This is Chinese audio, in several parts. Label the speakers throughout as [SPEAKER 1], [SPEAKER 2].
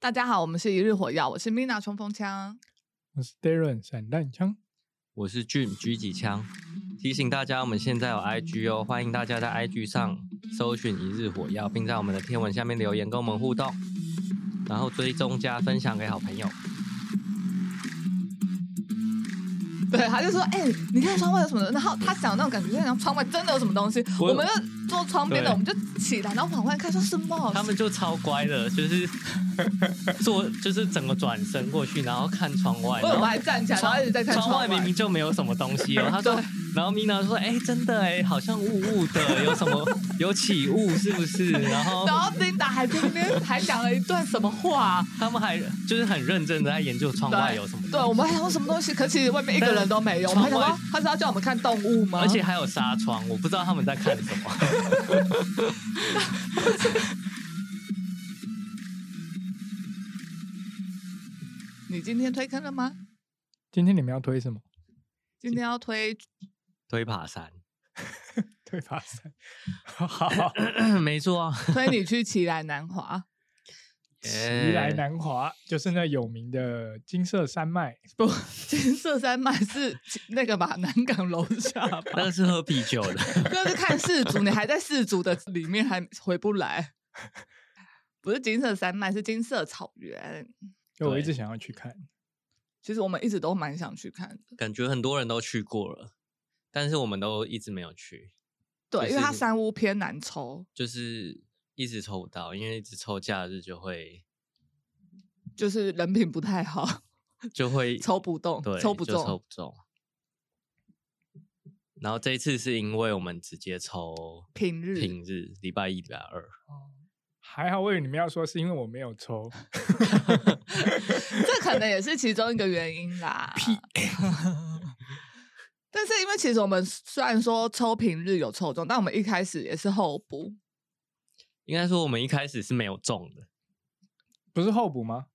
[SPEAKER 1] 大家好，我们是一日火药，我是 Mina 冲锋 枪。
[SPEAKER 2] 我是 Darren 散弹枪，
[SPEAKER 3] 我是 Jim 狙击枪。提醒大家，我们现在有 IG 哦，欢迎大家在 IG 上搜寻一日火药，并在我们的贴文下面留言跟我们互动，然后追踪加分享给好朋友。
[SPEAKER 1] 对，他就说，哎、你看窗外有什么东西？然后他想那种感觉，就像窗外真的有什么东西。
[SPEAKER 3] 我
[SPEAKER 1] 我们就坐窗边的，
[SPEAKER 3] 对
[SPEAKER 1] 我们就起来，然后往外看，说什 么？
[SPEAKER 3] 他们就超乖的，就是 做就是整个转身过去，然后看窗外，
[SPEAKER 1] 我
[SPEAKER 3] 然
[SPEAKER 1] 我
[SPEAKER 3] 后
[SPEAKER 1] 还站起来，然
[SPEAKER 3] 窗
[SPEAKER 1] 后一直在看
[SPEAKER 3] 窗
[SPEAKER 1] 外
[SPEAKER 3] 外明明就没有什么东西哦。他说
[SPEAKER 1] 对，
[SPEAKER 3] 然后 Mina 说，哎、真的哎，好像雾雾的，有什么有起雾是不是？然后
[SPEAKER 1] 然后琳达还在那边还讲了一段什么话？
[SPEAKER 3] 他们还就是很认真的在研究窗外有什么，
[SPEAKER 1] 对，我们还想说什么东西？可其实外面一个人都没有。我
[SPEAKER 3] 但
[SPEAKER 1] 们还想
[SPEAKER 3] 是窗
[SPEAKER 1] 说
[SPEAKER 3] 外，
[SPEAKER 1] 他是要叫我们看动物吗？
[SPEAKER 3] 而且还有纱窗，我不知道他们在看什么。
[SPEAKER 1] 你今天推坑了吗？
[SPEAKER 2] 今天你们要推什么？
[SPEAKER 1] 今天要推
[SPEAKER 3] 推爬山，
[SPEAKER 2] 推爬山。 好，
[SPEAKER 3] 没错啊，
[SPEAKER 1] 推你去奇来南华，
[SPEAKER 3] 哎
[SPEAKER 2] 奇来南华就是那有名的金色山脉，
[SPEAKER 1] 不，金色山脉是那个吧？南港楼下吧？
[SPEAKER 3] 那个是喝啤酒 的，
[SPEAKER 1] 就是看世足，你还在世足的里面还回不来。不是金色山脉，是金色草原。
[SPEAKER 2] 就我一
[SPEAKER 3] 对
[SPEAKER 2] 直想要去看。
[SPEAKER 1] 其实我们一直都蛮想去看的，
[SPEAKER 3] 感觉很多人都去过了，但是我们都一直没有去，
[SPEAKER 1] 对，
[SPEAKER 3] 就
[SPEAKER 1] 因为它
[SPEAKER 3] 是
[SPEAKER 1] 山屋偏难抽，
[SPEAKER 3] 就是一直抽不到，因为一直抽假日就会
[SPEAKER 1] 就是人品不太 好，
[SPEAKER 3] 就会
[SPEAKER 1] 抽不动
[SPEAKER 3] 对，，
[SPEAKER 1] 抽不
[SPEAKER 3] 就抽
[SPEAKER 1] 中。
[SPEAKER 3] 不中。然后这一次是因为我们直接抽
[SPEAKER 1] 平日
[SPEAKER 3] 平日礼拜一、礼拜二，
[SPEAKER 2] 还好，我以为你们要说是因为我没有抽，
[SPEAKER 1] 这可能也是其中一个原因啦。屁！ 但是因为其实我们虽然说抽平日有抽中，但我们一开始也是候补，
[SPEAKER 3] 应该说我们一开始是没有中的，
[SPEAKER 2] 不是候补吗？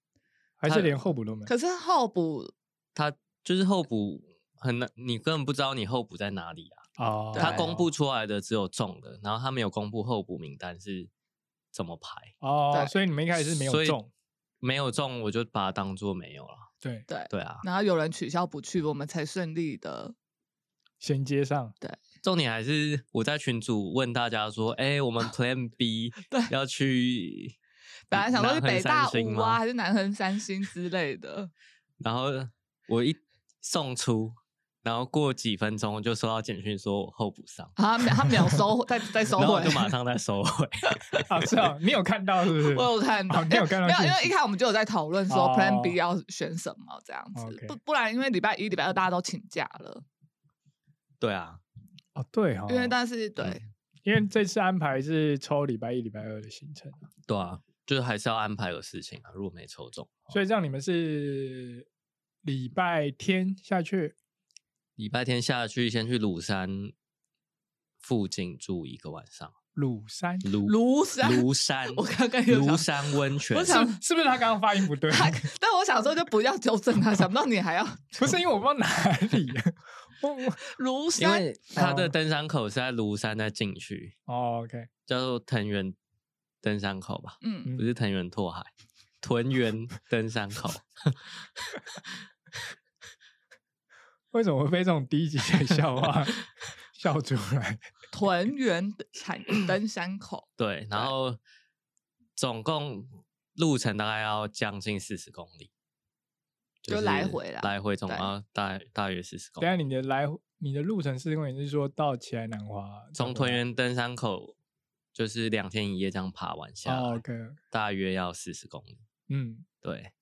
[SPEAKER 2] 还
[SPEAKER 3] 他
[SPEAKER 2] 是连候补都没有？
[SPEAKER 1] 可是候补
[SPEAKER 3] 他就是候补很难，你根本不知道你候补在哪里啊。
[SPEAKER 2] 哦
[SPEAKER 3] 他公布出来的只有中的，然后他没有公布候补名单是怎么排，
[SPEAKER 2] 哦
[SPEAKER 1] 对，
[SPEAKER 2] 所以你们一开始是没有
[SPEAKER 3] 所以
[SPEAKER 2] 中，
[SPEAKER 3] 没有中我就把它当做没有了。
[SPEAKER 2] 对，
[SPEAKER 1] 对，
[SPEAKER 3] 对啊，
[SPEAKER 1] 然后有人取消不去，我们才顺利的
[SPEAKER 2] 衔接上。
[SPEAKER 3] 重点还是我在群组问大家说，哎、我们 Plan B 要去，
[SPEAKER 1] 本来想说是北大
[SPEAKER 3] 南横三星
[SPEAKER 1] 五啊，
[SPEAKER 3] 吗
[SPEAKER 1] 还是南横三星之类的，
[SPEAKER 3] 然后我一送出，然后过几分钟就收到简讯说我候补上，
[SPEAKER 1] 然后他们他们俩收再再收
[SPEAKER 3] 然后我
[SPEAKER 1] 回
[SPEAKER 3] 就。马上再收 回。
[SPEAKER 2] 啊，是啊，你有看到是不 是？
[SPEAKER 1] 我有看到，
[SPEAKER 2] 哦你有
[SPEAKER 1] 因为
[SPEAKER 2] 看到
[SPEAKER 1] 没有？因
[SPEAKER 2] 讯
[SPEAKER 1] 为一
[SPEAKER 2] 息
[SPEAKER 1] 开始我们就有在讨论说
[SPEAKER 2] 哦
[SPEAKER 1] Plan B 要选什么这样子，
[SPEAKER 2] OK
[SPEAKER 1] 不不然因为礼拜一、礼拜二大家都请假了，
[SPEAKER 3] 对啊，
[SPEAKER 2] 哦，对哈，
[SPEAKER 1] 因为但是对
[SPEAKER 3] 嗯
[SPEAKER 2] 因为这次安排是抽礼拜一、礼拜二的行程，
[SPEAKER 3] 对啊，就是还是要安排有事情啊，如果没抽中。
[SPEAKER 2] 所以让你们是礼拜天下去。
[SPEAKER 3] 礼拜天下去，先去鲁山附近住一个晚上。
[SPEAKER 2] 鲁山
[SPEAKER 3] 庐
[SPEAKER 1] 庐山
[SPEAKER 3] 庐山，
[SPEAKER 1] 我刚刚有想
[SPEAKER 3] 庐山温泉
[SPEAKER 1] 我，想
[SPEAKER 2] 是是不是他刚刚发音不对？
[SPEAKER 1] 他，但我想说就不要纠正他，想不到你还要
[SPEAKER 2] 不是因为我不知道哪里，我我
[SPEAKER 1] 庐
[SPEAKER 3] 因
[SPEAKER 1] 山，
[SPEAKER 3] 为它的
[SPEAKER 2] 哦
[SPEAKER 3] 登山口是在庐山再进去，
[SPEAKER 2] 哦，OK，
[SPEAKER 3] 叫做藤原登山口吧，
[SPEAKER 1] 嗯，
[SPEAKER 3] 不是藤原拓海，屯原登山口。
[SPEAKER 2] 为什么会被这种低级的笑话 笑出来？
[SPEAKER 1] 屯园产登山口，
[SPEAKER 3] 对，然后总共路程大概要将近四十公里，
[SPEAKER 1] 就是来回啦
[SPEAKER 3] 来回总
[SPEAKER 1] 对
[SPEAKER 3] 共要大大约四十公
[SPEAKER 2] 等一下
[SPEAKER 3] 里。
[SPEAKER 2] 你的来你的路程是因为你是说到奇来南华，
[SPEAKER 3] 从
[SPEAKER 1] 啊
[SPEAKER 3] 屯原登山口就是两天一夜这样爬完下来，
[SPEAKER 2] 哦，OK，
[SPEAKER 3] 大约要四十公里。
[SPEAKER 2] 嗯，
[SPEAKER 3] 对，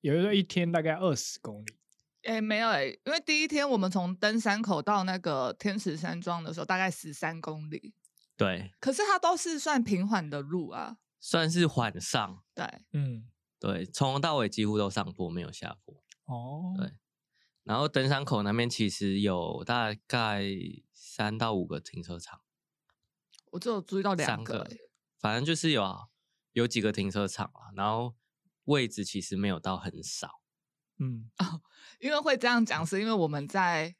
[SPEAKER 2] 也就是说一天大概二十公里，
[SPEAKER 1] 哎，没有哎，因为第一天我们从登山口到那个天池山庄的时候，大概十三公里，
[SPEAKER 3] 对，
[SPEAKER 1] 可是它都是算平缓的路啊，
[SPEAKER 3] 算是缓上，
[SPEAKER 1] 对，
[SPEAKER 2] 嗯，
[SPEAKER 3] 对，从头到尾几乎都上坡，没有下坡。
[SPEAKER 2] 哦，
[SPEAKER 3] 对然后登山口那边其实有大概三到五个停车场，
[SPEAKER 1] 我只有注意到哦两
[SPEAKER 3] 三
[SPEAKER 1] 个欸
[SPEAKER 3] 个
[SPEAKER 1] 而已，
[SPEAKER 3] 反正就是有啊有几个停车场啊，然后位置其实没有到很少，
[SPEAKER 2] 嗯，
[SPEAKER 1] 因为会这样讲，是因为我们在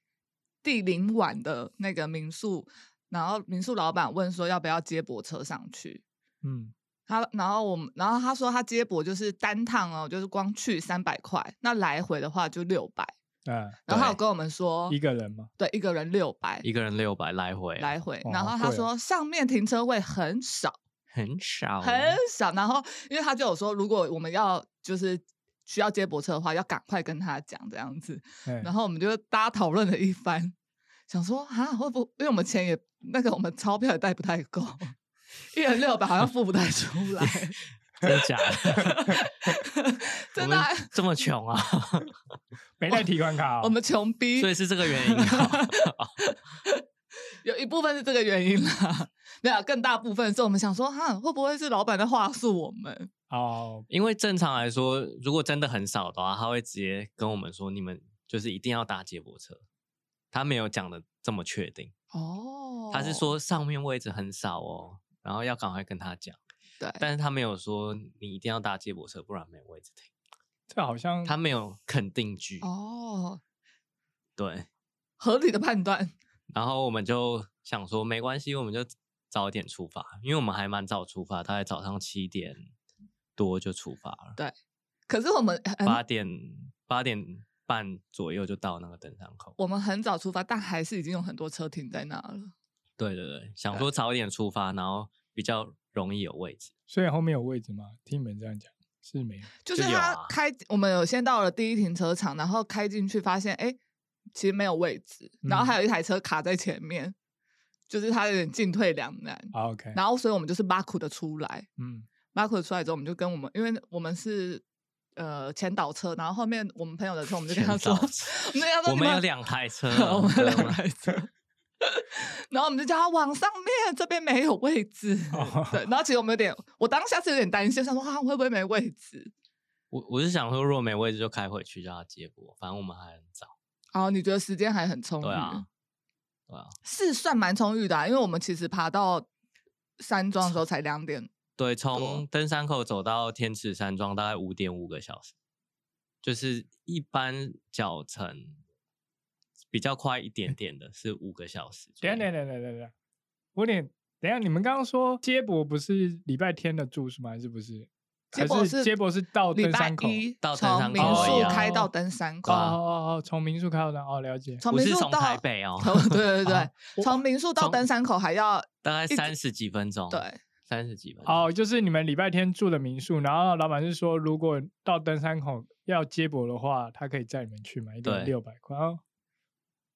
[SPEAKER 1] 第零晚的那个民宿，然后民宿老板问说要不要接驳车上去，
[SPEAKER 2] 嗯
[SPEAKER 1] 他然后我们，然后他说他接驳就是单趟哦，就是光去三百块，那来回的话就六百。
[SPEAKER 2] 嗯，
[SPEAKER 1] 然后他有
[SPEAKER 3] 对
[SPEAKER 1] 跟我们说，
[SPEAKER 2] 一个人吗？
[SPEAKER 1] 对一个人六百
[SPEAKER 3] 一个人六百来回，啊
[SPEAKER 1] 来回
[SPEAKER 2] 哦，
[SPEAKER 1] 然
[SPEAKER 2] 好
[SPEAKER 1] 后他
[SPEAKER 2] 贵哦
[SPEAKER 1] 说上面停车位很少
[SPEAKER 3] 很少，哦
[SPEAKER 1] 很少，然后因为他就有说，如果我们要就是需要接驳车的话，要赶快跟他讲这样子。
[SPEAKER 2] 嗯
[SPEAKER 1] 然后我们就大家讨论了一番，想说啊，会不因为我们钱也那个我们钞票也带不太够， 一人六百好像付不太 出来，
[SPEAKER 3] 真的假的？我
[SPEAKER 1] 真的
[SPEAKER 3] 们
[SPEAKER 1] 啊、
[SPEAKER 3] 这么 穷啊？
[SPEAKER 2] 没带提款卡哦，
[SPEAKER 1] 我们穷逼
[SPEAKER 3] 所，以是这个原因啊。
[SPEAKER 1] 有一部分是这个原因啦，没有更大部分是我们想说，哈，会不会是老板在话术我们？
[SPEAKER 2] 哦，
[SPEAKER 3] 因为正常来说，如果真的很少的话，他会直接跟我们说，你们就是一定要搭接驳车。他没有讲的这么确定，
[SPEAKER 1] 哦
[SPEAKER 3] 他是说上面位置很少哦，然后要赶快跟他讲，
[SPEAKER 1] 对，
[SPEAKER 3] 但是他没有说你一定要搭接驳车，不然没有位置停。
[SPEAKER 2] 这好像
[SPEAKER 3] 他没有肯定句，
[SPEAKER 1] 哦，
[SPEAKER 3] 对。
[SPEAKER 1] 合理的判断，
[SPEAKER 3] 然后我们就想说没关系，我们就早点出发，因为我们还蛮早出发，大概早上七点多就出发了，
[SPEAKER 1] 可是我们很
[SPEAKER 3] 八点八点半左右就到那个登山口。
[SPEAKER 1] 我们很早出发，但还是已经有很多车停在那了。
[SPEAKER 3] 对对对，想
[SPEAKER 1] 对
[SPEAKER 3] 说早点出发，然后比较容易有位置。
[SPEAKER 2] 所以后面有位置吗？听你们这样讲是没有，
[SPEAKER 1] 就是
[SPEAKER 3] 就有
[SPEAKER 1] 他
[SPEAKER 3] 啊
[SPEAKER 1] 开，我们有先到了第一停车场，然后开进去发现，哎、其实没有位置，然后
[SPEAKER 2] 嗯
[SPEAKER 1] 还有一台车卡在前面，就是他有点进退两难。
[SPEAKER 2] 好 OK，
[SPEAKER 1] 然后，所以我们就是巴苦的出来，
[SPEAKER 2] 嗯，
[SPEAKER 1] 巴库出来之后，我们就跟我们，因为我们是呃前导车，然后后面我们朋友的车，我们就跟他说，
[SPEAKER 3] 先到
[SPEAKER 1] 我们就 跟他说
[SPEAKER 3] 我
[SPEAKER 1] 你，
[SPEAKER 3] 们有两台车 啊
[SPEAKER 1] 我们有
[SPEAKER 3] 对
[SPEAKER 1] 两台车。然后我们就叫他往上面，这边没有位置。
[SPEAKER 2] 哦
[SPEAKER 1] 对，然后其实我们有点，我当下是有点担心，想说啊会不会没位置？
[SPEAKER 3] 我我是想说，如果没位置就开回去叫他接驳，反正我们还很早。
[SPEAKER 1] 哦，你觉得时间还很充裕？
[SPEAKER 3] 对啊，对啊，
[SPEAKER 1] 是算蛮充裕的、啊，因为我们其实爬到山庄的时候才两点。
[SPEAKER 3] 对，从
[SPEAKER 1] 哦
[SPEAKER 3] 登山口走到天池山庄大概五点五个小时，就是一般脚程比较快一
[SPEAKER 1] 嗯
[SPEAKER 3] 点点的是五个小时左
[SPEAKER 2] 等
[SPEAKER 3] 右。
[SPEAKER 2] 一下等一下等一下等一下，我有点等一下，你们刚刚说接驳不是礼拜天的住宿吗？还是不是？
[SPEAKER 1] 结
[SPEAKER 2] 还
[SPEAKER 1] 果
[SPEAKER 2] 是接驳是到
[SPEAKER 1] 礼
[SPEAKER 2] 登
[SPEAKER 1] 拜
[SPEAKER 2] 山口？
[SPEAKER 1] 一
[SPEAKER 3] 到登
[SPEAKER 1] 从
[SPEAKER 3] 山
[SPEAKER 1] 民
[SPEAKER 2] 口
[SPEAKER 1] 宿
[SPEAKER 2] 而已啊
[SPEAKER 1] 开到登山
[SPEAKER 2] 哦
[SPEAKER 1] 口，
[SPEAKER 2] 哦哦哦，从民宿开到的哦，了解。
[SPEAKER 1] 从
[SPEAKER 3] 不
[SPEAKER 1] 民
[SPEAKER 3] 是
[SPEAKER 1] 宿
[SPEAKER 3] 从
[SPEAKER 1] 到
[SPEAKER 3] 台北 哦，
[SPEAKER 1] 从对对对
[SPEAKER 2] 哦，
[SPEAKER 1] 从民宿到
[SPEAKER 3] 从
[SPEAKER 1] 登山口还要
[SPEAKER 3] 大概三十几分钟，
[SPEAKER 1] 对，
[SPEAKER 3] 三十几分钟。
[SPEAKER 2] 哦，就是你们礼拜天住的民宿，然后老板是说，如果到登山口要接驳的话，他可以载你们去嘛，一
[SPEAKER 3] 对
[SPEAKER 2] 点六百块。哦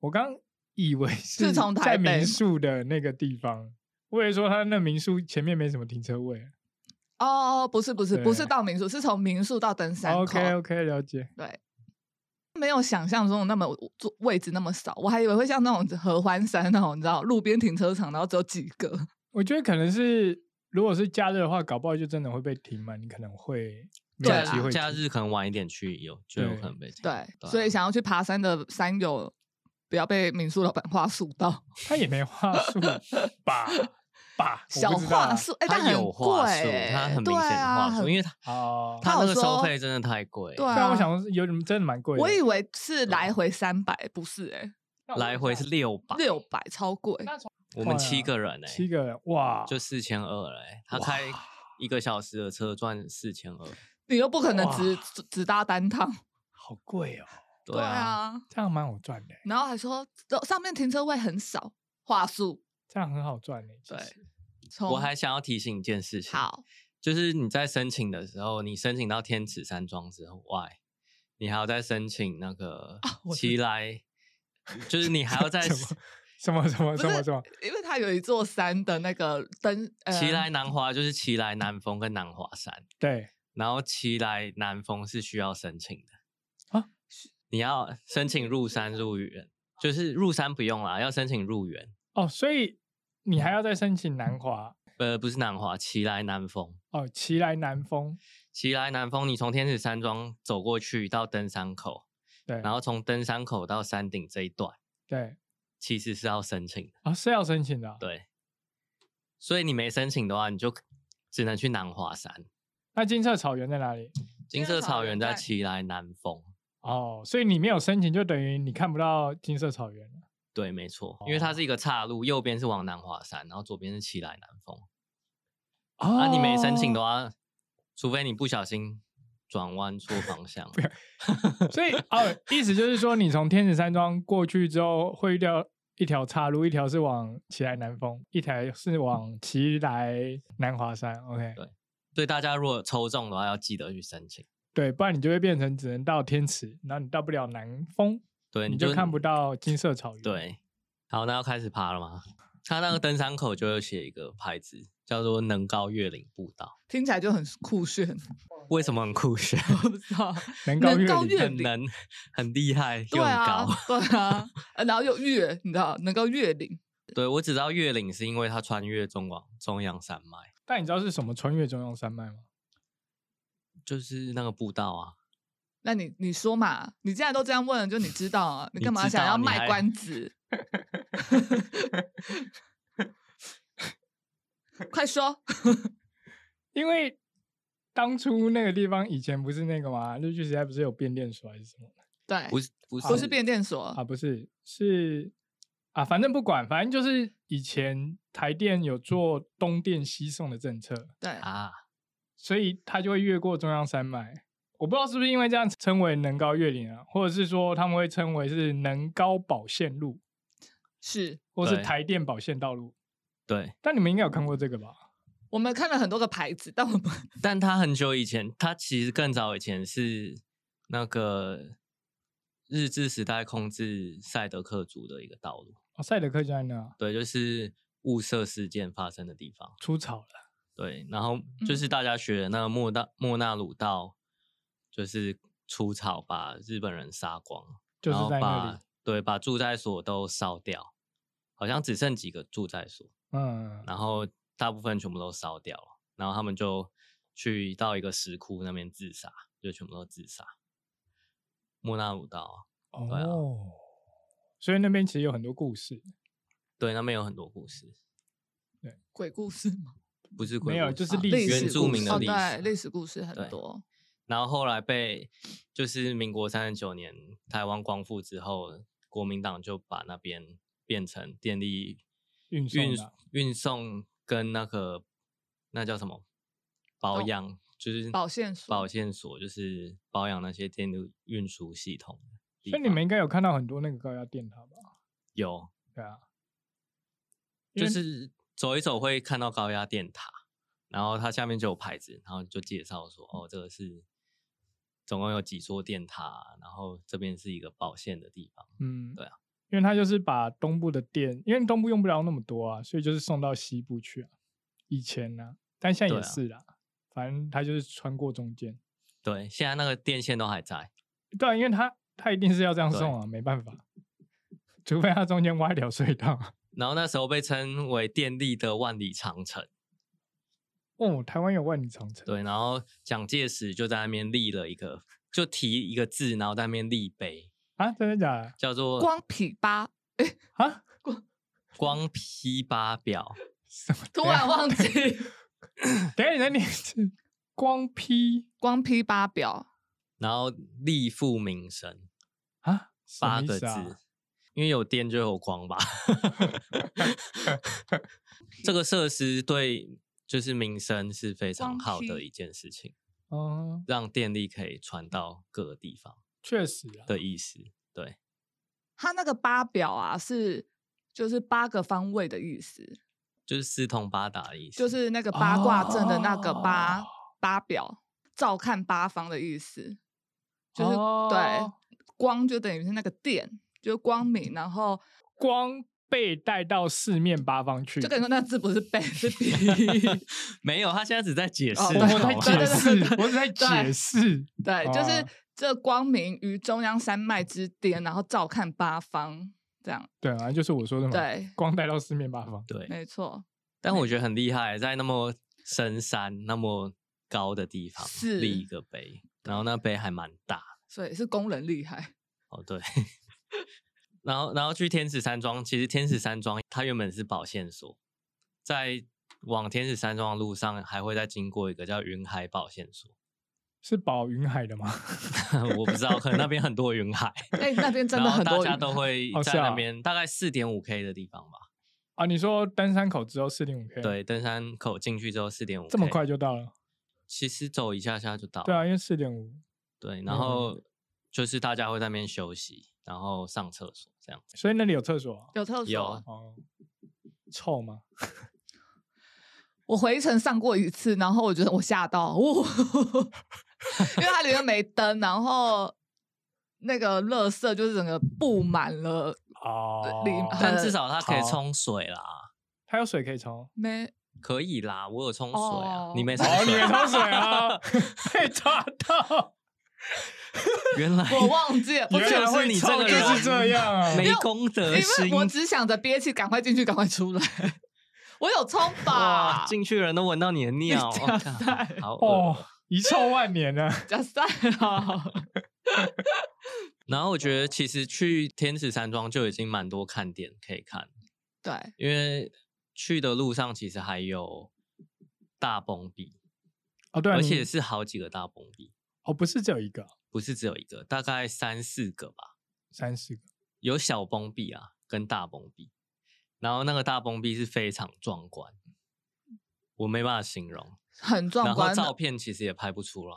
[SPEAKER 2] 我刚以为是
[SPEAKER 1] 是从台
[SPEAKER 2] 在
[SPEAKER 1] 北
[SPEAKER 2] 民
[SPEAKER 1] 吗
[SPEAKER 2] 宿的那个地方，我以为说他那民宿前面没什么停车位。
[SPEAKER 1] 哦，不是不是不是
[SPEAKER 2] 对
[SPEAKER 1] 到民宿，是从民宿到登山口。
[SPEAKER 2] OK OK，了解。
[SPEAKER 1] 对，没有想象中的那么坐位置那么少，我还以为会像那种合欢山那种，你知道路边停车场，然后只有几个。
[SPEAKER 2] 我觉得可能是，如果是假日的话，搞不好就真的会被停满，你可能会没
[SPEAKER 1] 对
[SPEAKER 2] 有
[SPEAKER 1] 啦
[SPEAKER 2] 机会
[SPEAKER 3] 假
[SPEAKER 2] 停
[SPEAKER 3] 日可能晚一点去有就有可能被停
[SPEAKER 1] 对，
[SPEAKER 3] 啊
[SPEAKER 1] 所以想要去爬山的山友，不要被民宿老板话术到
[SPEAKER 2] 他也没话 术吧吧，我
[SPEAKER 1] 小
[SPEAKER 2] 不知道
[SPEAKER 1] 话
[SPEAKER 2] 啊
[SPEAKER 1] 术，哎、
[SPEAKER 3] 他
[SPEAKER 1] 但很
[SPEAKER 3] 有
[SPEAKER 1] 贵、
[SPEAKER 3] 话术，
[SPEAKER 1] 欸，
[SPEAKER 3] 他很明
[SPEAKER 1] 对
[SPEAKER 3] 显的
[SPEAKER 1] 啊
[SPEAKER 3] 话术，
[SPEAKER 1] 很
[SPEAKER 3] 因为他
[SPEAKER 2] 哦。
[SPEAKER 1] 他
[SPEAKER 3] 他
[SPEAKER 1] 有
[SPEAKER 3] 那个收
[SPEAKER 1] 说
[SPEAKER 3] 费真的太贵，
[SPEAKER 1] 对
[SPEAKER 2] 虽然
[SPEAKER 1] 啊
[SPEAKER 2] 我想说有点真的蛮贵的，
[SPEAKER 1] 我以为是来回三百，不是哎、
[SPEAKER 2] 那我
[SPEAKER 3] 来回是六啊百，
[SPEAKER 1] 六百超贵。
[SPEAKER 3] 我
[SPEAKER 2] 块
[SPEAKER 3] 们七
[SPEAKER 2] 啊
[SPEAKER 3] 个人哎，
[SPEAKER 2] 七个人哇，
[SPEAKER 3] 就四千二了欸、他
[SPEAKER 2] 哇
[SPEAKER 3] 开一个小时的车赚四千二，
[SPEAKER 1] 你又不可能只
[SPEAKER 2] 哇
[SPEAKER 1] 只只搭单趟，
[SPEAKER 2] 好贵 哦，
[SPEAKER 3] 对啊，
[SPEAKER 2] 这样蛮好赚的，
[SPEAKER 1] 然后还说这上面停车位很少，话术
[SPEAKER 2] 这样很好赚的。其
[SPEAKER 1] 对
[SPEAKER 2] 实
[SPEAKER 1] 从
[SPEAKER 3] 我还想要提醒一件事情，
[SPEAKER 1] 好
[SPEAKER 3] 就是你在申请的时候，你申请到天池山庄之后外，你还要再申请那个
[SPEAKER 1] 啊我知
[SPEAKER 3] 奇来，就是你还 要再
[SPEAKER 2] 什么什么什么什么什么，
[SPEAKER 1] 因为它有一座山的那个灯，呃，
[SPEAKER 3] 奇来南华，就是奇来南峰跟南华山，
[SPEAKER 2] 对，
[SPEAKER 3] 然后奇来南峰是需要申请的
[SPEAKER 2] 啊，
[SPEAKER 3] 你要申请入山入园，就是入山不用啦，要申请入园，
[SPEAKER 2] 哦，所以你还要再申请南华
[SPEAKER 3] 呃，不是南华，奇来南峰。
[SPEAKER 2] 哦，奇来南风，
[SPEAKER 3] 奇来南峰，你从天使山庄走过去到登山口，
[SPEAKER 2] 对，
[SPEAKER 3] 然后从登山口到山顶这一段，
[SPEAKER 2] 对，
[SPEAKER 3] 其实是要申请的。
[SPEAKER 2] 哦是要申请的啊，
[SPEAKER 3] 对，所以你没申请的话，你就只能去南华山。
[SPEAKER 2] 那金色草原在哪里？
[SPEAKER 3] 金
[SPEAKER 1] 色
[SPEAKER 3] 色
[SPEAKER 1] 草
[SPEAKER 3] 草
[SPEAKER 1] 原
[SPEAKER 3] 原在
[SPEAKER 1] 在
[SPEAKER 3] 奇来南峰，
[SPEAKER 2] 哦，所以你没有申请，就等于你看不到金色草原了
[SPEAKER 3] 对，没
[SPEAKER 1] 哦
[SPEAKER 3] 错，因为它是一个岔路，右边是往南华山，然后左边是奇来南峰。
[SPEAKER 2] 啊
[SPEAKER 3] 啊，你没申
[SPEAKER 1] 哦
[SPEAKER 3] 请的话，除非你不小心转弯错 方向，
[SPEAKER 2] 所以哦，意思就是说，你从天子山庄过去之后，会遇到一条岔路，一条是往奇来南峰，一条是往奇来南华山。OK，
[SPEAKER 3] 对所以大家如果抽中的话，要记得去申请。
[SPEAKER 2] 对，不然你就会变成只能到天池，然后你到不了南峰，
[SPEAKER 3] 对，
[SPEAKER 2] 你
[SPEAKER 3] 就
[SPEAKER 2] 就看不。到金色草原。，
[SPEAKER 3] 对，好，那要开始爬了吗？它那个登山口就有写一个牌子，叫做能高越岭步道。
[SPEAKER 1] 听起来就很酷炫，
[SPEAKER 3] 为什么很酷炫？
[SPEAKER 1] 哦我不知道。
[SPEAKER 2] 能高
[SPEAKER 1] 能
[SPEAKER 2] 越
[SPEAKER 1] 高
[SPEAKER 2] 岭
[SPEAKER 1] 越
[SPEAKER 3] 很
[SPEAKER 1] 岭
[SPEAKER 3] 能，很厉 害
[SPEAKER 1] 对
[SPEAKER 3] 又很
[SPEAKER 1] 啊
[SPEAKER 3] 高。，
[SPEAKER 1] 对 啊，呃然后又越，你知道，能够越岭，
[SPEAKER 3] 对我只知道越岭是因为它穿越中广中央山脉，
[SPEAKER 2] 但你知道是什么穿越中央山脉吗？
[SPEAKER 3] 就是那个步道啊。
[SPEAKER 1] 那你你说嘛？你既然都这样问了，就你知道啊，你
[SPEAKER 3] 你
[SPEAKER 1] 干嘛
[SPEAKER 3] 知
[SPEAKER 1] 想
[SPEAKER 3] 道
[SPEAKER 1] 要
[SPEAKER 3] 你
[SPEAKER 1] 卖
[SPEAKER 3] 还
[SPEAKER 1] 关子？快说！
[SPEAKER 2] 因为当初那个地方以前不是那个吗？日据时代不是有变电所还是什么？
[SPEAKER 1] 对，
[SPEAKER 3] 不是不是
[SPEAKER 1] 不是变电所，
[SPEAKER 2] 啊，不是，是啊，反正不管，反正就是以前台电有做东电西送的政策，
[SPEAKER 1] 对，
[SPEAKER 3] 啊，
[SPEAKER 2] 所以它就会越过中央山脉。我不知道是不是因为这样称为能高越岭啊，或者是说他们会称为是能高保线路，
[SPEAKER 1] 是
[SPEAKER 2] 或是
[SPEAKER 3] 对
[SPEAKER 2] 台电保线道路。
[SPEAKER 3] 对，
[SPEAKER 2] 但你们应该有看过这个吧？
[SPEAKER 1] 我们看了很多个牌子，但我们
[SPEAKER 3] 但它很久以前，它其实更早以前是那个日治时代控制赛德克族的一个道路，
[SPEAKER 2] 哦，赛德克就在那啊
[SPEAKER 3] 对，就是雾社事件发生的地方。
[SPEAKER 2] 出草了，
[SPEAKER 3] 对，然后
[SPEAKER 2] 嗯
[SPEAKER 3] 就是大家学的那个莫大莫纳鲁道，就是出草把日本人杀光，
[SPEAKER 2] 就是
[SPEAKER 3] 然后
[SPEAKER 2] 在那里
[SPEAKER 3] 把。对把住宅所都烧掉，好像只剩几个住宅所，
[SPEAKER 2] 嗯，
[SPEAKER 3] 然后大部分全部都烧掉了，然后他们就去到一个石窟那边自杀，就全部都自杀。莫纳鲁道，对啊
[SPEAKER 2] 哦，所以那边其实有很多故事，
[SPEAKER 3] 对，那边有很多故事，
[SPEAKER 1] 鬼故事嘛，
[SPEAKER 3] 不是鬼
[SPEAKER 2] 没有
[SPEAKER 3] 故
[SPEAKER 2] 就
[SPEAKER 3] 事
[SPEAKER 2] 是
[SPEAKER 1] 啊
[SPEAKER 2] 历
[SPEAKER 1] 历
[SPEAKER 2] 史
[SPEAKER 1] 史
[SPEAKER 3] 原住
[SPEAKER 1] 故
[SPEAKER 3] 民
[SPEAKER 1] 事
[SPEAKER 3] 的
[SPEAKER 1] 哦
[SPEAKER 3] 历
[SPEAKER 1] 对，历
[SPEAKER 3] 史，啊
[SPEAKER 1] 史故事很
[SPEAKER 3] 对
[SPEAKER 1] 多，
[SPEAKER 3] 然后后来被就是民国三十九年台湾光复之后，国民党就把那边变成电力
[SPEAKER 2] 运送
[SPEAKER 3] 运
[SPEAKER 2] 的啊
[SPEAKER 3] 运送跟那个那叫什么保
[SPEAKER 1] 哦
[SPEAKER 3] 养，就是
[SPEAKER 1] 保线所
[SPEAKER 3] 保线所就是保养那些电路运输系统的地
[SPEAKER 2] 所
[SPEAKER 3] 方。
[SPEAKER 2] 以你们应该有看到很多那个高压电塔吧？
[SPEAKER 3] 有
[SPEAKER 2] 对啊，因
[SPEAKER 3] 就
[SPEAKER 2] 为
[SPEAKER 3] 是走一走会看到高压电塔，然后它下面就有牌子，然后就介绍说哦，这个是总共有几座电塔，然后这边是一个保线的地方。
[SPEAKER 2] 嗯，
[SPEAKER 3] 对啊，
[SPEAKER 2] 因为它就是把东部的电，因为东部用不了那么多啊，所以就是送到西部去啊。以前呢、但现在也
[SPEAKER 3] 对啊
[SPEAKER 2] 是啦，反正它就是穿过中间。
[SPEAKER 3] 对，现在那个电线都还在。
[SPEAKER 2] 对、啊，因为它它一定是要这样送啊，没办法，除非它中间挖一条隧道。
[SPEAKER 3] 然后那时候被称为电力的万里长城，
[SPEAKER 2] 哦，台湾有万里长城，
[SPEAKER 3] 对。然后蒋介石就在那边立了一个，就提一个字，然后在那边立碑，
[SPEAKER 2] 啊，真的假的
[SPEAKER 3] 叫做
[SPEAKER 1] 光匹八，
[SPEAKER 2] 啊？
[SPEAKER 3] 光批八表，
[SPEAKER 2] 什么？
[SPEAKER 1] 突然忘记
[SPEAKER 2] 等一下你再念一次，光批
[SPEAKER 1] 光匹八表，
[SPEAKER 3] 然后立富民生
[SPEAKER 2] 啊，什么
[SPEAKER 3] 八
[SPEAKER 2] 意
[SPEAKER 3] 个
[SPEAKER 2] 思
[SPEAKER 3] 字，
[SPEAKER 2] 啊
[SPEAKER 3] 因为有电就有光吧。这个设施对就是民生是非常
[SPEAKER 1] 光
[SPEAKER 3] 好的
[SPEAKER 1] 区
[SPEAKER 3] 一件事情，
[SPEAKER 2] 嗯，
[SPEAKER 3] 让电力可以传到各个地方
[SPEAKER 2] 确实啊，
[SPEAKER 3] 的意思。对，
[SPEAKER 1] 它那个八表啊是就是八个方位的意思，
[SPEAKER 3] 就是四通八达的意思。
[SPEAKER 1] 就是那个八
[SPEAKER 3] 哦
[SPEAKER 1] 卦阵的那个八、
[SPEAKER 2] 哦
[SPEAKER 1] 八表，照看八方的意思，就是、
[SPEAKER 2] 哦
[SPEAKER 1] 对光就等于是那个电，就是光明，然后
[SPEAKER 2] 光被带到四面八方去，
[SPEAKER 3] 嗯
[SPEAKER 1] 就跟你说那字不是贝是 比
[SPEAKER 3] 没有，他现在只在解释，
[SPEAKER 1] 哦
[SPEAKER 2] 我
[SPEAKER 1] 对
[SPEAKER 2] 我在
[SPEAKER 3] 好吗
[SPEAKER 1] 对
[SPEAKER 2] 解
[SPEAKER 1] 对
[SPEAKER 2] 释，
[SPEAKER 1] 对
[SPEAKER 2] 我是在解
[SPEAKER 1] 对
[SPEAKER 2] 释，
[SPEAKER 1] 对，
[SPEAKER 3] 哦
[SPEAKER 1] 就
[SPEAKER 2] 啊
[SPEAKER 1] 是这光明于中央山脉之巅，然后照看八方，这样
[SPEAKER 2] 对啊，就是我说
[SPEAKER 3] 嗯
[SPEAKER 2] 的嘛，，
[SPEAKER 1] 对，
[SPEAKER 2] 光带到四面八方，
[SPEAKER 3] 对，
[SPEAKER 1] 没错，
[SPEAKER 3] 但
[SPEAKER 1] 嗯
[SPEAKER 3] 我觉得很厉害，在那么深山、那么高的地方
[SPEAKER 1] 是
[SPEAKER 3] 立一个碑，然后那碑还蛮大。
[SPEAKER 1] 所以是工人厉 害，
[SPEAKER 3] 哦，对。然后，然后去天使山庄，其实天使山庄它原本是保线索，在往天使山庄的路上还会再经过一个叫云海保线索，
[SPEAKER 2] 是保云海的吗？
[SPEAKER 3] 我不知道，可能那边很多云海，
[SPEAKER 1] 哎、那边真的
[SPEAKER 3] 然后
[SPEAKER 1] 很
[SPEAKER 3] 大
[SPEAKER 1] 多
[SPEAKER 3] 家
[SPEAKER 1] 人
[SPEAKER 3] 都会
[SPEAKER 2] 哦
[SPEAKER 3] 在
[SPEAKER 2] 是啊
[SPEAKER 3] 那边大概四点五 K 的地方吧，
[SPEAKER 2] 啊，你说登山口只有四点五 K，，
[SPEAKER 3] 对，登山口进去之后四点五，
[SPEAKER 2] 这么快？就到了？
[SPEAKER 3] 其实走一下下就到。
[SPEAKER 2] 对啊，因为四点五，
[SPEAKER 3] 对，
[SPEAKER 2] 嗯
[SPEAKER 3] 然后就是大家会在那边休息，然后上厕所这样子。
[SPEAKER 2] 所以那里有厕所啊、
[SPEAKER 1] 有厕
[SPEAKER 3] 有
[SPEAKER 1] 所
[SPEAKER 3] 啊。
[SPEAKER 2] 哦，臭吗？
[SPEAKER 1] 我回程上过一次，然后我觉得我吓到，哦、 因为它里面没灯，然后那个垃圾就是整个布满了，
[SPEAKER 2] 哦，
[SPEAKER 1] 里呃
[SPEAKER 3] 但至少它可以
[SPEAKER 2] 好
[SPEAKER 3] 冲水啦，
[SPEAKER 2] 它有水可以冲。
[SPEAKER 1] 没
[SPEAKER 3] 可以啦，我有冲水啊
[SPEAKER 1] 哦，
[SPEAKER 3] 你没冲
[SPEAKER 2] 哦，你
[SPEAKER 3] 水
[SPEAKER 2] 没
[SPEAKER 3] 啊，
[SPEAKER 2] 冲水 啊，被抓到，
[SPEAKER 3] 原来
[SPEAKER 1] 我忘记 了，不
[SPEAKER 3] 原
[SPEAKER 1] 是
[SPEAKER 3] 来
[SPEAKER 1] 我
[SPEAKER 3] 会
[SPEAKER 1] 是
[SPEAKER 3] 你
[SPEAKER 2] 臭
[SPEAKER 3] 这个人
[SPEAKER 2] 就是这样啊。
[SPEAKER 3] 没功德
[SPEAKER 1] 因
[SPEAKER 3] 心
[SPEAKER 1] 为。我只想着憋气，赶快进去，赶快出来。我有冲吧
[SPEAKER 3] 哇，，进去人都闻到你的尿，我
[SPEAKER 1] 加
[SPEAKER 3] 靠
[SPEAKER 1] 塞
[SPEAKER 3] 好恶。
[SPEAKER 2] 哦，遗臭万年啊！
[SPEAKER 1] 加塞了。
[SPEAKER 3] 然后我觉得其实去天池山庄就已经蛮多看点可以看，
[SPEAKER 1] 对，
[SPEAKER 3] 因为去的路上其实还有大崩壁，
[SPEAKER 2] 哦，对啊，
[SPEAKER 3] 而
[SPEAKER 2] 你
[SPEAKER 3] 且是好几个大崩壁，
[SPEAKER 2] 哦，不是只有一个，
[SPEAKER 3] 不是只有一个，大概三四个吧，
[SPEAKER 2] 三四个。
[SPEAKER 3] 有小崩壁啊跟大崩壁，然后那个大崩壁是非常壮观，我没办法形容，
[SPEAKER 1] 很壮
[SPEAKER 3] 然后
[SPEAKER 1] 观
[SPEAKER 3] 照
[SPEAKER 1] 的。
[SPEAKER 3] 片其实也拍不出来，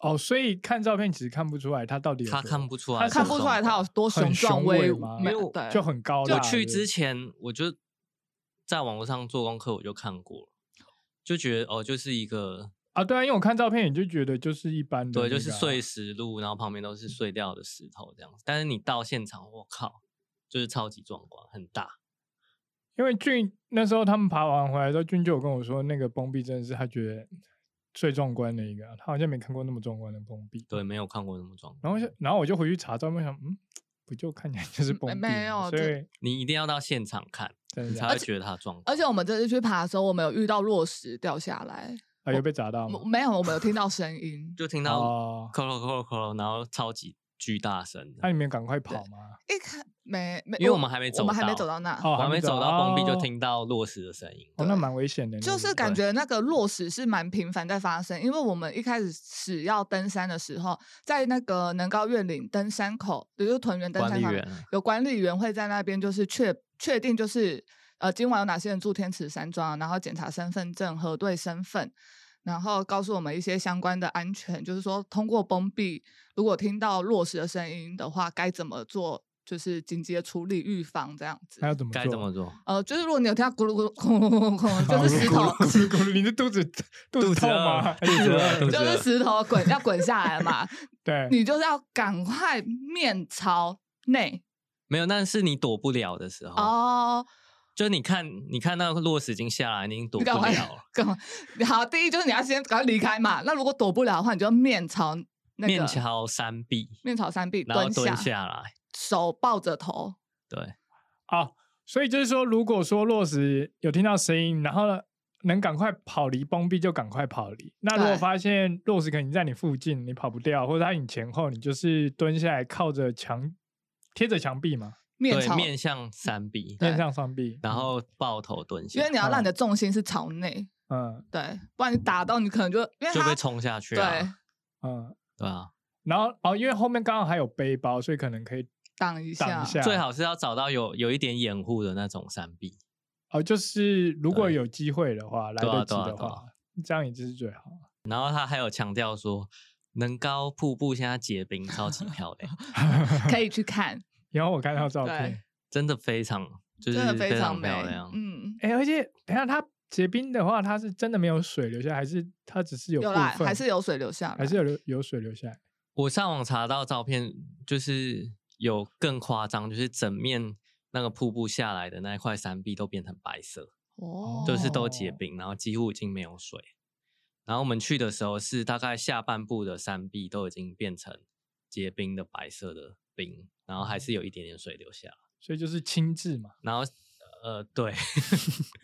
[SPEAKER 2] 哦，所以看照片其实看不出来它到底有
[SPEAKER 3] 他
[SPEAKER 2] 多
[SPEAKER 3] 看不出
[SPEAKER 2] 它
[SPEAKER 3] 来，
[SPEAKER 1] 看不出来他有多雄壮威武
[SPEAKER 2] 很雄伟吗，
[SPEAKER 1] 没
[SPEAKER 3] 因为我
[SPEAKER 1] 对，
[SPEAKER 2] 就很高大。
[SPEAKER 3] 我去
[SPEAKER 2] 对
[SPEAKER 3] 之前，我就在网络上做功课，我就看过了，就觉得哦，就是一个
[SPEAKER 2] 啊，对啊，因为我看照片也就觉得就是一般的那
[SPEAKER 3] 对，
[SPEAKER 2] 个啊，
[SPEAKER 3] 就是碎石路，然后旁边都是碎掉的石头这样子。但是你到现场，我靠，就是超级壮观，很大。
[SPEAKER 2] 因为俊那时候他们爬完回来之后，俊就有跟我说，那个崩壁真的是他觉得最壮观的一个啊，他好像没看过那么壮观的崩壁。
[SPEAKER 3] 对，没有看过那么壮观。
[SPEAKER 2] 然后我就然后我就回去查照片，想嗯，不就看起来
[SPEAKER 3] 嗯
[SPEAKER 2] 就是崩壁吗，
[SPEAKER 1] 没有
[SPEAKER 2] 所
[SPEAKER 1] 这
[SPEAKER 2] 以
[SPEAKER 3] 你一定要到现场看，
[SPEAKER 2] 真的
[SPEAKER 3] 你才
[SPEAKER 2] 假的
[SPEAKER 3] 会觉得它壮观。
[SPEAKER 1] 而且我们这次去爬的时候，我们有遇到落石掉下来，
[SPEAKER 2] 啊有被砸到吗
[SPEAKER 1] 我？没有，我们有听到声音。
[SPEAKER 3] 就听到
[SPEAKER 2] 哦，
[SPEAKER 3] 咯咯咯咯咯，然后超级巨大声的。
[SPEAKER 2] 那你们赶快跑吗？
[SPEAKER 1] 一看没没，
[SPEAKER 3] 因为我们还没走
[SPEAKER 1] 我们还没
[SPEAKER 3] 到
[SPEAKER 1] 走到那，
[SPEAKER 2] 哦，
[SPEAKER 3] 我还没走到
[SPEAKER 2] 哦
[SPEAKER 3] 崩壁就听到落石的声音。
[SPEAKER 2] 哦，那蛮危险的，
[SPEAKER 3] 嗯
[SPEAKER 1] 就是感觉那个落石是蛮频繁在发生，因为我们一开始始要登山的时候，在那个能高月岭登山口，也就是屯园登
[SPEAKER 3] 管
[SPEAKER 1] 山
[SPEAKER 3] 理
[SPEAKER 1] 口
[SPEAKER 3] 员啊
[SPEAKER 1] 有管理员会在那边就是确确定就是呃今晚有哪些人住天池山庄，啊然后检查身份证，核对身份。然后告诉我们一些相关的安全，就是说通过封闭，如果听到落石的声音的话，该怎么做？就是紧急的处理、预防这样子
[SPEAKER 2] 那。要怎么
[SPEAKER 3] 该
[SPEAKER 2] 做
[SPEAKER 3] 怎么做？
[SPEAKER 1] 呃，就是如果你有听到咕噜咕噜咕噜咕噜咕噜，
[SPEAKER 2] 啊
[SPEAKER 3] 哦
[SPEAKER 1] 就是石头
[SPEAKER 2] 咕噜咕噜咕噜，你的肚子肚
[SPEAKER 3] 肚
[SPEAKER 2] 子
[SPEAKER 3] 子
[SPEAKER 2] 痛
[SPEAKER 3] 饿
[SPEAKER 2] 吗？
[SPEAKER 3] 肚子饿肚子
[SPEAKER 1] 就
[SPEAKER 3] 啊
[SPEAKER 1] 是
[SPEAKER 3] 饿
[SPEAKER 1] 石头滚要滚下来 嘛，
[SPEAKER 2] 对，
[SPEAKER 1] 你就是要赶快面朝内
[SPEAKER 3] 没有，那是你躲不了的时候。
[SPEAKER 1] 哦，
[SPEAKER 3] 就你看，你看那个落石已经下来，你已经躲
[SPEAKER 1] 你
[SPEAKER 3] 不
[SPEAKER 1] 赶快
[SPEAKER 3] 了 了，
[SPEAKER 1] 干嘛？好，第一就是你要先赶快离开嘛。那如果躲不了的话，你就面朝那个
[SPEAKER 3] 面朝山壁，
[SPEAKER 1] 面朝山壁
[SPEAKER 3] 然后
[SPEAKER 1] 蹲
[SPEAKER 3] 蹲下来。
[SPEAKER 1] 手抱着头，
[SPEAKER 3] 对，
[SPEAKER 2] 啊，所以就是说，如果说落石有听到声音，然后呢，能赶快跑离崩壁就赶快跑离。那如果
[SPEAKER 1] 对
[SPEAKER 2] 发现落石可能在你附近，你跑不掉，或者在你前后，你就是蹲下来靠着墙，贴着墙壁嘛，
[SPEAKER 1] 面
[SPEAKER 3] 对，
[SPEAKER 1] 朝，
[SPEAKER 3] 面向山壁，
[SPEAKER 1] 对
[SPEAKER 2] 面向上壁，
[SPEAKER 3] 然后抱头蹲下
[SPEAKER 1] 因为，你要让你
[SPEAKER 3] 嗯
[SPEAKER 1] 的重心是朝内，
[SPEAKER 2] 嗯
[SPEAKER 1] 对，不然你打到你可能就因为
[SPEAKER 3] 就被
[SPEAKER 1] 它
[SPEAKER 3] 冲下去
[SPEAKER 1] 对
[SPEAKER 3] 啊。
[SPEAKER 2] 嗯，
[SPEAKER 3] 对啊，
[SPEAKER 2] 然后哦，因为后面刚好还有背包，所以可能可以
[SPEAKER 1] 挡一
[SPEAKER 2] 挡
[SPEAKER 1] 下
[SPEAKER 2] 一，下，
[SPEAKER 3] 最好是要找到有有一点掩护的那种山壁。
[SPEAKER 2] 哦，就是如果
[SPEAKER 3] 对
[SPEAKER 2] 有机会的话，来
[SPEAKER 3] 对啊
[SPEAKER 2] 得及
[SPEAKER 3] 对啊
[SPEAKER 2] 的
[SPEAKER 3] 对啊
[SPEAKER 2] 话，这样也就是最好。
[SPEAKER 3] 然后他还有强调说，能高瀑布现在结冰，超级漂 亮，
[SPEAKER 1] 可以去看，
[SPEAKER 2] 然后我看到照
[SPEAKER 1] 对
[SPEAKER 2] 片，
[SPEAKER 3] 真的非常 就
[SPEAKER 1] 真
[SPEAKER 3] 是
[SPEAKER 1] 的非
[SPEAKER 3] 常
[SPEAKER 1] 美
[SPEAKER 3] 漂亮。，
[SPEAKER 1] 嗯，
[SPEAKER 2] 哎、而且等一下它结冰的话，它是真的没有水流下来，还是它只是有
[SPEAKER 1] 有
[SPEAKER 2] 部
[SPEAKER 1] 啦，
[SPEAKER 2] 分
[SPEAKER 1] 还是有水流下来，
[SPEAKER 2] 还是有流有水流下来？
[SPEAKER 3] 我上网查到照片，就是有更夸张，就是整面那个瀑布下来的那一块山壁都变成白色。
[SPEAKER 1] 哦，
[SPEAKER 3] 就是都结
[SPEAKER 2] 哦
[SPEAKER 3] 冰，然后几乎已经没有水。然后我们去的时候是大概下半部的山壁都已经变成结冰的白色的冰，然后还是有一点点水流下来。
[SPEAKER 2] 所以就是亲自嘛，
[SPEAKER 3] 然后呃，对，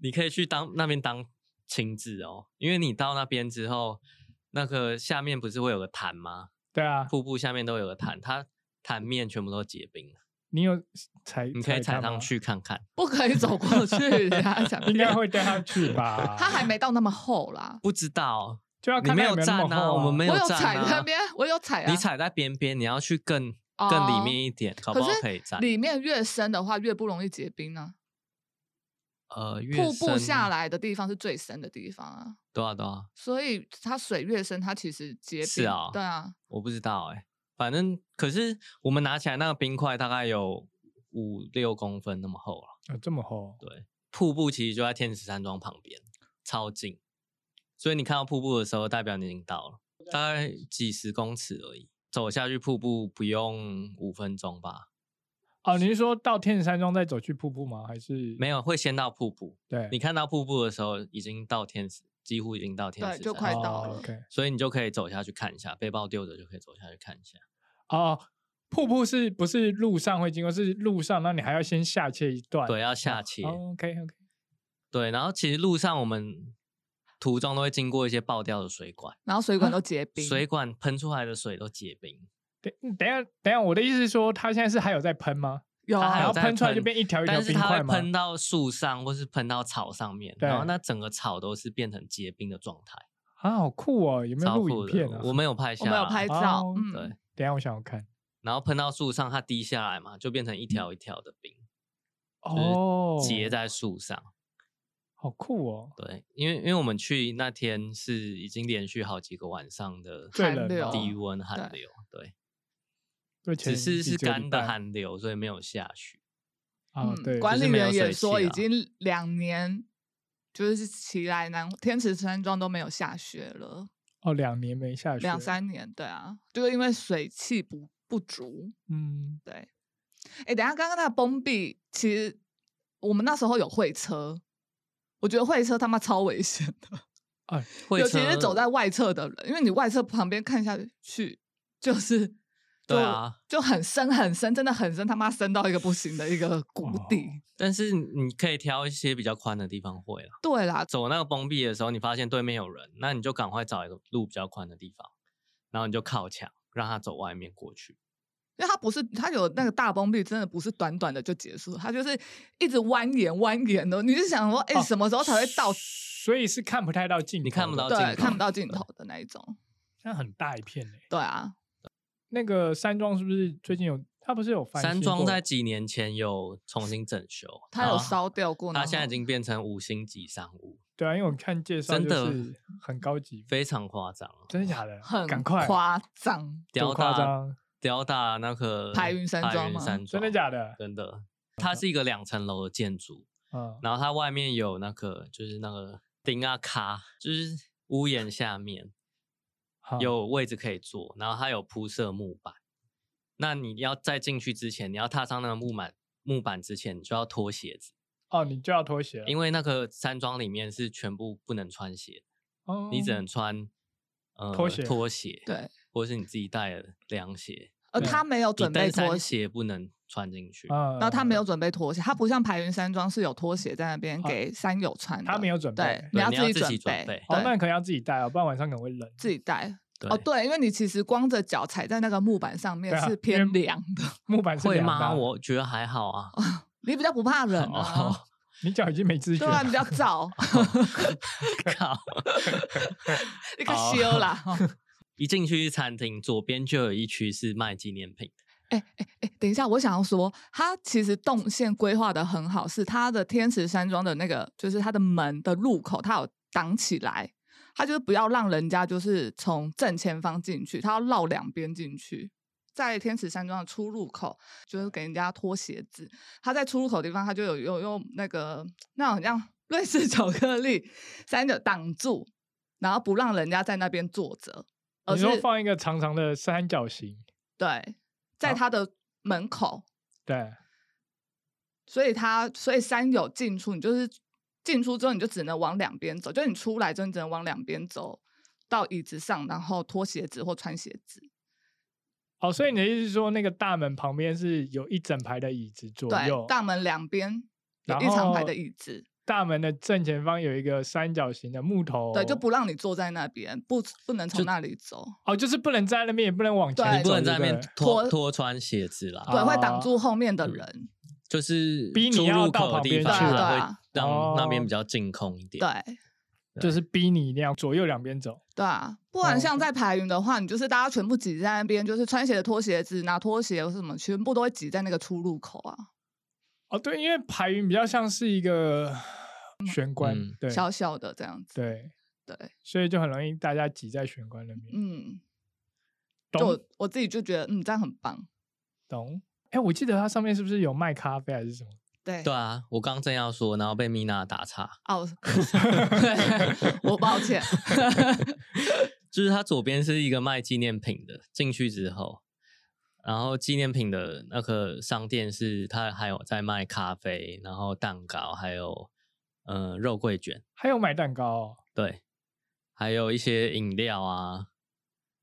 [SPEAKER 3] 你可以去当那边当亲自哦，因为你到那边之后，那个下面不是会有个潭吗？
[SPEAKER 2] 对啊，
[SPEAKER 3] 瀑布下面都有个潭，它潭面全部都结冰了，
[SPEAKER 2] 你有踩，
[SPEAKER 3] 你可
[SPEAKER 2] 踩
[SPEAKER 3] 以踩
[SPEAKER 2] 它
[SPEAKER 3] 上
[SPEAKER 2] 吗，
[SPEAKER 3] 去看看。
[SPEAKER 1] 不可以走过 去，人家想
[SPEAKER 2] 应该会带它去吧？
[SPEAKER 1] 它还没到那么厚啦，
[SPEAKER 3] 不知道
[SPEAKER 2] 就要
[SPEAKER 3] 你
[SPEAKER 2] 啊看
[SPEAKER 3] 没
[SPEAKER 2] 它有
[SPEAKER 3] 站啊
[SPEAKER 2] 那么厚啊
[SPEAKER 3] 我们没
[SPEAKER 1] 我有
[SPEAKER 3] 站
[SPEAKER 1] 踩
[SPEAKER 3] 啊，
[SPEAKER 1] 那边，我有踩啊，
[SPEAKER 3] 你踩在边边，你要去更更里
[SPEAKER 1] 哦
[SPEAKER 3] 面一点，搞不
[SPEAKER 1] 可
[SPEAKER 3] 好
[SPEAKER 1] 是
[SPEAKER 3] 可以站。
[SPEAKER 1] 里面越深的话，越不容易结冰呢、
[SPEAKER 3] 呃，越
[SPEAKER 1] 瀑布下
[SPEAKER 3] 深，
[SPEAKER 1] 来的地方是最深的地方啊，
[SPEAKER 3] 对啊对啊，
[SPEAKER 1] 所以它水越深，它其实结冰。
[SPEAKER 3] 是啊
[SPEAKER 1] 对啊，
[SPEAKER 3] 我不知道哎、反正可是我们拿起来那个冰块大概有五六公分那么厚了。
[SPEAKER 2] 呃这么厚，
[SPEAKER 3] 对，瀑布其实就在天池山庄旁边，超近，所以你看到瀑布的时候，代表你已经到了，大概几十公尺而已。走下去瀑布不用五分钟吧？
[SPEAKER 2] 哦，你是说到天子山庄再走去瀑布吗？还是
[SPEAKER 3] 没有，会先到瀑布。
[SPEAKER 2] 对？
[SPEAKER 3] 你看到瀑布的时候，已经到天池，几乎已经到天池
[SPEAKER 1] 对
[SPEAKER 3] 山，
[SPEAKER 1] 就快
[SPEAKER 3] 了
[SPEAKER 1] 到
[SPEAKER 2] 哦
[SPEAKER 1] 了
[SPEAKER 2] OK，
[SPEAKER 3] 所以你就可以走下去看一下，背包丢着就可以走下去看一下。
[SPEAKER 2] 哦，瀑布是不是路上会经过？是路上，那你还要先下切一段。哦
[SPEAKER 3] 对，要
[SPEAKER 1] 哦
[SPEAKER 3] 下切。
[SPEAKER 2] OK OK，
[SPEAKER 3] 对，然后其实路上我们途中都会经过一些爆掉的水管，
[SPEAKER 1] 然后水管都结冰。
[SPEAKER 3] 水管喷出来的水都结冰，
[SPEAKER 2] 等等一下等一下，我的意思是说，它现在是还有在喷吗？
[SPEAKER 1] 有
[SPEAKER 3] 它还
[SPEAKER 2] 然后
[SPEAKER 3] 有
[SPEAKER 1] 啊，
[SPEAKER 3] 在
[SPEAKER 2] 喷出来就
[SPEAKER 3] 喷
[SPEAKER 2] 变一条一条
[SPEAKER 3] 但是
[SPEAKER 2] 冰
[SPEAKER 3] 它
[SPEAKER 2] 块
[SPEAKER 3] 会
[SPEAKER 2] 吗？
[SPEAKER 3] 喷到树上或是喷到草上面，
[SPEAKER 2] 对
[SPEAKER 3] 然后那整个草都是变成结冰的状态，
[SPEAKER 2] 啊，好酷哦！有没有
[SPEAKER 3] 超
[SPEAKER 2] 录影
[SPEAKER 3] 酷
[SPEAKER 2] 片
[SPEAKER 3] 的
[SPEAKER 2] 啊？。
[SPEAKER 3] 我们有拍
[SPEAKER 1] 我
[SPEAKER 3] 下来，
[SPEAKER 1] 们有拍照，
[SPEAKER 2] 哦
[SPEAKER 1] 嗯，
[SPEAKER 3] 对，
[SPEAKER 2] 等一下我想要看。
[SPEAKER 3] 然后喷到树上，它滴下来嘛，就变成一条一条的冰，
[SPEAKER 2] 嗯哦，
[SPEAKER 3] 结在树上。
[SPEAKER 2] 好酷哦！
[SPEAKER 3] 对，因为因为我们去那天是已经连续好几个晚上的
[SPEAKER 2] 最冷
[SPEAKER 1] 寒流
[SPEAKER 2] 了
[SPEAKER 3] 低温寒
[SPEAKER 1] 对
[SPEAKER 3] 流，对，
[SPEAKER 2] 对，
[SPEAKER 3] 只是是干的
[SPEAKER 2] 汗
[SPEAKER 3] 寒流，所以没有下雪。
[SPEAKER 2] 啊，
[SPEAKER 1] 嗯
[SPEAKER 2] 对，
[SPEAKER 1] 管
[SPEAKER 3] 就是
[SPEAKER 1] 理
[SPEAKER 3] 没有
[SPEAKER 1] 员也
[SPEAKER 3] 水汽
[SPEAKER 1] 说已
[SPEAKER 3] 啊
[SPEAKER 1] 经两年，就是起来南天池山庄都没有下雪了，
[SPEAKER 2] 哦，两年没下雪，
[SPEAKER 1] 两三年，对啊，就是因为水汽不不足。
[SPEAKER 2] 嗯，
[SPEAKER 1] 对，哎，等一下刚刚那个崩壁，其实我们那时候有会车，我觉得会车他妈超危险的。
[SPEAKER 2] 哎，
[SPEAKER 3] 会
[SPEAKER 1] 尤其
[SPEAKER 3] 车
[SPEAKER 1] 是走在外侧的人，因为你外侧旁边看下去就是就
[SPEAKER 3] 对啊，
[SPEAKER 1] 就很深很深，真的很深，他妈深到一个不行的一个谷
[SPEAKER 2] 哦
[SPEAKER 1] 底。
[SPEAKER 3] 但是你可以挑一些比较宽的地方会啦。
[SPEAKER 1] 对啦，
[SPEAKER 3] 走那个崩壁的时候，你发现对面有人，那你就赶快找一个路比较宽的地方，然后你就靠墙，让他走外面过去。
[SPEAKER 1] 因为它不是它有那个大崩壁，真的不是短短的就结束，它就是一直蜿蜒蜿蜒的。你就想说，哎、
[SPEAKER 2] 哦
[SPEAKER 1] 什么时候才会到？
[SPEAKER 2] 所以是看不太到镜头的，
[SPEAKER 3] 你看不到
[SPEAKER 1] 对，
[SPEAKER 3] 尽头
[SPEAKER 1] 看不到尽头的那一种。
[SPEAKER 2] 那很大一片诶。
[SPEAKER 1] 对啊，
[SPEAKER 2] 那个山庄是不是最近有？它不是有翻新
[SPEAKER 3] 山庄
[SPEAKER 2] 过
[SPEAKER 3] 在几年前有重新整 修，
[SPEAKER 1] 它
[SPEAKER 3] 然
[SPEAKER 1] 有
[SPEAKER 3] 后
[SPEAKER 1] 烧掉过
[SPEAKER 3] 它
[SPEAKER 1] 然
[SPEAKER 3] 哦现在已
[SPEAKER 1] 后
[SPEAKER 3] 经变成五星级商务，
[SPEAKER 2] 对啊，因为我看介绍
[SPEAKER 3] 真
[SPEAKER 2] 就
[SPEAKER 3] 的
[SPEAKER 2] 是很高级，
[SPEAKER 3] 非常夸张，
[SPEAKER 2] 真的假的？
[SPEAKER 1] 很
[SPEAKER 2] 赶快，
[SPEAKER 1] 夸张。
[SPEAKER 3] 吊
[SPEAKER 2] 夸
[SPEAKER 3] 打
[SPEAKER 2] 张
[SPEAKER 3] 吊打那个
[SPEAKER 1] 排云山庄吗
[SPEAKER 2] 真的假
[SPEAKER 3] 的？
[SPEAKER 2] 的？
[SPEAKER 3] 真的，它是一个两层楼的建筑，
[SPEAKER 2] 嗯，
[SPEAKER 3] 然后它外面有那个就是那个顶啊卡，就是屋檐下面
[SPEAKER 2] 好
[SPEAKER 3] 有位置可以坐，然后它有铺设木板。那你要在进去之前，你要踏上那个木板木板之前，你就要脱鞋子，
[SPEAKER 2] 哦，你就要脱鞋了，
[SPEAKER 3] 因为那个山庄里面是全部不能穿鞋，
[SPEAKER 2] 哦
[SPEAKER 3] 你只能穿呃
[SPEAKER 2] 拖鞋
[SPEAKER 3] 拖鞋，
[SPEAKER 1] 对，
[SPEAKER 3] 或是你自己带的凉鞋。
[SPEAKER 1] 而
[SPEAKER 2] 对
[SPEAKER 1] 他没有
[SPEAKER 3] 你
[SPEAKER 1] 准备
[SPEAKER 3] 登
[SPEAKER 1] 拖
[SPEAKER 3] 山
[SPEAKER 1] 鞋，
[SPEAKER 3] 鞋不能穿进去，
[SPEAKER 2] 嗯，
[SPEAKER 1] 然后他没有准备拖鞋，他不像排云山庄是有拖鞋在那边
[SPEAKER 2] 啊
[SPEAKER 1] 给山友穿的。
[SPEAKER 2] 他没有准备
[SPEAKER 1] 对，
[SPEAKER 3] 对
[SPEAKER 1] 要
[SPEAKER 3] 你要
[SPEAKER 1] 己
[SPEAKER 3] 自己准
[SPEAKER 1] 备
[SPEAKER 3] 备，
[SPEAKER 2] 哦，
[SPEAKER 1] 对
[SPEAKER 2] 那你可能要自己带哦，不然晚上可能会冷。
[SPEAKER 1] 自己带。
[SPEAKER 3] 对
[SPEAKER 1] 哦，对，因为你其实光着脚踩在那个木板上面
[SPEAKER 2] 对啊
[SPEAKER 1] 是
[SPEAKER 2] 因
[SPEAKER 1] 偏
[SPEAKER 2] 为
[SPEAKER 1] 凉的，
[SPEAKER 2] 木板是
[SPEAKER 3] 会
[SPEAKER 2] 凉的
[SPEAKER 3] 吗？
[SPEAKER 2] 啊，哦
[SPEAKER 3] 我觉得还好啊。
[SPEAKER 1] 你比较不怕冷啊
[SPEAKER 3] 哦。，
[SPEAKER 2] 你脚已经没知觉
[SPEAKER 1] 对
[SPEAKER 2] 了。
[SPEAKER 1] 啊，你比较 燥，
[SPEAKER 3] 靠！
[SPEAKER 1] 你个
[SPEAKER 3] 哦
[SPEAKER 1] 修啦。
[SPEAKER 3] 一进去餐厅，左边就有一区是卖纪念品的，
[SPEAKER 1] 哎，等一下，我想要说，它其实动线规划的很好，是它的天池山庄的那个，就是它的门的入口，它有挡起来，它就是不要让人家就是从正前方进去，它要绕两边进去。在天池山庄的出入口，就是给人家脱鞋子。它在出入口地方，它就有有用那个那好像 瑞士巧克力三角挡住，然后不让人家在那边坐着，而
[SPEAKER 2] 你
[SPEAKER 1] 是
[SPEAKER 2] 说放一个长长的三角形，
[SPEAKER 1] 对，在
[SPEAKER 2] 好
[SPEAKER 1] 它的门口。
[SPEAKER 2] 对，
[SPEAKER 1] 所以它所以山有进出，你就是进出之后你就只能往两边走，就是你出来之后你只能往两边走到椅子上，然后脱鞋子或穿鞋子。
[SPEAKER 2] 哦，所以你的意思是说，那个大门旁边是有一整排的椅子左右
[SPEAKER 1] 对，，大门两边有
[SPEAKER 2] 然
[SPEAKER 1] 一长排
[SPEAKER 2] 后
[SPEAKER 1] 的椅子，
[SPEAKER 2] 大门的正前方有一个三角形的木头，
[SPEAKER 1] 对，就不让你坐在那边，不不能从那里走，
[SPEAKER 2] 哦，就是不能站在那边，也不能往
[SPEAKER 1] 对
[SPEAKER 2] 前走，
[SPEAKER 3] 你不能在那
[SPEAKER 2] 对
[SPEAKER 3] 边
[SPEAKER 2] 对
[SPEAKER 3] 脱
[SPEAKER 1] 脱
[SPEAKER 3] 脱穿鞋子啦，
[SPEAKER 1] 对，会挡
[SPEAKER 2] 啊
[SPEAKER 1] 住后面的
[SPEAKER 3] 嗯
[SPEAKER 1] 人，
[SPEAKER 3] 就是
[SPEAKER 2] 逼你
[SPEAKER 3] 出
[SPEAKER 2] 要
[SPEAKER 3] 入
[SPEAKER 2] 到
[SPEAKER 3] 口
[SPEAKER 2] 旁
[SPEAKER 3] 的地
[SPEAKER 2] 边
[SPEAKER 3] 方
[SPEAKER 1] 去啊
[SPEAKER 2] 哦
[SPEAKER 3] 它
[SPEAKER 2] 嗯
[SPEAKER 3] 会让那边比较净空一点。
[SPEAKER 1] 对。
[SPEAKER 2] 就是逼你一定要左右两边走。
[SPEAKER 1] 对啊，不
[SPEAKER 2] 哦
[SPEAKER 1] 然像在排云的话，你就是大家全部挤在那边，就是穿鞋的脱鞋子，拿拖鞋或什么，全部都会挤在那个出入口啊，
[SPEAKER 2] 哦，对，因为排云比较像是一个 玄关，
[SPEAKER 3] 嗯
[SPEAKER 2] 对
[SPEAKER 1] 小小的这样子。
[SPEAKER 2] 对，
[SPEAKER 1] 对，
[SPEAKER 2] 所以就很容易大家挤在玄关那边。
[SPEAKER 1] 嗯，就
[SPEAKER 2] 懂
[SPEAKER 1] 我我自己就觉得，嗯，这样很棒。
[SPEAKER 2] 懂？哎，我记得它上面是不是有卖咖啡还是什么？
[SPEAKER 1] 对，
[SPEAKER 3] 对啊，我刚正要说，然后被米娜打岔。
[SPEAKER 1] 哦， 我抱歉，
[SPEAKER 3] 就是它左边是一个卖纪念品的，进去之后，然后纪念品的那个商店是它还有在卖咖啡，然后蛋糕，还有嗯、呃肉桂卷，
[SPEAKER 2] 还有卖蛋糕、哦，
[SPEAKER 3] 对，还有一些饮料啊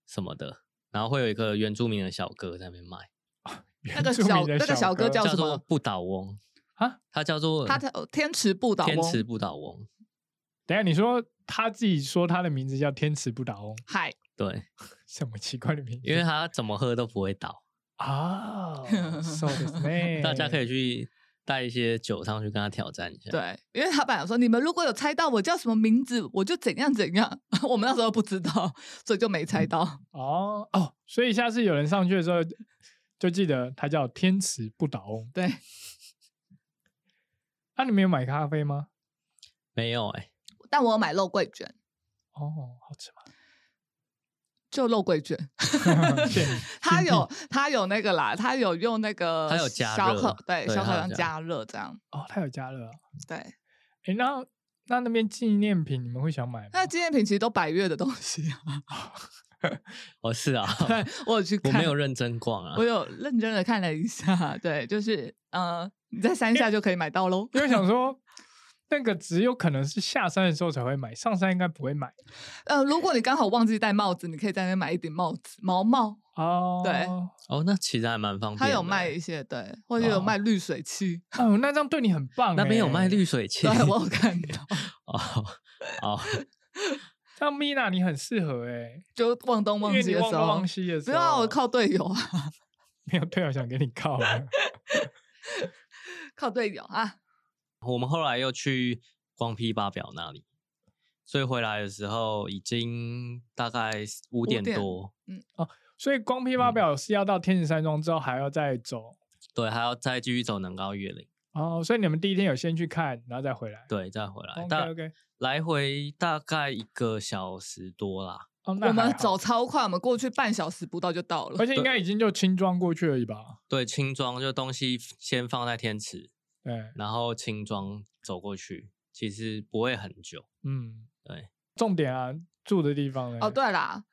[SPEAKER 3] 什么的，然后会有一个原住民的小哥在那边卖，
[SPEAKER 1] 那个
[SPEAKER 2] 原住民
[SPEAKER 1] 小
[SPEAKER 2] 的
[SPEAKER 1] 那个小哥
[SPEAKER 2] 哥
[SPEAKER 1] 叫什
[SPEAKER 3] 叫做
[SPEAKER 1] 么
[SPEAKER 3] 不倒翁
[SPEAKER 2] 啊，
[SPEAKER 3] 他叫做
[SPEAKER 1] 他的天池不倒
[SPEAKER 3] 天
[SPEAKER 1] 翁
[SPEAKER 3] 池不倒翁，
[SPEAKER 2] 等一下你说他自己说他的名字叫天池不倒翁，
[SPEAKER 1] 嗨，
[SPEAKER 3] 对，
[SPEAKER 2] 什么奇怪的名字？
[SPEAKER 3] 因为他怎么喝都不会倒。
[SPEAKER 2] 啊， そうですね。
[SPEAKER 3] 大家可
[SPEAKER 2] 以
[SPEAKER 3] 以去带一些酒上去跟他挑战一下。，
[SPEAKER 1] 对，因为他本来说你们如果有猜到我叫什么名字，我就怎样怎样。 我们那时候不知道，所以就没
[SPEAKER 3] 嗯
[SPEAKER 1] 猜到。
[SPEAKER 2] 哦哦，所以下次有人上去的时候，就记得他叫天池不倒翁。
[SPEAKER 1] 对，
[SPEAKER 2] 那、你们有买咖啡吗？
[SPEAKER 3] 没有哎、
[SPEAKER 1] 但我有买肉桂卷，
[SPEAKER 2] 哦，好吃
[SPEAKER 1] 就肉桂卷，
[SPEAKER 2] 吗？ 谢谢你
[SPEAKER 1] 它
[SPEAKER 2] 精辟
[SPEAKER 1] 有它有那个啦，它有用那个
[SPEAKER 3] 它有加
[SPEAKER 1] 小
[SPEAKER 3] 热
[SPEAKER 1] 可对
[SPEAKER 3] 对
[SPEAKER 1] 小
[SPEAKER 3] 它
[SPEAKER 1] 可
[SPEAKER 3] 有
[SPEAKER 1] 糖
[SPEAKER 3] 加
[SPEAKER 1] 加热这样。
[SPEAKER 2] 哦，它有加热、啊。
[SPEAKER 1] 对，
[SPEAKER 2] 哎、那那那边纪念品你们会想买吗？
[SPEAKER 1] 那纪念品其实都百越的东西啊。
[SPEAKER 3] 哦是啊，
[SPEAKER 1] 对，我有去
[SPEAKER 3] 我
[SPEAKER 1] 看，
[SPEAKER 3] 没有认真逛啊
[SPEAKER 1] 我。有认真的看了一下，对，就是呃，你在山下就可以买到喽。
[SPEAKER 2] 因为想说，那个只有可能是下山的时候才会买，上山应该不会买
[SPEAKER 1] 呃，如果你刚好忘记戴帽子，你可以在那边买一顶帽子，毛帽，
[SPEAKER 2] 哦。
[SPEAKER 1] 对
[SPEAKER 3] 哦，那其实还蛮方便的
[SPEAKER 1] 它
[SPEAKER 3] 欸。
[SPEAKER 1] 有卖一些，对，或者有
[SPEAKER 2] 哦
[SPEAKER 1] 卖滤水器，
[SPEAKER 2] 哦，那这样对你很棒、欸。
[SPEAKER 3] 那边有卖滤水器。
[SPEAKER 1] 对我有看到，
[SPEAKER 3] 哦哦，
[SPEAKER 2] 像 Mina，你很适合哎、
[SPEAKER 1] 就忘东
[SPEAKER 2] 因
[SPEAKER 1] 忘
[SPEAKER 2] 为
[SPEAKER 1] 西
[SPEAKER 2] 你
[SPEAKER 1] 的
[SPEAKER 2] 忘
[SPEAKER 1] 时
[SPEAKER 2] 东
[SPEAKER 1] 候
[SPEAKER 2] 忘，西的
[SPEAKER 1] 不
[SPEAKER 2] 时候，
[SPEAKER 1] 要啊我靠队友啊，
[SPEAKER 2] 没有队友想给你靠啊。
[SPEAKER 1] 靠队友啊，
[SPEAKER 3] 我们后来又去光批八表那里，所以回来的时候已经大概五点
[SPEAKER 1] 点
[SPEAKER 3] 多，
[SPEAKER 2] 所以光
[SPEAKER 1] 嗯
[SPEAKER 2] 批发表是要到天池山庄之后还要再走
[SPEAKER 3] 对，还要再继续走能高月岭，
[SPEAKER 2] 哦，所以你们第一天有先去看，然后再回来。
[SPEAKER 3] 对，再
[SPEAKER 1] 啊
[SPEAKER 3] 回来，大
[SPEAKER 2] OK OK，
[SPEAKER 3] 来回大概一个小时多啦。
[SPEAKER 2] 哦，那
[SPEAKER 1] 我
[SPEAKER 2] 还
[SPEAKER 1] 们
[SPEAKER 2] 好
[SPEAKER 1] 走，超快，我们过去半小时不到就到了
[SPEAKER 2] 而，且应该已经就轻装过去而已吧？
[SPEAKER 3] 对，轻装就东西先放在天池，
[SPEAKER 2] 对，
[SPEAKER 3] 然后轻装走过去，其实不会很久。
[SPEAKER 2] 嗯，
[SPEAKER 3] 对，
[SPEAKER 2] 重点啊，住的地方嘞欸
[SPEAKER 1] 哦，，对啦，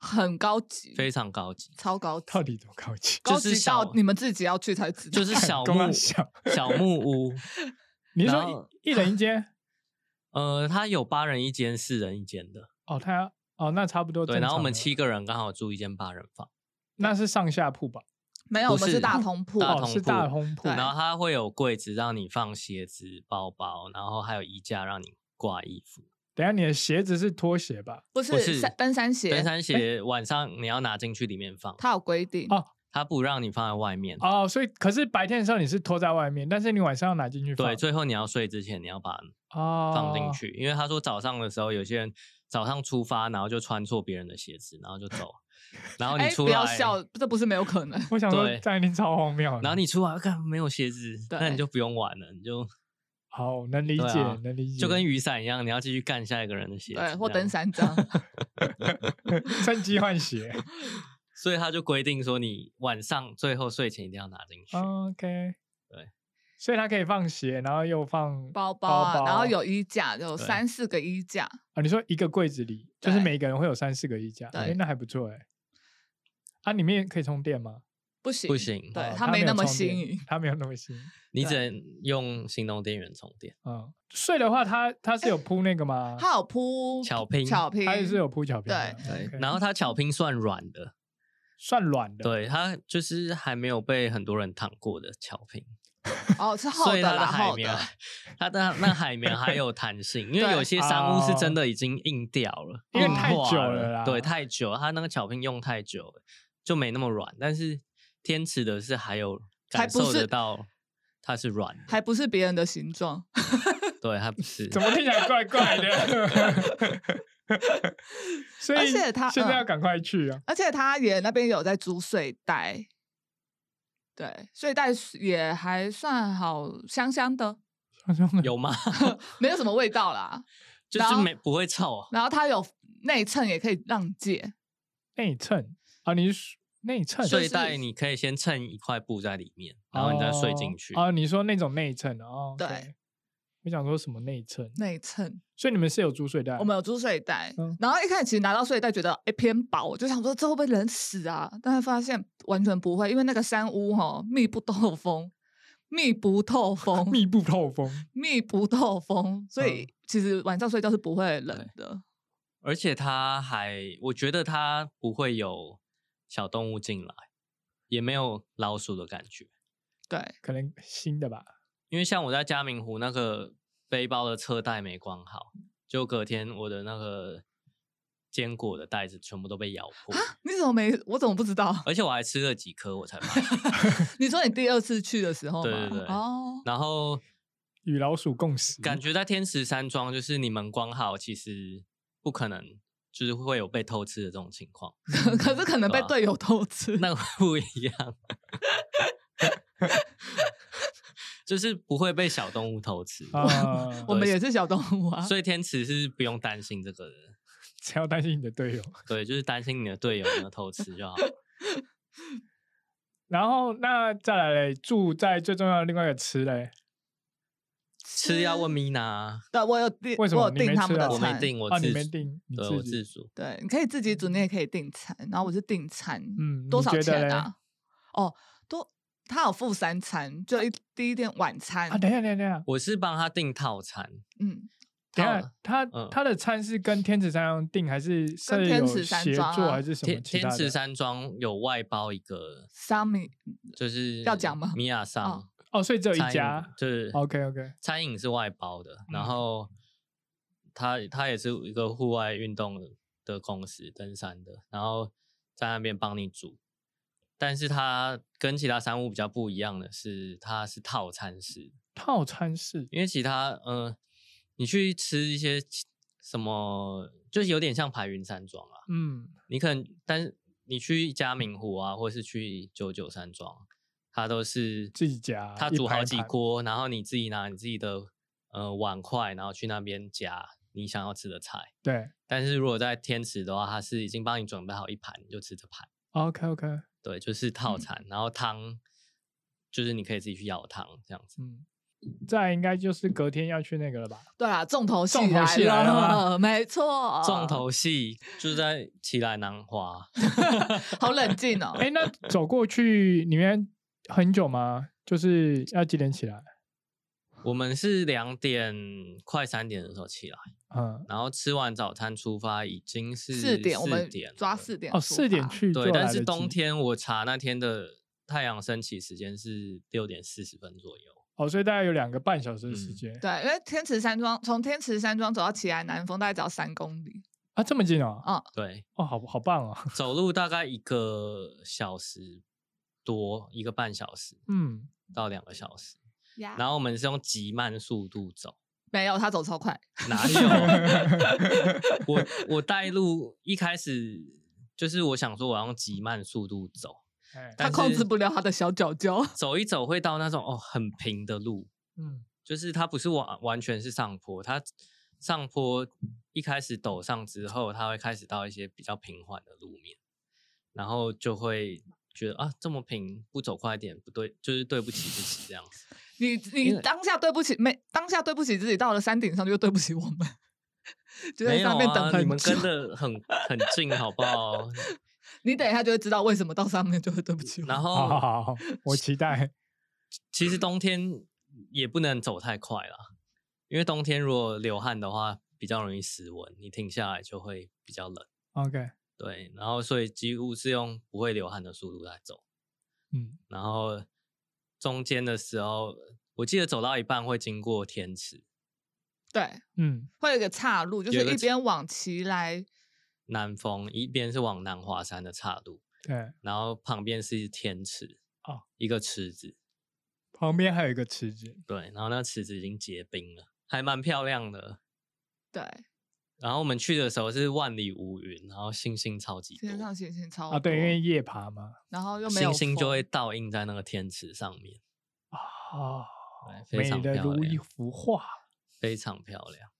[SPEAKER 1] 很高级，
[SPEAKER 3] 非常高级，
[SPEAKER 1] 超高级，
[SPEAKER 2] 到底多高级？
[SPEAKER 1] 高
[SPEAKER 3] 就是
[SPEAKER 1] 级到
[SPEAKER 3] 小
[SPEAKER 1] 你们自己要去才知道，
[SPEAKER 3] 就是小
[SPEAKER 2] 公安
[SPEAKER 3] 木
[SPEAKER 2] 小
[SPEAKER 3] 小木屋。
[SPEAKER 2] 你是
[SPEAKER 3] 然后
[SPEAKER 2] 说一一人一间？
[SPEAKER 3] 呃，它有八人一间、四人一间的，
[SPEAKER 2] 哦，他要哦，那差不多。
[SPEAKER 3] 对。然后我们七，个人刚好住一间八人房，
[SPEAKER 2] 那是上下铺吧？
[SPEAKER 1] 没有，我
[SPEAKER 3] 不
[SPEAKER 1] 们
[SPEAKER 3] 是
[SPEAKER 1] 是大通铺，
[SPEAKER 3] 大
[SPEAKER 2] 哦，
[SPEAKER 3] 通
[SPEAKER 2] 是
[SPEAKER 3] 铺
[SPEAKER 2] 大通铺
[SPEAKER 1] 对。
[SPEAKER 3] 然后它会有柜子让你放鞋子、包包，然后还有衣架让你挂衣服。
[SPEAKER 2] 等一下你的鞋子是拖鞋吧？
[SPEAKER 1] 不
[SPEAKER 3] 不是
[SPEAKER 1] 是山登山鞋，
[SPEAKER 3] 登山鞋晚上你要拿进去里面放，
[SPEAKER 1] 它有规定
[SPEAKER 2] 哦
[SPEAKER 3] 它不让你放在外面。
[SPEAKER 2] 哦，所以可是白天的时候你是拖在外面，但是你晚上要拿进去放。
[SPEAKER 3] 对，最后你要睡之前你要把
[SPEAKER 2] 哦，
[SPEAKER 3] 放进。去，因为他说早上的时候有些人早上出发，然后就穿错别人的鞋子，然后就走了，然后你
[SPEAKER 1] 哎，
[SPEAKER 3] 出
[SPEAKER 1] 不
[SPEAKER 3] 来，
[SPEAKER 1] 要笑，这不是没有可能。
[SPEAKER 2] 我想说
[SPEAKER 3] 对
[SPEAKER 2] 这样一定超荒谬的。
[SPEAKER 3] 然后你出来看没有鞋子，那你
[SPEAKER 1] 对
[SPEAKER 3] 就不用玩了，你就
[SPEAKER 2] 好能理
[SPEAKER 3] 对
[SPEAKER 2] 解
[SPEAKER 3] 啊，
[SPEAKER 2] 能理解，
[SPEAKER 3] 就跟雨伞一样，你要继续干下一个人的鞋子，
[SPEAKER 1] 嗯对，或
[SPEAKER 3] 这样
[SPEAKER 1] 登。 山杖，
[SPEAKER 2] 趁机换鞋。
[SPEAKER 3] 所以他就规定说，你晚上最后睡前一定要拿进去。
[SPEAKER 1] 哦
[SPEAKER 2] 哦 OK，
[SPEAKER 3] 对，
[SPEAKER 2] 所以它可以放鞋，然后又放
[SPEAKER 1] 包包
[SPEAKER 2] 包
[SPEAKER 1] 啊，然后
[SPEAKER 2] 包
[SPEAKER 1] 有衣架，有
[SPEAKER 3] 对
[SPEAKER 1] 三四个衣架，
[SPEAKER 2] 啊，你说一个柜子里，就是
[SPEAKER 1] 对
[SPEAKER 2] 每个人会有三四个衣架，
[SPEAKER 1] 对
[SPEAKER 2] 哎，那还不错哎。啊，里面可以充电吗？
[SPEAKER 1] 不行
[SPEAKER 3] 不，行，
[SPEAKER 1] 对
[SPEAKER 2] 哦
[SPEAKER 1] 它没
[SPEAKER 2] 没有
[SPEAKER 1] 那么
[SPEAKER 2] 充电
[SPEAKER 1] 新颖
[SPEAKER 2] 它没有那么新。
[SPEAKER 3] 你只能用行动电源充电。
[SPEAKER 2] 嗯， 睡的话，它它是有铺那个吗？
[SPEAKER 1] 它有铺
[SPEAKER 3] 啊巧拼
[SPEAKER 1] 巧拼，
[SPEAKER 2] 它也是有铺巧拼的。
[SPEAKER 1] 对
[SPEAKER 3] 对
[SPEAKER 2] OK，
[SPEAKER 3] 然后它巧拼算软的，
[SPEAKER 2] 算软的。，
[SPEAKER 3] 对，它就是还没有被很多人躺过的巧拼。
[SPEAKER 1] 哦， 是厚
[SPEAKER 3] 所以它
[SPEAKER 1] 的啦，
[SPEAKER 3] 海
[SPEAKER 1] 厚
[SPEAKER 3] 绵啊
[SPEAKER 1] 的，，
[SPEAKER 3] 它的那海绵还有弹性，因为
[SPEAKER 1] 对哦
[SPEAKER 3] 有些山屋是真的已经硬掉了，
[SPEAKER 2] 因
[SPEAKER 1] 为
[SPEAKER 3] 硬
[SPEAKER 1] 太
[SPEAKER 3] 化
[SPEAKER 2] 久
[SPEAKER 3] 了
[SPEAKER 2] 了啦
[SPEAKER 3] 对，太久了，它那个巧拼用太久了，就没那么软。但是天池的是还有
[SPEAKER 1] 还
[SPEAKER 3] 感
[SPEAKER 1] 不
[SPEAKER 3] 受
[SPEAKER 1] 是
[SPEAKER 3] 得到它是软的，
[SPEAKER 1] 还不是别人的形状，
[SPEAKER 3] 对，它不是。
[SPEAKER 2] 怎么听起来怪怪的？ 所以
[SPEAKER 1] 而且他
[SPEAKER 2] 现
[SPEAKER 1] 嗯
[SPEAKER 2] 在要赶快去 啊！
[SPEAKER 1] 而且他也那边有在租睡袋，对，睡袋也还算好，香香的，
[SPEAKER 2] 好像
[SPEAKER 3] 有吗？
[SPEAKER 1] 没有什么味道啦。
[SPEAKER 3] 就
[SPEAKER 1] 然
[SPEAKER 3] 是
[SPEAKER 1] 后
[SPEAKER 3] 没不会 臭啊。
[SPEAKER 1] 然后它有内衬，也可以让借，
[SPEAKER 2] 内衬啊，你是内衬
[SPEAKER 1] 是
[SPEAKER 3] 睡袋你可以先衬一块布在里面，然后你再睡进去。
[SPEAKER 2] 哦，哦你说那种内衬哦，
[SPEAKER 1] 对
[SPEAKER 2] OK。我想说什么内衬，
[SPEAKER 1] 内衬。
[SPEAKER 2] 所以你们是有租睡袋？
[SPEAKER 1] 我们有租睡袋，
[SPEAKER 2] 嗯
[SPEAKER 1] 然后一开始其实拿到睡袋觉得诶偏薄，我就想说这会不会冷死啊？但是发现完全不会，因为那个山屋哈、密不透风，密不透风，
[SPEAKER 2] 密嗯不透风，
[SPEAKER 1] 密不透风，所以其实晚上睡觉是不会冷的。
[SPEAKER 3] 而且它还，我觉得它不会有小动物进来，也没有老鼠的感觉。
[SPEAKER 1] 对，
[SPEAKER 2] 可能新的吧。
[SPEAKER 3] 因为像我在嘉明湖那个背包的车带没关好，就隔天我的那个坚果的袋子全部都被咬破，
[SPEAKER 1] 你怎么没？我怎么不知道？
[SPEAKER 3] 而且我还吃了几颗，我才发现。
[SPEAKER 1] 你说你第二次去的时候吗？
[SPEAKER 3] 对对对
[SPEAKER 1] 哦，
[SPEAKER 3] 然后
[SPEAKER 2] 与老鼠共食，
[SPEAKER 3] 感觉在天池山庄，就是你们光好，其实不可能，就是会有被偷吃的这种情况，
[SPEAKER 1] 可是可能被
[SPEAKER 3] 对啊
[SPEAKER 1] 队友偷吃。
[SPEAKER 3] 那个不一样，就是不会被小动物偷吃。
[SPEAKER 2] 啊，
[SPEAKER 1] 我们也是小动物啊，
[SPEAKER 3] 所以天池是不用担心这个的，
[SPEAKER 2] 只要担心你的队友。
[SPEAKER 3] 对，就是担心你的队友有没有偷吃就好了。
[SPEAKER 2] 然后那再来嘞，住在最重要的另外一个吃嘞，嗯
[SPEAKER 3] 吃要问米娜啊，
[SPEAKER 1] 对，我有订，
[SPEAKER 2] 为什么
[SPEAKER 1] 我有
[SPEAKER 2] 你
[SPEAKER 1] 订
[SPEAKER 2] 没
[SPEAKER 1] 他
[SPEAKER 2] 吃
[SPEAKER 1] 们的餐，
[SPEAKER 2] 啊
[SPEAKER 3] 我没订，我
[SPEAKER 2] 啊，
[SPEAKER 3] 自
[SPEAKER 2] 你没
[SPEAKER 3] 主
[SPEAKER 2] 定，你
[SPEAKER 3] 对我
[SPEAKER 2] 自己
[SPEAKER 3] 自主，
[SPEAKER 1] 对，你可以自己煮，你也可以订餐。然后我是订餐，
[SPEAKER 2] 嗯
[SPEAKER 1] 多
[SPEAKER 2] 你
[SPEAKER 1] 少
[SPEAKER 2] 觉得
[SPEAKER 1] 钱
[SPEAKER 2] 嘞
[SPEAKER 1] 啊？哦，多，他有付三餐，就一第一天晚餐，
[SPEAKER 2] 啊，等一下，等一下，等一下，
[SPEAKER 3] 我是帮他订套餐，
[SPEAKER 1] 嗯，
[SPEAKER 2] 等一
[SPEAKER 3] 套
[SPEAKER 2] 下，他
[SPEAKER 3] 嗯
[SPEAKER 2] 他的餐是跟天池山庄订，还是是
[SPEAKER 1] 天
[SPEAKER 2] 有
[SPEAKER 1] 池山
[SPEAKER 2] 协
[SPEAKER 1] 庄啊
[SPEAKER 2] 作，还是什么
[SPEAKER 3] 天
[SPEAKER 2] 其
[SPEAKER 3] 天
[SPEAKER 2] 他的？啊
[SPEAKER 3] 池山庄有外包一个，
[SPEAKER 1] 三米，
[SPEAKER 3] 就是
[SPEAKER 1] 要讲吗
[SPEAKER 3] 米亚
[SPEAKER 1] 哦
[SPEAKER 3] 桑
[SPEAKER 2] 哦，所以只有
[SPEAKER 3] 餐
[SPEAKER 2] 一
[SPEAKER 3] 饮
[SPEAKER 2] 家。
[SPEAKER 3] 就是
[SPEAKER 2] OK，OK
[SPEAKER 3] 餐饮是外包的，然
[SPEAKER 2] 嗯
[SPEAKER 3] 后他他也是一个户外运动的公司，登山的，然后在那边帮你煮。但是它跟其他商务比较不一样的是，它是套餐式的，
[SPEAKER 2] 套餐式
[SPEAKER 3] 因为其他呃，你去吃一些其什么，就是有点像排云山庄啊，
[SPEAKER 2] 嗯，
[SPEAKER 3] 你可能，但是你去嘉明湖啊，或是去九九山庄，它都是
[SPEAKER 2] 自己夹
[SPEAKER 3] 它
[SPEAKER 2] 一
[SPEAKER 3] 煮
[SPEAKER 2] 排
[SPEAKER 3] 好几
[SPEAKER 2] 盘
[SPEAKER 3] 锅，然后你自己拿你自己的呃碗筷，然后去那边夹你想要吃的菜。
[SPEAKER 2] 对
[SPEAKER 3] 但是如果在天池的话，它是已经帮你准备好一盘，你就吃这盘。
[SPEAKER 2] ，OK OK，
[SPEAKER 3] 对，就是套
[SPEAKER 1] 嗯
[SPEAKER 3] 餐，然后汤就是你可以自己去舀汤这样子。
[SPEAKER 2] 嗯，再来应该就是隔天要去那个了吧？
[SPEAKER 1] 对啦，重头戏
[SPEAKER 2] 重头
[SPEAKER 1] 来
[SPEAKER 2] 戏来了吗
[SPEAKER 1] 了， 没错，
[SPEAKER 3] 重，头戏就是在奇来南华，
[SPEAKER 1] 好冷静 哦，
[SPEAKER 2] 哎，那走过去里面很久吗？就是要几点起来？
[SPEAKER 3] 我们是两点快三点的时候起来。
[SPEAKER 2] 嗯，
[SPEAKER 3] 然后吃完早餐出发已经是
[SPEAKER 1] 四点，我们
[SPEAKER 3] 点
[SPEAKER 1] 抓
[SPEAKER 3] 了
[SPEAKER 1] 四点
[SPEAKER 2] 哦，
[SPEAKER 1] 出
[SPEAKER 2] 四点
[SPEAKER 1] 发，
[SPEAKER 2] 去
[SPEAKER 3] 对，
[SPEAKER 2] 就
[SPEAKER 3] 但
[SPEAKER 2] 来
[SPEAKER 3] 是
[SPEAKER 2] 得
[SPEAKER 3] 冬
[SPEAKER 2] 及
[SPEAKER 3] 天我查那天的太阳升起时间是六点四十分左右，
[SPEAKER 2] 哦，所以大概有两个半小时的时
[SPEAKER 3] 嗯
[SPEAKER 2] 间
[SPEAKER 1] 对，因为天池山庄从天池山庄走到奇来南峰大概只要三公里，
[SPEAKER 2] 啊，这么近哦
[SPEAKER 1] 啊，
[SPEAKER 3] 对，
[SPEAKER 2] 哦，好好棒哦，
[SPEAKER 3] 走路大概一个小时多，一个半小时
[SPEAKER 2] 嗯，
[SPEAKER 3] 到两个小时，
[SPEAKER 1] 呀
[SPEAKER 3] 然后我们是用极慢速度走，
[SPEAKER 1] 没有，他走超快，
[SPEAKER 3] 哪有 啊？我我带路一开始就是我想说我要用极慢速度走，
[SPEAKER 2] 哎
[SPEAKER 1] 他
[SPEAKER 3] 但
[SPEAKER 1] 控
[SPEAKER 3] 是
[SPEAKER 1] 制不了他的小脚脚，
[SPEAKER 3] 走一走会到那种哦很平的路，
[SPEAKER 2] 嗯，
[SPEAKER 3] 就是它不是完完全是上坡，它上坡一开始陡上之后，它会开始到一些比较平缓的路面，然后就会觉得啊这么平不走快一点不对，就是对不起自己这样子。
[SPEAKER 1] 你
[SPEAKER 3] 因
[SPEAKER 1] 你
[SPEAKER 3] 为
[SPEAKER 1] 当下对不起，没当下对不起自己，到了山顶上就对不起我们， 就在
[SPEAKER 3] 没有
[SPEAKER 1] 上面等
[SPEAKER 3] 啊，你
[SPEAKER 1] 很
[SPEAKER 3] 们
[SPEAKER 1] 久。
[SPEAKER 3] 跟的很很近好 不好？
[SPEAKER 1] 你等一下就会知道为什么到上面就会对不起我们。
[SPEAKER 3] 然
[SPEAKER 2] 好好
[SPEAKER 3] 后
[SPEAKER 2] 好，好我期 待，
[SPEAKER 3] 其实冬天也不能走太快啦，因为冬天如果流汗的话比较容易死温，你停下来就会比较冷。
[SPEAKER 2] OK，
[SPEAKER 3] 对，然后所以几乎是用不会流汗的速度在走。
[SPEAKER 2] 嗯，
[SPEAKER 3] 然后中间的时候，我记得走到一半会经过天池
[SPEAKER 1] 对，
[SPEAKER 2] 嗯，
[SPEAKER 1] 会有一个岔路，就
[SPEAKER 3] 有
[SPEAKER 1] 是
[SPEAKER 3] 一个
[SPEAKER 1] 一
[SPEAKER 3] 岔
[SPEAKER 1] 边往奇来，
[SPEAKER 3] 南峰，一边是往南华山的岔路，
[SPEAKER 2] 对，
[SPEAKER 3] 然后旁边是天池
[SPEAKER 2] 哦，
[SPEAKER 3] 一个池子，
[SPEAKER 2] 旁边还有一个池子，
[SPEAKER 3] 对，然后那池子已经结冰了，还蛮漂亮的。
[SPEAKER 1] 对，
[SPEAKER 3] 然后我们去的时候是万里无云，然后星星超级多，
[SPEAKER 1] 天上星星超
[SPEAKER 2] 啊，对，因
[SPEAKER 1] 多
[SPEAKER 2] 为夜爬嘛，
[SPEAKER 1] 然后又没有
[SPEAKER 3] 星星就
[SPEAKER 1] 风
[SPEAKER 3] 会倒映在那个天池上面，
[SPEAKER 2] 啊，
[SPEAKER 3] 对非
[SPEAKER 2] 美
[SPEAKER 3] 常
[SPEAKER 2] 的
[SPEAKER 3] 漂
[SPEAKER 2] 如一
[SPEAKER 3] 亮，
[SPEAKER 2] 幅画。
[SPEAKER 3] 非常漂亮。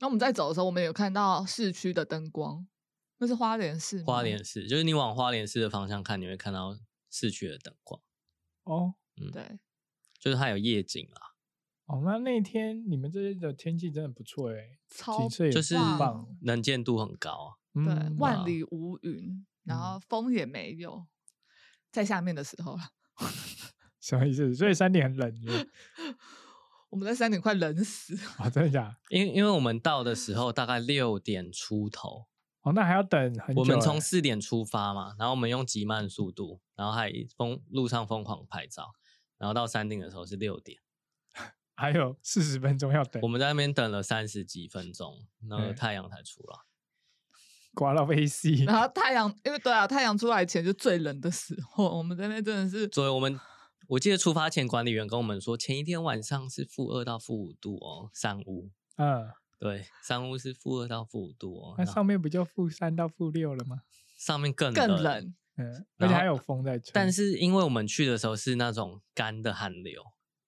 [SPEAKER 1] 那我们在走的时候，我们有看到市区的灯光，那是花莲市吗。
[SPEAKER 3] 花莲市就是你往花莲市的方向看，你会看到市区的灯光，
[SPEAKER 2] 哦
[SPEAKER 1] 对，
[SPEAKER 3] 就是它有夜景啊。
[SPEAKER 2] 哦，那那天你们这边的天气真的不错哎，
[SPEAKER 1] 超
[SPEAKER 2] 景色也
[SPEAKER 3] 就是
[SPEAKER 2] 很棒，
[SPEAKER 3] 能见度很高啊。
[SPEAKER 2] 嗯
[SPEAKER 1] 对，万
[SPEAKER 3] 哇
[SPEAKER 1] 里无云，然
[SPEAKER 2] 嗯
[SPEAKER 1] 后风也没有，在下面的时候了，
[SPEAKER 2] 什么意思？所以山顶很冷是不是
[SPEAKER 1] 我们在山顶快冷死了。
[SPEAKER 2] 啊，真的假的？
[SPEAKER 3] 因为因为我们到的时候大概六点出头，
[SPEAKER 2] 哦，那还要等很久欸。
[SPEAKER 3] 我们从四点出发嘛，然后我们用极慢速度，然后还一疯路上疯狂拍照，然后到山顶的时候是六点，
[SPEAKER 2] 还有四十分钟要等
[SPEAKER 3] 我，们在那边等了三十几分钟，那个
[SPEAKER 2] 嗯
[SPEAKER 3] 太阳才出来。
[SPEAKER 2] 刮到 VC
[SPEAKER 1] 然后太阳，因为对啊，太阳出来前就最冷的时候，我们这边真的是
[SPEAKER 3] 所以我们我记得出发前管理员跟我们说，前一天晚上是负二到负五度哦，上屋。
[SPEAKER 2] 嗯，
[SPEAKER 3] 对，上屋是负二到负五度哦，
[SPEAKER 2] 那
[SPEAKER 3] 然后
[SPEAKER 2] 上面不就负三到负六了吗？
[SPEAKER 3] 上面更
[SPEAKER 1] 更冷，
[SPEAKER 2] 嗯，而且
[SPEAKER 3] 然后
[SPEAKER 2] 还有风在吹。
[SPEAKER 3] 但是因为我们去的时候是那种干的寒流，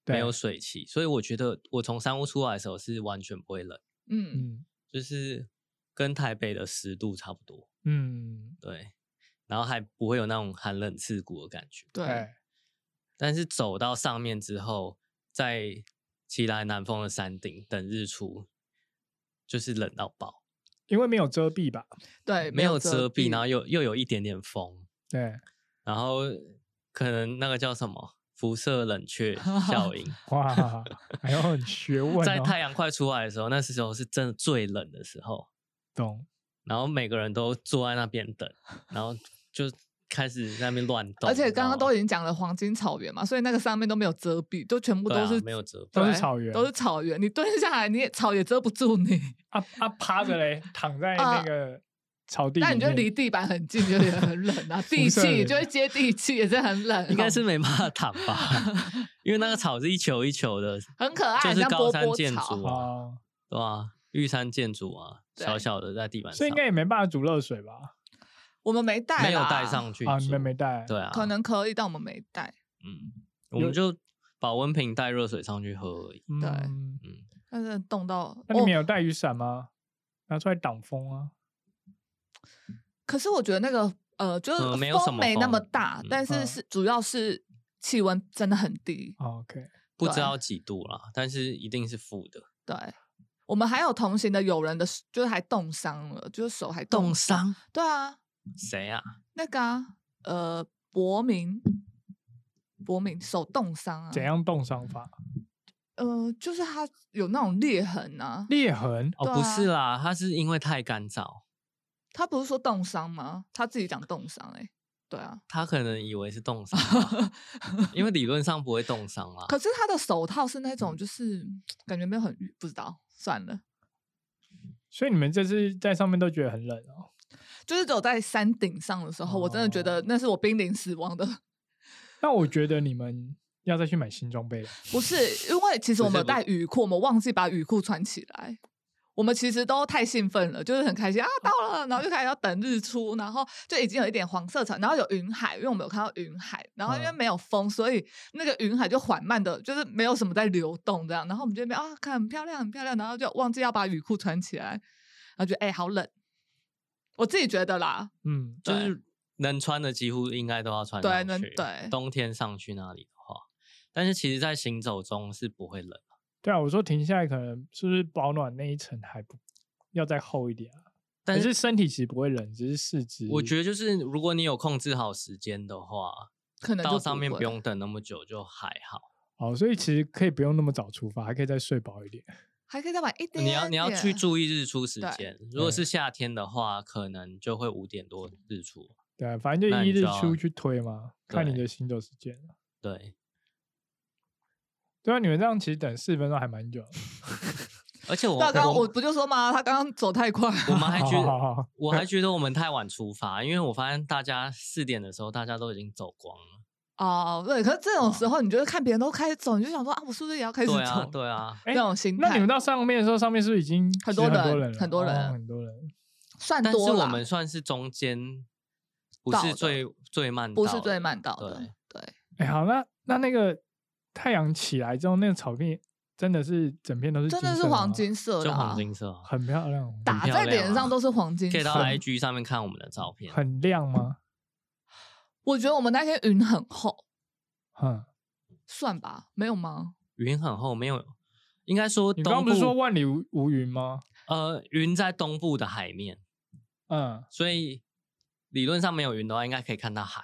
[SPEAKER 3] 没
[SPEAKER 2] 对
[SPEAKER 3] 有水汽，所以我觉得我从山屋出来的时候是完全不会冷，
[SPEAKER 1] 嗯，
[SPEAKER 2] 嗯
[SPEAKER 3] 就是跟台北的十度差不多，
[SPEAKER 2] 嗯，
[SPEAKER 3] 对，然后还不会有那种寒冷刺骨的感觉。
[SPEAKER 1] 对，
[SPEAKER 2] 对，
[SPEAKER 3] 但是走到上面之后，在奇来南峰的山顶等日出，就是冷到爆，
[SPEAKER 2] 因为没有遮蔽吧？
[SPEAKER 1] 对，
[SPEAKER 3] 没有遮
[SPEAKER 1] 蔽，
[SPEAKER 3] 蔽，然后又又有一点点风，
[SPEAKER 2] 对，
[SPEAKER 3] 然后可能那个叫什么辐射冷却 效应。
[SPEAKER 2] 哇，还有很 学问、哦，
[SPEAKER 3] 在太阳快出来的时候，那时候是真的最冷的时候，
[SPEAKER 2] 懂。
[SPEAKER 3] 然后每个人都坐在那边等，然后就开始在那边乱动。
[SPEAKER 1] 而且刚刚都已
[SPEAKER 3] 有
[SPEAKER 1] 经讲了黄金草原嘛，所以那个上面都没有遮蔽，都全部都是
[SPEAKER 3] 啊没有遮蔽，
[SPEAKER 2] 都是
[SPEAKER 1] 对
[SPEAKER 2] 草原
[SPEAKER 1] 都是草原。你蹲下来，你也草也遮不住你，
[SPEAKER 2] 啊啊，趴着 嘞，躺在那
[SPEAKER 3] 啊
[SPEAKER 2] 个草地里面，
[SPEAKER 1] 那你就离地板很近，就有点很冷啊。地
[SPEAKER 2] 射
[SPEAKER 1] 气
[SPEAKER 2] 眼
[SPEAKER 1] 就会接地气，也是很冷，哦
[SPEAKER 3] 应该是没办法躺 吧，因为那个草是一球一球的，
[SPEAKER 1] 很可爱，
[SPEAKER 3] 就是
[SPEAKER 1] 像
[SPEAKER 3] 高
[SPEAKER 1] 波
[SPEAKER 3] 山
[SPEAKER 1] 波
[SPEAKER 3] 建
[SPEAKER 1] 草。
[SPEAKER 3] 筑啊，
[SPEAKER 2] 哦，
[SPEAKER 3] 对啊，玉山建筑啊，
[SPEAKER 1] 对
[SPEAKER 3] 小小的在地板
[SPEAKER 2] 所以
[SPEAKER 3] 上
[SPEAKER 2] 应，该也没办法煮热水吧？
[SPEAKER 1] 我们没带，
[SPEAKER 3] 没有带，上去
[SPEAKER 2] 啊，你们
[SPEAKER 3] 煮
[SPEAKER 2] 没带，
[SPEAKER 3] 对啊，
[SPEAKER 1] 可能可以，但我们没带。
[SPEAKER 3] 嗯，我们就保温瓶带热水上去喝而已。
[SPEAKER 2] 嗯
[SPEAKER 1] 对
[SPEAKER 3] 嗯，
[SPEAKER 1] 但是冻到
[SPEAKER 2] 那你们
[SPEAKER 1] 哦，
[SPEAKER 2] 有带雨伞吗？拿出来挡风啊！
[SPEAKER 1] 可是我觉得那个呃，就是
[SPEAKER 3] 呃没有什么
[SPEAKER 1] 没那么
[SPEAKER 3] 风
[SPEAKER 1] 大
[SPEAKER 3] 嗯，
[SPEAKER 1] 但是
[SPEAKER 2] 嗯
[SPEAKER 1] 是主要是气温真的很低。
[SPEAKER 2] 哦 OK，
[SPEAKER 3] 不知
[SPEAKER 1] 对
[SPEAKER 3] 道几度啦，但是一定是负的。
[SPEAKER 1] 对，我们还有同行的友人的，就是还冻伤了，就是手还冻。
[SPEAKER 3] 伤
[SPEAKER 1] 对啊，
[SPEAKER 3] 谁啊？
[SPEAKER 1] 那个啊，呃，伯明，伯明手冻伤啊，
[SPEAKER 2] 怎？样冻伤法？
[SPEAKER 3] 嗯
[SPEAKER 1] 呃，就是他有那种裂痕啊，
[SPEAKER 2] 裂痕
[SPEAKER 3] 哦，
[SPEAKER 1] 对
[SPEAKER 3] 不
[SPEAKER 1] 啊
[SPEAKER 3] 是啦，它是因为太干燥，
[SPEAKER 1] 他不是说冻伤吗？他自己讲冻伤哎，对啊，
[SPEAKER 3] 他可能以为是冻伤 吧，因为理论上不会冻伤啦。
[SPEAKER 1] 可是他的手套是那种就是感觉没有很愉不知道算了，
[SPEAKER 2] 所以你们这次在上面都觉得很冷哦。
[SPEAKER 1] 就是只有在山顶上的时候，我真的觉得
[SPEAKER 2] 哦
[SPEAKER 1] 那是我濒临死亡的，
[SPEAKER 2] 那我觉得你们要再去买新装备了。
[SPEAKER 1] 不是因为其实
[SPEAKER 3] 不
[SPEAKER 1] 我
[SPEAKER 3] 是
[SPEAKER 1] 们有
[SPEAKER 3] 不
[SPEAKER 1] 带雨裤，我们忘记把雨裤穿起来。我们其实都太兴奋了，就是很开心啊，到了，然后就开始要等日出，然后就已经有一点黄色彩，然后有云海，因为我们有看到云海，然后因为
[SPEAKER 2] 嗯
[SPEAKER 1] 没有风，所以那个云海就缓慢的，就是没有什么在流动这样，然后我们就在那边啊，看很漂亮，很漂亮，然后就忘记要把雨裤穿起来，然后觉得哎、好冷，我自己觉得啦，
[SPEAKER 2] 嗯，
[SPEAKER 3] 就
[SPEAKER 1] 对
[SPEAKER 3] 是能穿的几乎应该都要穿
[SPEAKER 1] 对
[SPEAKER 3] 上
[SPEAKER 1] 能
[SPEAKER 3] 去。
[SPEAKER 1] 对
[SPEAKER 3] 冬天上去那里的话，但是其实在行走中是不会冷。
[SPEAKER 2] 对啊，我说停下来可能是不是保暖那一层还不要再厚一点啊？
[SPEAKER 3] 但
[SPEAKER 2] 可
[SPEAKER 3] 是
[SPEAKER 2] 是身体其实不会冷，只是四肢。
[SPEAKER 1] 嗯
[SPEAKER 3] 我觉得就是如果你有控制好时间的话，
[SPEAKER 1] 可能就
[SPEAKER 3] 到上面
[SPEAKER 1] 会
[SPEAKER 3] 不用等那么久就还好。
[SPEAKER 2] 哦，所以其实可以不用那么早出发，还可以再睡饱一点。
[SPEAKER 1] 还可以再晚一点
[SPEAKER 3] 你要你要去
[SPEAKER 1] 点
[SPEAKER 3] 注意日出时
[SPEAKER 1] 对
[SPEAKER 3] 间，如果
[SPEAKER 2] 对
[SPEAKER 3] 是夏天的话，可能就会五点多日出。
[SPEAKER 2] 对啊，反正就
[SPEAKER 3] 那
[SPEAKER 2] 一
[SPEAKER 3] 你知
[SPEAKER 2] 日
[SPEAKER 3] 道
[SPEAKER 2] 出去推嘛，看你
[SPEAKER 3] 对
[SPEAKER 2] 的行走时间。
[SPEAKER 3] 对，
[SPEAKER 2] 对啊，你们这样其实等四分钟还蛮久的。
[SPEAKER 3] 而且我
[SPEAKER 1] 大啊刚，我
[SPEAKER 3] 我
[SPEAKER 1] 不就说吗？他刚刚走太快、
[SPEAKER 3] 我们还觉
[SPEAKER 2] 好好
[SPEAKER 3] 得
[SPEAKER 2] 好，
[SPEAKER 3] 我还觉得我们太晚出发，因为我发现大家四点的时候大家都已经走光了，
[SPEAKER 1] 哦，对，可是这种时候，你就是看别人都开始走，你就想说啊，我是不是也要开始走？
[SPEAKER 3] 对啊，对啊，
[SPEAKER 2] 哎
[SPEAKER 1] 这种心态。
[SPEAKER 2] 那你们到上面的时候，上面是不是已经
[SPEAKER 1] 很
[SPEAKER 2] 其
[SPEAKER 1] 多
[SPEAKER 2] 实
[SPEAKER 1] 人
[SPEAKER 2] 很多人了，
[SPEAKER 1] 很多人
[SPEAKER 3] 啊
[SPEAKER 2] 哦很多人？
[SPEAKER 1] 算
[SPEAKER 3] 但是
[SPEAKER 1] 多
[SPEAKER 3] 我
[SPEAKER 1] 了，
[SPEAKER 3] 们算是中间，不
[SPEAKER 1] 到
[SPEAKER 3] 是
[SPEAKER 1] 的
[SPEAKER 3] 最最慢到的，
[SPEAKER 1] 不是最慢到的
[SPEAKER 3] 对。
[SPEAKER 1] 对，
[SPEAKER 2] 哎，好，那那那个太阳起来之后，那个草地真的是整片都是
[SPEAKER 1] 真
[SPEAKER 2] 金
[SPEAKER 1] 的是
[SPEAKER 2] 色吗
[SPEAKER 1] 黄，金色
[SPEAKER 3] 就
[SPEAKER 1] 的啊，
[SPEAKER 3] 黄金色啊，
[SPEAKER 2] 很漂亮，哦
[SPEAKER 1] 打
[SPEAKER 3] 漂
[SPEAKER 1] 在
[SPEAKER 3] 亮
[SPEAKER 1] 脸上
[SPEAKER 3] 啊
[SPEAKER 1] 都是黄金
[SPEAKER 3] 可以到
[SPEAKER 1] 色。
[SPEAKER 3] IG 上面看我们的照片。
[SPEAKER 2] 很亮吗？
[SPEAKER 1] 我觉得我们那天云很厚，
[SPEAKER 2] 嗯，
[SPEAKER 1] 算吧，没有吗？
[SPEAKER 3] 云很厚，没有，应该说
[SPEAKER 2] 你
[SPEAKER 3] 东部
[SPEAKER 2] 刚刚不是说万里无无云吗？
[SPEAKER 3] 呃云在东部的海面，
[SPEAKER 2] 嗯，
[SPEAKER 3] 所以理论上没有云的话，应该可以看到海。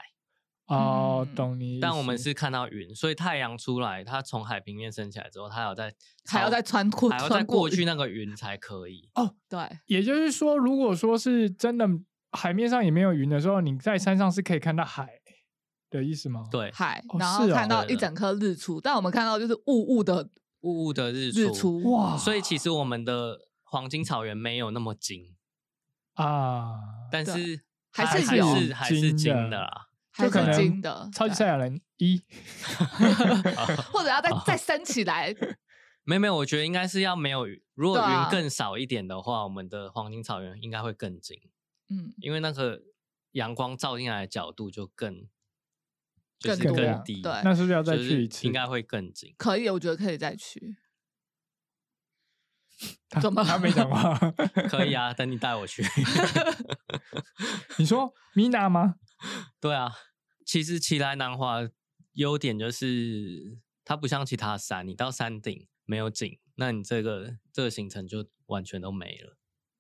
[SPEAKER 2] 哦，
[SPEAKER 1] 嗯
[SPEAKER 2] 懂你意思。
[SPEAKER 3] 但我们是看到云，所以太阳出来，它从海平面升起来之后，它还要再
[SPEAKER 1] 还要再穿过，
[SPEAKER 3] 还要再
[SPEAKER 1] 穿
[SPEAKER 3] 过
[SPEAKER 1] 云
[SPEAKER 3] 去。那个云才 可以。
[SPEAKER 1] 对，
[SPEAKER 2] 也就是说，如果说是真的海面上也没有云的时候，你在山上是可以看到海的意思吗？，
[SPEAKER 3] 对，
[SPEAKER 1] 海
[SPEAKER 2] 哦，
[SPEAKER 1] 然
[SPEAKER 2] 是
[SPEAKER 1] 后
[SPEAKER 2] 哦
[SPEAKER 1] 看到
[SPEAKER 3] 对
[SPEAKER 1] 一
[SPEAKER 3] 的
[SPEAKER 1] 整颗日出，但我们看到就是雾雾的
[SPEAKER 3] 雾雾的日出。
[SPEAKER 1] 日出。
[SPEAKER 2] 哇，
[SPEAKER 3] 所以其实我们的黄金草原没有那么金，
[SPEAKER 2] 啊，
[SPEAKER 3] 但
[SPEAKER 1] 对
[SPEAKER 3] 是
[SPEAKER 1] 还
[SPEAKER 3] 它
[SPEAKER 1] 是
[SPEAKER 3] 还
[SPEAKER 1] 有
[SPEAKER 3] 是还是
[SPEAKER 2] 金
[SPEAKER 3] 金
[SPEAKER 2] 的
[SPEAKER 3] 的啦。
[SPEAKER 1] 还
[SPEAKER 2] 就可
[SPEAKER 1] 是
[SPEAKER 2] 能
[SPEAKER 1] 金的，
[SPEAKER 2] 超级
[SPEAKER 1] 对
[SPEAKER 2] 赛亚人一，
[SPEAKER 1] 或者要 再再升起来，
[SPEAKER 3] 没有没有，我觉得应该是要没有云。如果
[SPEAKER 1] 对啊
[SPEAKER 3] 云更少一点的话，我们的黄金草原应该会更近，
[SPEAKER 1] 嗯，
[SPEAKER 3] 因为那个阳光照进来的角度就更就
[SPEAKER 1] 更
[SPEAKER 3] 是
[SPEAKER 1] 多
[SPEAKER 3] 更低，
[SPEAKER 1] 对
[SPEAKER 2] 那是不是要再
[SPEAKER 3] 就
[SPEAKER 2] 去
[SPEAKER 3] 是
[SPEAKER 2] 一次？
[SPEAKER 3] 应该会更近。
[SPEAKER 1] 可以，我觉得可以再去。
[SPEAKER 2] 他
[SPEAKER 1] 怎么
[SPEAKER 2] 他没讲话？
[SPEAKER 3] 可以 啊，等你带我去。
[SPEAKER 2] 你说米娜吗？
[SPEAKER 3] 对啊，其实奇莱南华优点就是它不像其他山，你到山顶没有景，那你这个这个行程就完全都没了。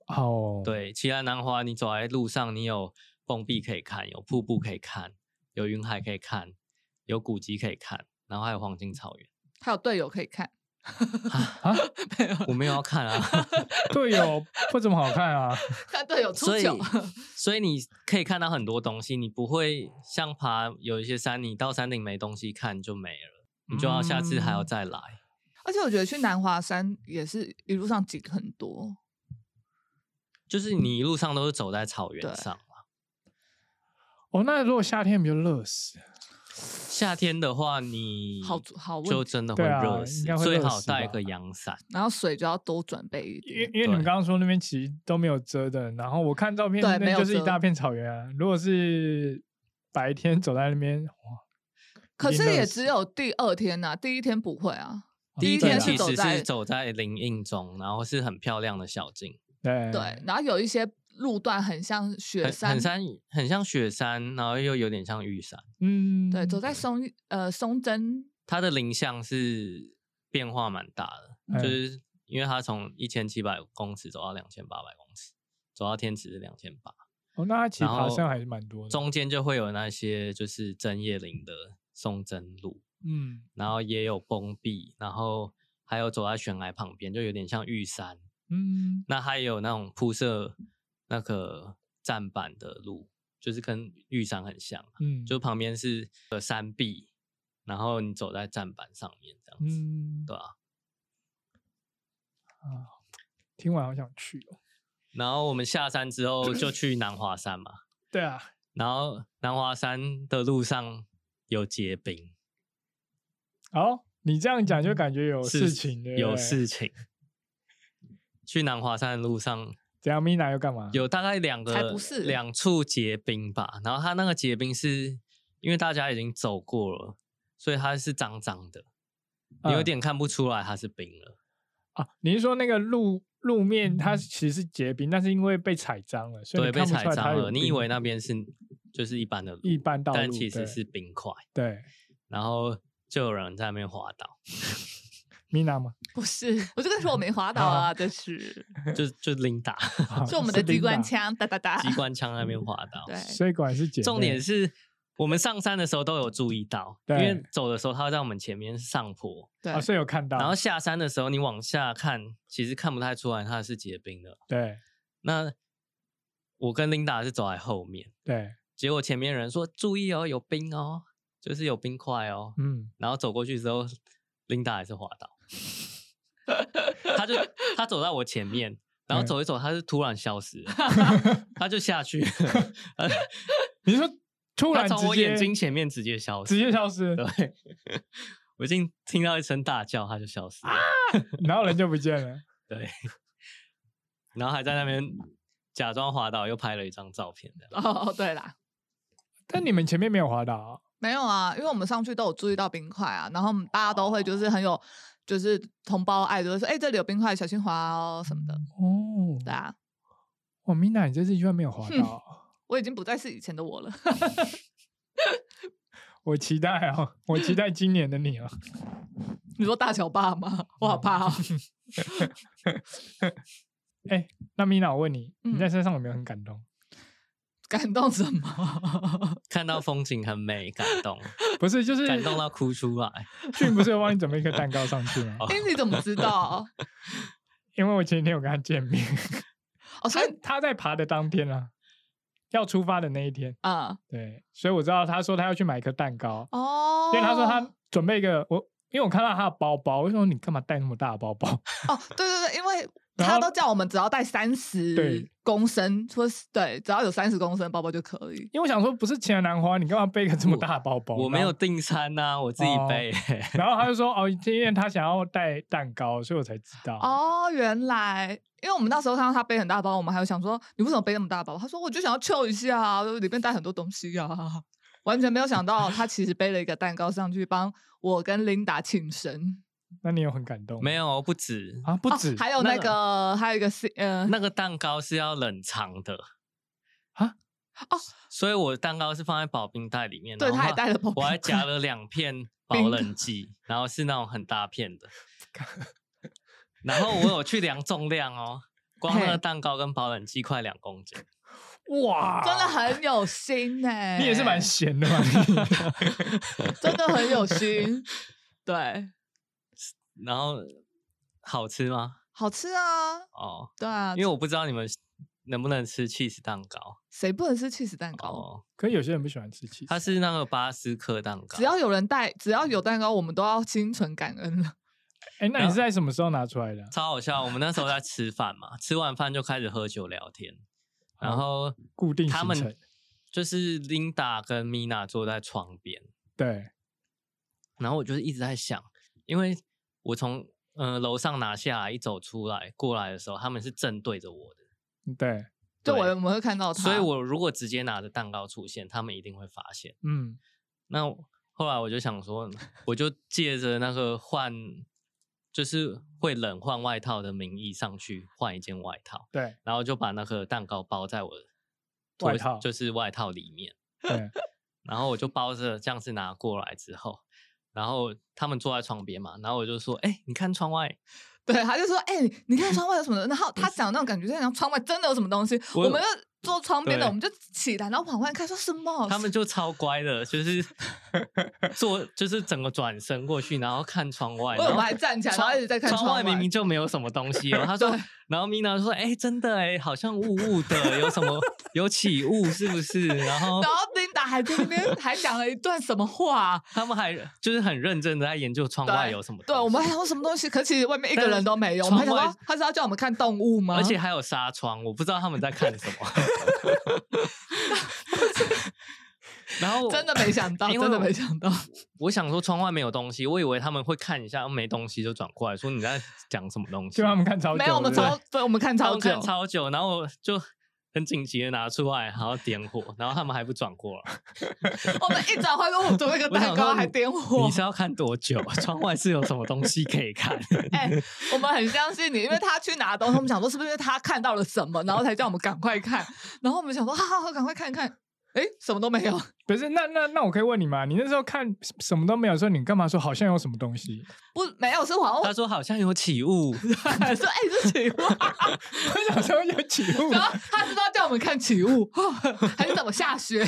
[SPEAKER 2] 哦，，
[SPEAKER 3] 对，奇莱南华你走在路上，你有蹦壁可以看，有瀑布可以看，有云海可以看，有古迹可以看，然后还有黄金草原。
[SPEAKER 1] 还有队友可以看，
[SPEAKER 3] 我没有要看啊，
[SPEAKER 2] 队友哦不怎么好看啊。
[SPEAKER 1] 看队友出
[SPEAKER 3] 所以
[SPEAKER 1] 糗。
[SPEAKER 3] 所以你可以看到很多东西，你不会像爬有一些山，你到山顶没东西看就没了，你就要下次还要
[SPEAKER 2] 嗯
[SPEAKER 3] 再来。
[SPEAKER 1] 而且我觉得去南华山也是一路上景很多，
[SPEAKER 3] 就是你一路上都是走在草
[SPEAKER 1] 对
[SPEAKER 3] 原上嘛。
[SPEAKER 2] 哦，那如果夏天比较热死，
[SPEAKER 3] 夏天的话，你
[SPEAKER 1] 好好问
[SPEAKER 3] 嗯就
[SPEAKER 1] 题
[SPEAKER 3] 真的会
[SPEAKER 2] 对啊
[SPEAKER 3] 热
[SPEAKER 2] 应
[SPEAKER 3] 死，
[SPEAKER 2] 该会
[SPEAKER 3] 最
[SPEAKER 2] 热
[SPEAKER 3] 好
[SPEAKER 2] 死
[SPEAKER 3] 带
[SPEAKER 2] 吧
[SPEAKER 3] 个阳伞。
[SPEAKER 1] 然后水就要多准备一
[SPEAKER 2] 因为
[SPEAKER 1] 点。
[SPEAKER 2] 因为你们
[SPEAKER 3] 对
[SPEAKER 2] 刚刚说那边其实都没有遮的，然后我看照片
[SPEAKER 1] 对没
[SPEAKER 2] 那
[SPEAKER 1] 有
[SPEAKER 2] 就是一
[SPEAKER 1] 遮
[SPEAKER 2] 大片草原啊。如果是白天走在那边，哇，
[SPEAKER 1] 可
[SPEAKER 2] 已
[SPEAKER 1] 是
[SPEAKER 2] 经热
[SPEAKER 1] 也
[SPEAKER 2] 死
[SPEAKER 1] 只有第二天呐、第一天不会啊。第一
[SPEAKER 2] 对
[SPEAKER 1] 天
[SPEAKER 2] 啊
[SPEAKER 1] 是
[SPEAKER 3] 其
[SPEAKER 1] 走
[SPEAKER 3] 实
[SPEAKER 1] 在
[SPEAKER 3] 是走在林荫中，然后是很漂亮的小径，
[SPEAKER 2] 对
[SPEAKER 1] 对，然后有一些路段很像雪
[SPEAKER 3] 很
[SPEAKER 1] 山，
[SPEAKER 3] 很山很像雪山，然后又有点像玉山。
[SPEAKER 2] 嗯，
[SPEAKER 1] 对，走在松呃松针，
[SPEAKER 3] 它的林相是变化蛮大的，
[SPEAKER 2] 嗯
[SPEAKER 3] 就是因为它从一千七百公尺走到两千八百公尺，走到天池是两千八，
[SPEAKER 2] 哦，那它其实
[SPEAKER 3] 然后
[SPEAKER 2] 爬山还是蛮多的，
[SPEAKER 3] 中间就会有那些就是针叶林的松针路，
[SPEAKER 2] 嗯，
[SPEAKER 3] 然后也有崩壁，然后还有走在悬崖旁边，就有点像玉山。
[SPEAKER 2] 嗯，
[SPEAKER 3] 那还有那种铺设那个站板的路，就是跟玉山很像啊，
[SPEAKER 2] 嗯，
[SPEAKER 3] 就旁边是呃山壁，然后你走在站板上面这样子，
[SPEAKER 2] 嗯，
[SPEAKER 3] 对啊。
[SPEAKER 2] 啊，听完好想去哦。
[SPEAKER 3] 然后我们下山之后就去南华山嘛，
[SPEAKER 2] 对啊，
[SPEAKER 3] 然后南华山的路上有结冰，
[SPEAKER 2] 好，你这样讲就感觉有事情，对不
[SPEAKER 3] 嗯有
[SPEAKER 2] 对
[SPEAKER 3] 事。情。去南华山的路上
[SPEAKER 2] 怎样？Mina 又干嘛？
[SPEAKER 3] 有大概两
[SPEAKER 1] 才
[SPEAKER 3] 个
[SPEAKER 1] 不是
[SPEAKER 3] 两处结冰吧，然后它那个结冰是因为大家已经走过了，所以它是脏脏的，你有
[SPEAKER 2] 嗯
[SPEAKER 3] 点看不出来它是冰了。
[SPEAKER 2] 啊？你是说那个路路面它其实是结冰，但是因为被踩脏了，所以
[SPEAKER 3] 嗯
[SPEAKER 2] 你
[SPEAKER 3] 对，被
[SPEAKER 2] 看不
[SPEAKER 3] 踩
[SPEAKER 2] 出来它
[SPEAKER 3] 脏
[SPEAKER 2] 有
[SPEAKER 3] 了。你以
[SPEAKER 2] 冰
[SPEAKER 3] 为那边是就是一般的路，
[SPEAKER 2] 一般道路，
[SPEAKER 3] 但其实
[SPEAKER 2] 对
[SPEAKER 3] 是冰块，
[SPEAKER 2] 对
[SPEAKER 3] 然后就有人在那边滑倒，
[SPEAKER 2] Mina 吗？
[SPEAKER 1] 不是，我就跟你说我没滑倒啊，这是
[SPEAKER 3] 就就琳达
[SPEAKER 2] 啊
[SPEAKER 1] 是我们的机关，
[SPEAKER 2] 是
[SPEAKER 1] 枪，哒哒哒，
[SPEAKER 3] 机关哦枪那边滑倒。
[SPEAKER 1] 对
[SPEAKER 2] Linda，所以果然是姐妹。
[SPEAKER 3] 重点是我们上山的时候都有注意到，
[SPEAKER 2] 对
[SPEAKER 3] 因为走的时候它在我们前面上坡，
[SPEAKER 1] 对
[SPEAKER 2] 啊，，所以有看到，
[SPEAKER 3] 然后下山的时候，你往下看，其实看不太出来它是结冰的。
[SPEAKER 2] 对
[SPEAKER 3] 那我跟琳达是走在后面，
[SPEAKER 2] 对，
[SPEAKER 3] 结果前面人说注意哦，有冰哦，就是有冰块哦。
[SPEAKER 2] 嗯，
[SPEAKER 3] 然后走过去之后，琳达还是滑倒，他就他走在我前面，然后
[SPEAKER 2] 嗯
[SPEAKER 3] 走一走，他是突然消失了，他就下去了。
[SPEAKER 2] 你说突
[SPEAKER 3] 它
[SPEAKER 2] 然
[SPEAKER 3] 从
[SPEAKER 2] 直
[SPEAKER 3] 我
[SPEAKER 2] 接
[SPEAKER 3] 眼睛前面直接消失，
[SPEAKER 2] 直接消失，
[SPEAKER 3] 对，我已经听到一声大叫，它就消失了。
[SPEAKER 2] 然后人就不见了。
[SPEAKER 3] 对，然后还在那边假装滑倒，又拍了一张照片，这样
[SPEAKER 1] 哦哦，对啦，
[SPEAKER 2] 但你们前面没有滑倒啊、
[SPEAKER 1] 没有啊，因为我们上去都有注意到冰块啊，然后我们大家都会就是很
[SPEAKER 2] 哦
[SPEAKER 1] 有就是同胞爱，就是说哎、这里有冰块，小心滑哦什么的。
[SPEAKER 2] 哦，
[SPEAKER 1] 对啊，
[SPEAKER 2] 哇，米娜，你这次居然没有滑
[SPEAKER 1] 哼
[SPEAKER 2] 倒啊、
[SPEAKER 1] 我已经不再是以前的我了。
[SPEAKER 2] 我期待哦，我期待今年的你哦。
[SPEAKER 1] 你说大乔爸吗？我
[SPEAKER 2] 嗯
[SPEAKER 1] 好怕 哦。
[SPEAKER 2] 那米娜，我问你，你在
[SPEAKER 1] 嗯
[SPEAKER 2] 山上有没有很感动？
[SPEAKER 1] 感动什 么？
[SPEAKER 3] 看到风景很美，感动，
[SPEAKER 2] 不是，就是
[SPEAKER 3] 感动到哭出来。
[SPEAKER 2] 俊不是有帮你准备一颗蛋糕上 去吗？
[SPEAKER 1] 哎、你怎么知道？
[SPEAKER 2] 因为我前几天有跟他见 面，
[SPEAKER 1] 哦，所
[SPEAKER 2] 他
[SPEAKER 1] 以
[SPEAKER 2] 他在爬的当天啊，要出发的那一天，
[SPEAKER 1] 啊、
[SPEAKER 2] 对，所以我知道他说他要去买一颗蛋糕，
[SPEAKER 1] 哦，
[SPEAKER 2] 因为他说他准备一个我。因为我看到他的包包，我说你干嘛带那么大的包 包？
[SPEAKER 1] 哦，对对对，因为
[SPEAKER 2] 然
[SPEAKER 1] 他
[SPEAKER 2] 后
[SPEAKER 1] 都叫我们只要带三十
[SPEAKER 2] 对
[SPEAKER 1] 公升，说是对，只要有三十公升的包包就可以。
[SPEAKER 2] 因为我想说不是钱的兰花，你干嘛背个这么大的 包包？
[SPEAKER 3] 我没有订餐呐、我自己
[SPEAKER 2] 哦
[SPEAKER 3] 背、
[SPEAKER 2] 然后他就说：“哦，今天他想要带蛋糕，所以我才知道。”，
[SPEAKER 1] 哦，原来，因为我们那时候看到他背很大包，我们还有想说，你为什么背那么大包？他说我就想要 chill 一下啊，里面带很多东西啊，完全没有想到他其实背了一个蛋糕上去帮我跟琳达庆生，
[SPEAKER 2] 那你有很感动吗？
[SPEAKER 3] 没有，不止。
[SPEAKER 2] 啊，不
[SPEAKER 1] 哦
[SPEAKER 2] 止、
[SPEAKER 1] 还有
[SPEAKER 3] 那
[SPEAKER 1] 那个还有一个 C 呃
[SPEAKER 3] 那个蛋糕是要冷藏的
[SPEAKER 2] 啊
[SPEAKER 1] 哦，
[SPEAKER 3] 所以我的蛋糕是放在保冰袋里面，
[SPEAKER 1] 对
[SPEAKER 3] 然后
[SPEAKER 1] 他也
[SPEAKER 3] 它
[SPEAKER 1] 带了保
[SPEAKER 3] 我还
[SPEAKER 1] 冰
[SPEAKER 3] 夹
[SPEAKER 1] 袋
[SPEAKER 3] 了两片
[SPEAKER 1] 冰
[SPEAKER 3] 保冷剂，然后是那种很大片的，然后我有去量重量哦，光那
[SPEAKER 1] 嘿
[SPEAKER 3] 个蛋糕跟保冷剂快两公斤，
[SPEAKER 2] 哇，
[SPEAKER 1] 真的很有 心呢、
[SPEAKER 2] 你也是蛮闲的嘛。你
[SPEAKER 1] 真的很 有心，对，
[SPEAKER 3] 然后好吃吗？
[SPEAKER 1] 好吃啊，
[SPEAKER 3] 哦，
[SPEAKER 1] 对啊，
[SPEAKER 3] 因为我不知道你们能不能吃 cheese 蛋糕
[SPEAKER 1] 谁不能吃 cheese 蛋糕？
[SPEAKER 3] 哦，
[SPEAKER 2] 可是有些人不喜欢吃气，
[SPEAKER 3] 它是那个巴斯克蛋糕，
[SPEAKER 1] 只要有人带，只要有蛋糕，我们都要心存感恩了。
[SPEAKER 2] 哎、那你是在什么时候拿出来的啊？
[SPEAKER 3] 超好笑。我们那时候在吃饭嘛，吃完饭就开始喝酒聊天，然后
[SPEAKER 2] 固定
[SPEAKER 3] 他
[SPEAKER 2] 行程
[SPEAKER 3] 们就是琳达跟米娜坐在床边，
[SPEAKER 2] 对，
[SPEAKER 3] 然后我就是一直在想，因为我从呃楼上拿下来一走出来过来的时候，他们是正对着我的，
[SPEAKER 2] 对，
[SPEAKER 1] 就我
[SPEAKER 3] 对
[SPEAKER 1] 们会看到他，
[SPEAKER 3] 所以我如果直接拿着蛋糕出现，他们一定会发现。
[SPEAKER 2] 嗯，
[SPEAKER 3] 那我后来我就想说，我就借着那个换，就是会冷换外套的名义上去换一件外套，
[SPEAKER 2] 对
[SPEAKER 3] 然后就把那个蛋糕包在我的拖
[SPEAKER 2] 外套
[SPEAKER 3] 就是外套里面，
[SPEAKER 2] 对，
[SPEAKER 3] 然后我就包着这样子拿过来之后。然后他们坐在床边嘛，然后我就说：“哎、你看窗外。
[SPEAKER 1] 对他就说：“哎、你看窗外有什么？”然 后他讲的那种感觉，就像窗外真的有什么东西。我
[SPEAKER 3] 我
[SPEAKER 1] 们就坐窗边的，
[SPEAKER 3] 对
[SPEAKER 1] 我们就起来，然后往外看，说什么？
[SPEAKER 3] 他们就超乖的，就是 坐，就是整个转身过去，然后看窗外。
[SPEAKER 1] 我
[SPEAKER 3] 然
[SPEAKER 1] 们
[SPEAKER 3] 后
[SPEAKER 1] 还站起来，然后一直在看
[SPEAKER 3] 窗
[SPEAKER 1] 外。
[SPEAKER 3] 明明就没有什么东 西哦。他说
[SPEAKER 1] 对，
[SPEAKER 3] 然后米娜说：“哎、真的哎、好像雾雾的，有什么有起雾是不是？”然后
[SPEAKER 1] 然后琳达还在那 边还讲了一段什么话，
[SPEAKER 3] 他们还就是很认真的在研究窗外
[SPEAKER 1] 对
[SPEAKER 3] 有什么东西
[SPEAKER 1] 对我们还有什么东西？可其实外面一个
[SPEAKER 3] 但是
[SPEAKER 1] 人都没有。我们还想
[SPEAKER 3] 窗外
[SPEAKER 1] 说，他是要叫我们看动物吗？
[SPEAKER 3] 而且还有纱窗，我不知道他们在看什 么。然后
[SPEAKER 1] 真的没想到，
[SPEAKER 3] 因为
[SPEAKER 1] 真的
[SPEAKER 3] 我
[SPEAKER 1] 没想到。
[SPEAKER 3] 我想说窗外没有东西，我以为他们会看一下啊没东西就转过来说你在讲什么东西。
[SPEAKER 2] 就他们看超久，
[SPEAKER 1] 没有，我们
[SPEAKER 2] 对不对
[SPEAKER 1] 超，对，我们看
[SPEAKER 3] 他
[SPEAKER 1] 啊超
[SPEAKER 3] 们
[SPEAKER 1] 久
[SPEAKER 3] 看，超久，然后我就很紧急的拿出来，然后点火，然后他们还不转过来。
[SPEAKER 1] 我们一转换说，我做一个
[SPEAKER 3] 我
[SPEAKER 1] 蛋
[SPEAKER 3] 想
[SPEAKER 1] 糕
[SPEAKER 3] 说
[SPEAKER 1] 还
[SPEAKER 3] 你
[SPEAKER 1] 点火
[SPEAKER 3] 你，是要看多久？ 窗外是有什么东西可以 看？
[SPEAKER 1] 哎、我们很相信你，因为他去拿东西，我们想说是不是因为他看到了什么，然后才叫我们赶快看，然后我们想说好好好，赶快看一看，哎、什么都没有，
[SPEAKER 2] 不是？那那那我可以问你吗？你那时候看什么都没有的时候，你干嘛说好像有什么东西？
[SPEAKER 1] 不没有是黄
[SPEAKER 3] 他说好像有起雾，
[SPEAKER 1] 鸥 说哎、是起雾，
[SPEAKER 2] 我想说有 起雾，
[SPEAKER 1] 然后他知道叫我们看起雾， 还是怎么下雪？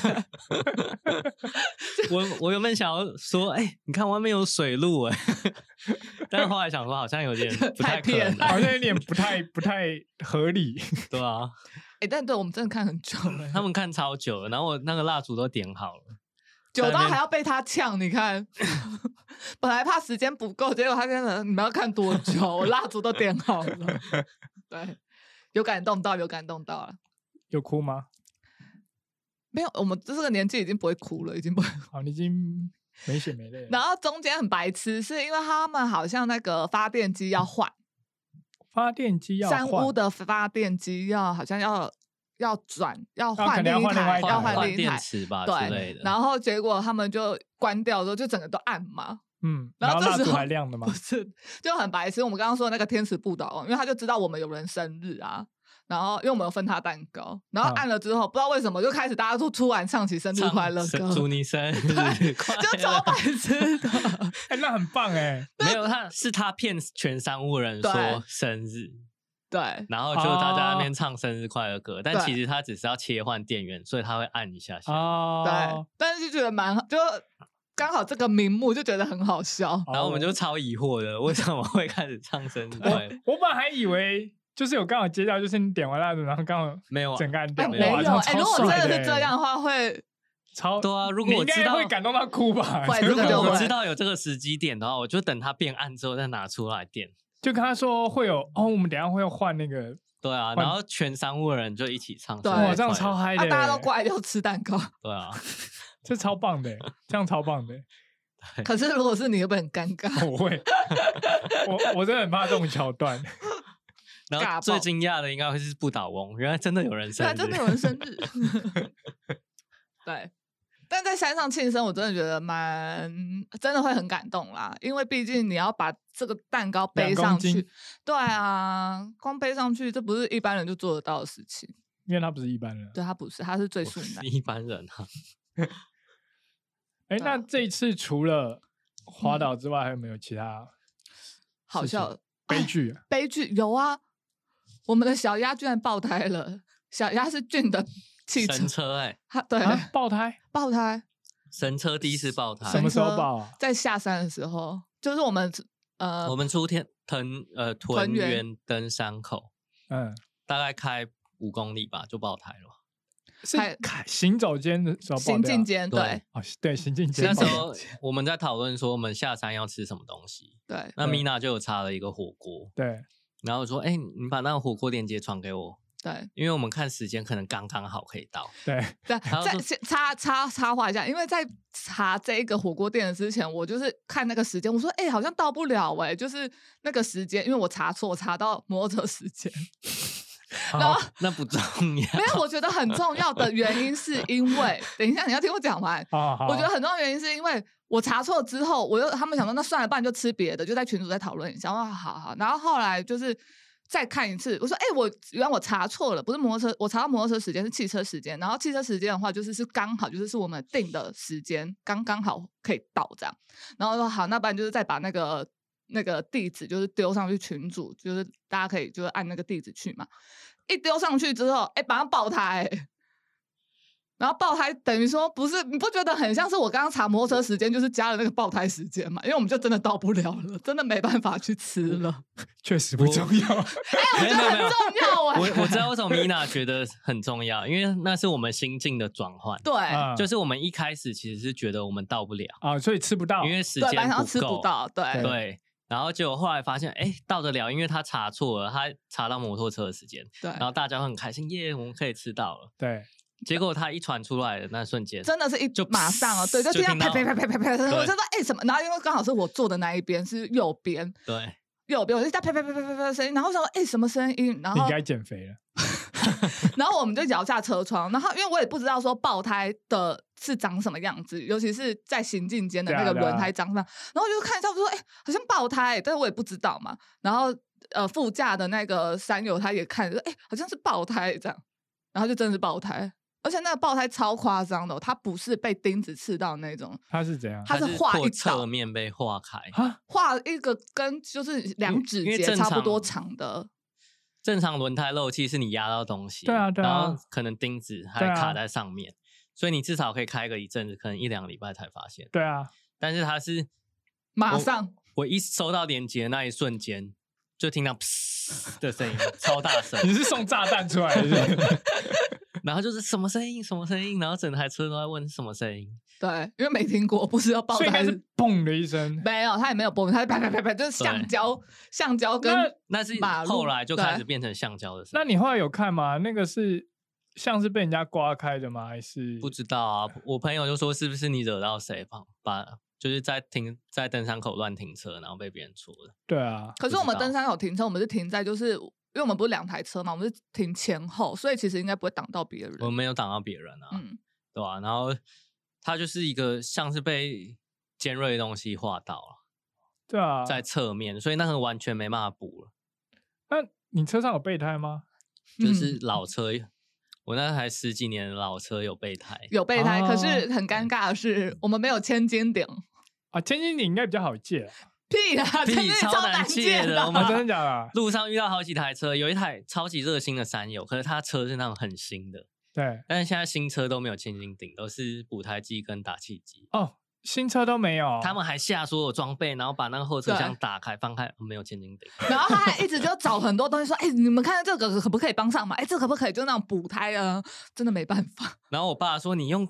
[SPEAKER 3] 我我原本想要说，哎、你看外面有水路哎、但是后来想说好像有点 不
[SPEAKER 1] 太
[SPEAKER 3] 太可
[SPEAKER 1] 偏
[SPEAKER 3] 能，
[SPEAKER 2] 好像有点不太不太合理。
[SPEAKER 3] 对啊，
[SPEAKER 1] 哎、但对我们真的看很久了，
[SPEAKER 3] 他们看超久了，然后我那个蜡烛都点好了，
[SPEAKER 1] 久到
[SPEAKER 3] 在那边
[SPEAKER 1] 还要被他呛，你看， 本来怕时间不够，结果他现在你们要看多久？ 我蜡烛都点好了，对，有感动到，有感动到了。
[SPEAKER 2] 有哭吗？
[SPEAKER 1] 没有，我们这个年纪已经不会哭了，已经不会哭。
[SPEAKER 2] 好，你已经没血没泪了。
[SPEAKER 1] 然后中间很白痴，是因为他们好像那个发电机要换，
[SPEAKER 2] 发电机嗯要
[SPEAKER 1] 三
[SPEAKER 2] 换
[SPEAKER 1] 屋的发电机要好像要要转要
[SPEAKER 2] 可
[SPEAKER 1] 换
[SPEAKER 2] 能要
[SPEAKER 1] 另一
[SPEAKER 2] 换另外
[SPEAKER 1] 台，
[SPEAKER 2] 一
[SPEAKER 1] 要
[SPEAKER 2] 台
[SPEAKER 1] 换另一
[SPEAKER 3] 电
[SPEAKER 1] 台。
[SPEAKER 3] 池吧之类
[SPEAKER 1] 对
[SPEAKER 3] 的，，
[SPEAKER 1] 然后结果他们就关掉之后，就整个都暗嘛，
[SPEAKER 2] 嗯，
[SPEAKER 1] 然后
[SPEAKER 2] 然后
[SPEAKER 1] 这
[SPEAKER 2] 蜡
[SPEAKER 1] 时
[SPEAKER 2] 烛
[SPEAKER 1] 候
[SPEAKER 2] 还亮的嘛
[SPEAKER 1] 不，是就很白痴。我们刚刚说的那个天使不倒翁，因为他就知道我们有人生日啊，然后因为我们有分他蛋糕，然后
[SPEAKER 2] 嗯
[SPEAKER 1] 按了之后，不知道为什么就开始大家都突然唱起生日
[SPEAKER 3] 唱
[SPEAKER 1] 快乐
[SPEAKER 3] 生
[SPEAKER 1] 歌，
[SPEAKER 3] 祝你 生日快
[SPEAKER 1] 就超
[SPEAKER 3] 乐。
[SPEAKER 1] 白痴的。
[SPEAKER 2] 哎，那很棒 哎，
[SPEAKER 3] 没有，他是他骗全商务人
[SPEAKER 1] 对
[SPEAKER 3] 说生日，
[SPEAKER 1] 对
[SPEAKER 3] 然后就大家在那边
[SPEAKER 2] 哦
[SPEAKER 3] 唱生日快乐歌，但
[SPEAKER 1] 对
[SPEAKER 3] 其实他只是要切换电源，所以他会按一下下。
[SPEAKER 2] 哦
[SPEAKER 1] 对，，但是就觉得蛮就刚好这个名目就觉得很好 笑。
[SPEAKER 3] 然后我们就超疑惑的，为什么会开始唱生日 快乐？
[SPEAKER 2] 我本来还以为就是有刚好接到，就是你点完蜡烛，然后刚好
[SPEAKER 3] 没有啊
[SPEAKER 2] 整个按
[SPEAKER 1] 哎，
[SPEAKER 2] 掉，
[SPEAKER 1] 没有
[SPEAKER 2] 哇超
[SPEAKER 1] 哎，如果
[SPEAKER 2] 超
[SPEAKER 1] 真
[SPEAKER 2] 帅
[SPEAKER 1] 的是
[SPEAKER 2] 欸
[SPEAKER 1] 这样的话，会
[SPEAKER 2] 超
[SPEAKER 3] 对啊，如
[SPEAKER 2] 你
[SPEAKER 3] 果我
[SPEAKER 2] 应
[SPEAKER 3] 知
[SPEAKER 2] 该
[SPEAKER 3] 道，
[SPEAKER 2] 会感动到哭吧？
[SPEAKER 1] 会哎这
[SPEAKER 3] 如果
[SPEAKER 1] 个就
[SPEAKER 3] 我
[SPEAKER 1] 会
[SPEAKER 3] 知道有这个时机点的话，我就等它变暗之后再拿出来电。
[SPEAKER 2] 就跟他说会有哦，我们等一下会要换那个，
[SPEAKER 3] 对啊，
[SPEAKER 2] 换
[SPEAKER 3] 然后全商务的人就一起唱生
[SPEAKER 1] 对
[SPEAKER 3] 日快乐。
[SPEAKER 2] 哇，这样超嗨
[SPEAKER 1] 啊
[SPEAKER 2] 的，欸
[SPEAKER 1] 大家都，过来就吃蛋糕。
[SPEAKER 3] 对啊，
[SPEAKER 2] 这超棒的，欸这样超棒的，欸
[SPEAKER 1] 可是如果是你，会不会很尴尬？
[SPEAKER 2] 我会， 我我真的很怕这种桥段，
[SPEAKER 3] 然
[SPEAKER 1] 尬
[SPEAKER 3] 后
[SPEAKER 1] 爆
[SPEAKER 3] 最惊讶的应该会是不倒翁，原来真的有人
[SPEAKER 1] 对
[SPEAKER 3] 生
[SPEAKER 1] 啊，
[SPEAKER 3] 日，
[SPEAKER 1] 真的有人生日。 对，但在山上庆生，我真的觉得蛮真的会很感动啦，因为毕竟你要把这个蛋糕背
[SPEAKER 2] 两公
[SPEAKER 1] 上
[SPEAKER 2] 斤
[SPEAKER 1] 去，对啊，光背上去，这不是一般人就做得到的事情。
[SPEAKER 2] 因为他不是一般人。
[SPEAKER 1] 对他不是，他是最
[SPEAKER 3] 我
[SPEAKER 1] 素
[SPEAKER 3] 是
[SPEAKER 1] 难。
[SPEAKER 3] 一般人啊。
[SPEAKER 2] 哎，那
[SPEAKER 1] 对啊
[SPEAKER 2] 这一次除了滑倒之外，还有没有其他
[SPEAKER 1] 好
[SPEAKER 2] 事情
[SPEAKER 1] 笑，
[SPEAKER 2] 悲剧啊？
[SPEAKER 1] 悲剧有啊，我们的小鸭居然爆胎了。小鸭是俊 的汽车
[SPEAKER 3] 神，车哎、
[SPEAKER 1] 它对、
[SPEAKER 2] 啊爆胎
[SPEAKER 1] 爆胎，
[SPEAKER 3] 神车第一次爆胎，
[SPEAKER 2] 什么时候
[SPEAKER 1] 车
[SPEAKER 2] 爆啊？哦
[SPEAKER 1] 在下山的时候，就是我们呃
[SPEAKER 3] 我们出天藤呃
[SPEAKER 1] 屯
[SPEAKER 3] 屯
[SPEAKER 1] 园
[SPEAKER 3] 园登山口，
[SPEAKER 2] 嗯，
[SPEAKER 3] 大概开五公里吧就爆胎了。
[SPEAKER 2] 是
[SPEAKER 1] 还
[SPEAKER 2] 开行走间的时候爆
[SPEAKER 1] 行
[SPEAKER 2] 掉
[SPEAKER 1] 进，间，
[SPEAKER 3] 对
[SPEAKER 1] 对
[SPEAKER 2] 哦，对，行进间
[SPEAKER 3] 那
[SPEAKER 2] 爆
[SPEAKER 3] 时
[SPEAKER 2] 掉。
[SPEAKER 3] 候我们在讨论说我们下山要吃什么东西，
[SPEAKER 1] 对，
[SPEAKER 3] 那
[SPEAKER 2] 对
[SPEAKER 3] 米娜就有查了一个火锅，
[SPEAKER 2] 对，
[SPEAKER 3] 然后我说：“哎、你把那个火锅链接传给我，
[SPEAKER 1] 对
[SPEAKER 3] 因为我们看时间可能刚刚好可以到。
[SPEAKER 2] 对，
[SPEAKER 1] 对，
[SPEAKER 3] 还有
[SPEAKER 1] 在
[SPEAKER 3] 说
[SPEAKER 1] 先插插插话一下，因为在查这一个火锅店的之前，我就是看那个时间，我说哎、好像到不了哎、就是那个时间，因为我查错，我查到摩托车时间。 哦
[SPEAKER 2] 好，”
[SPEAKER 3] 那不重要，
[SPEAKER 1] 没有，我觉得很重要的原因是因为，等一下你要听我讲完。
[SPEAKER 2] 啊，好，
[SPEAKER 1] 我觉得很重要的原因是因为我查错之后，我又他们想说那算了，不然就吃别的，就在群组再讨论一下。我说好好，然后后来就是再看一次，我说哎、我原来我查错了，不是摩托车，我查到摩托车时间是汽车时间，然后汽车时间的话就是是刚好就是是我们定的时间，刚刚好可以到这样。然后说好，那不然就是再把那个。那个地址就是丢上去群组，就是大家可以就是按那个地址去嘛。一丢上去之后，哎、马上爆胎、然后爆胎等于说不是，你不觉得很像是我刚刚查摩托车时间，就是加了那个爆胎时间嘛？因为我们就真的到不了了，真的没办法去吃了，
[SPEAKER 2] 确实不重要。
[SPEAKER 3] 嗯 没有没有没
[SPEAKER 1] 很
[SPEAKER 3] 有。
[SPEAKER 1] 重要哎、
[SPEAKER 3] 我我知道为什么米娜觉得很重要，因为那是我们心境的转换。
[SPEAKER 1] 对、
[SPEAKER 2] 啊
[SPEAKER 3] 哎就是我们一开始其实是觉得我们到不了，
[SPEAKER 2] 啊，所以吃不到，
[SPEAKER 3] 因为时
[SPEAKER 1] 哦对，
[SPEAKER 3] 间
[SPEAKER 1] 晚上吃不
[SPEAKER 3] 够。
[SPEAKER 1] 到，对
[SPEAKER 2] 对
[SPEAKER 3] 对，然后结果后来发现，哎，到得了，因为他查错了，他查到摩托车的时间，
[SPEAKER 1] 对
[SPEAKER 3] 然后大家会很开心，耶，我们可以吃到了。
[SPEAKER 2] 对，
[SPEAKER 3] 结果他一传出来的那瞬间，
[SPEAKER 1] 真的是一
[SPEAKER 3] 就
[SPEAKER 1] 马上了，对，就
[SPEAKER 3] 就
[SPEAKER 1] 听到
[SPEAKER 3] 听
[SPEAKER 1] 啪
[SPEAKER 3] 到
[SPEAKER 1] 啪啪啪啪啪，
[SPEAKER 3] 对
[SPEAKER 1] 我就说哎、什么？然后因为刚好是我坐的那一边是右边，
[SPEAKER 3] 对，
[SPEAKER 1] 右边我就在啪啪啪啪啪啪的声音，然后我想说哎、什么声音？然
[SPEAKER 2] 你
[SPEAKER 1] 后
[SPEAKER 2] 应该减肥了。
[SPEAKER 1] 然后我们就摇下车窗，然后因为我也不知道说爆胎的是长什么样子，尤其是在行进间的那个
[SPEAKER 2] 对啊对啊
[SPEAKER 1] 轮胎长什么样，然后我就看一下，我说哎、好像爆胎，但是我也不知道嘛。然后呃，副驾的那个山友他也看，说哎、好像是爆胎这样，然后就真的是爆胎，而且那个爆胎超夸张的哦、它不是被钉子刺到那种，
[SPEAKER 2] 他是怎样？
[SPEAKER 1] 它
[SPEAKER 3] 它
[SPEAKER 1] 是
[SPEAKER 3] 是
[SPEAKER 1] 画
[SPEAKER 3] 破
[SPEAKER 1] 一道
[SPEAKER 3] 侧面被划开。
[SPEAKER 2] 啊，
[SPEAKER 1] 画一个跟就是两指
[SPEAKER 3] 因为
[SPEAKER 1] 节
[SPEAKER 3] 正
[SPEAKER 1] 差不
[SPEAKER 3] 常
[SPEAKER 1] 多长的，
[SPEAKER 3] 正常轮胎漏气是你压到东西，
[SPEAKER 2] 对啊对啊
[SPEAKER 3] 然后可能钉子还
[SPEAKER 2] 对啊
[SPEAKER 3] 卡在上面，所以你至少可以开个一阵子，可能一两个礼拜才发现。
[SPEAKER 2] 对啊，
[SPEAKER 3] 但是它是
[SPEAKER 1] 马
[SPEAKER 3] 我
[SPEAKER 1] 上
[SPEAKER 3] 我一收到链接那一瞬间，就听到噗的声音，超大 声，
[SPEAKER 2] 你是送炸弹出来的是不 是？
[SPEAKER 3] 然后就是什么声音，什么声音，然后整台车都在问是什么声音，
[SPEAKER 1] 对，因为没听过，不知道爆
[SPEAKER 2] 所以应
[SPEAKER 1] 胎
[SPEAKER 2] 该
[SPEAKER 1] 是
[SPEAKER 2] 是砰的一声。
[SPEAKER 1] 没有，他也没有波纹，他是啪啪啪啪，就是橡
[SPEAKER 3] 对
[SPEAKER 1] 胶、橡胶跟
[SPEAKER 2] 那
[SPEAKER 3] 那是
[SPEAKER 1] 马路
[SPEAKER 3] 后来就开始
[SPEAKER 1] 对
[SPEAKER 3] 变成橡胶的声
[SPEAKER 2] 那
[SPEAKER 3] 音。
[SPEAKER 2] 你后来有看吗？那个是像是被人家刮开的吗？还是
[SPEAKER 3] 不知道啊，我朋友就说是不是你惹到谁吧？把就是在停在登山口乱停车，然后被别人戳的。
[SPEAKER 2] 对啊，
[SPEAKER 1] 可是
[SPEAKER 3] 不
[SPEAKER 1] 我
[SPEAKER 3] 知
[SPEAKER 1] 们登
[SPEAKER 3] 道
[SPEAKER 1] 山口停车，我们是停在就是因为我们不是两台车嘛，我们是停前后，所以其实应该不会挡到别人。
[SPEAKER 3] 我没有挡到别人啊，
[SPEAKER 1] 嗯，
[SPEAKER 3] 对吧、然后他就是一个像是被尖锐的东西划到了，
[SPEAKER 2] 对啊。
[SPEAKER 3] 在侧面，所以那个完全没办法补了，
[SPEAKER 2] 那你车上有备胎吗？
[SPEAKER 1] 嗯
[SPEAKER 3] 就是老车。我那台十几年的老车有备胎，
[SPEAKER 1] 有备胎，可是
[SPEAKER 2] 哦
[SPEAKER 1] 很尴尬的是，我们没有千斤顶。
[SPEAKER 2] 啊，千斤顶应该比较好借
[SPEAKER 1] 屁啊！
[SPEAKER 3] 屁
[SPEAKER 1] 千斤顶
[SPEAKER 3] 超难
[SPEAKER 1] 难
[SPEAKER 3] 借的
[SPEAKER 1] 的，
[SPEAKER 2] 啊，
[SPEAKER 3] 我们
[SPEAKER 2] 真的假的？
[SPEAKER 3] 路上遇到好几台车，有一台超级热心的山友，可是他车是那种很新的，
[SPEAKER 2] 对
[SPEAKER 3] 但是现在新车都没有千斤顶，都是补胎机跟打气机。
[SPEAKER 2] 哦，新车都没有，
[SPEAKER 3] 他们还下所有装备，然后把那个后车
[SPEAKER 1] 对
[SPEAKER 3] 厢打开翻开，哦没有千斤顶。
[SPEAKER 1] 然后他还一直就找很多东西说：“哎、你们看这个可不可以帮上忙？哎、这可不可以就那种补胎啊？”真的没办法，
[SPEAKER 3] 然后我爸说：“你用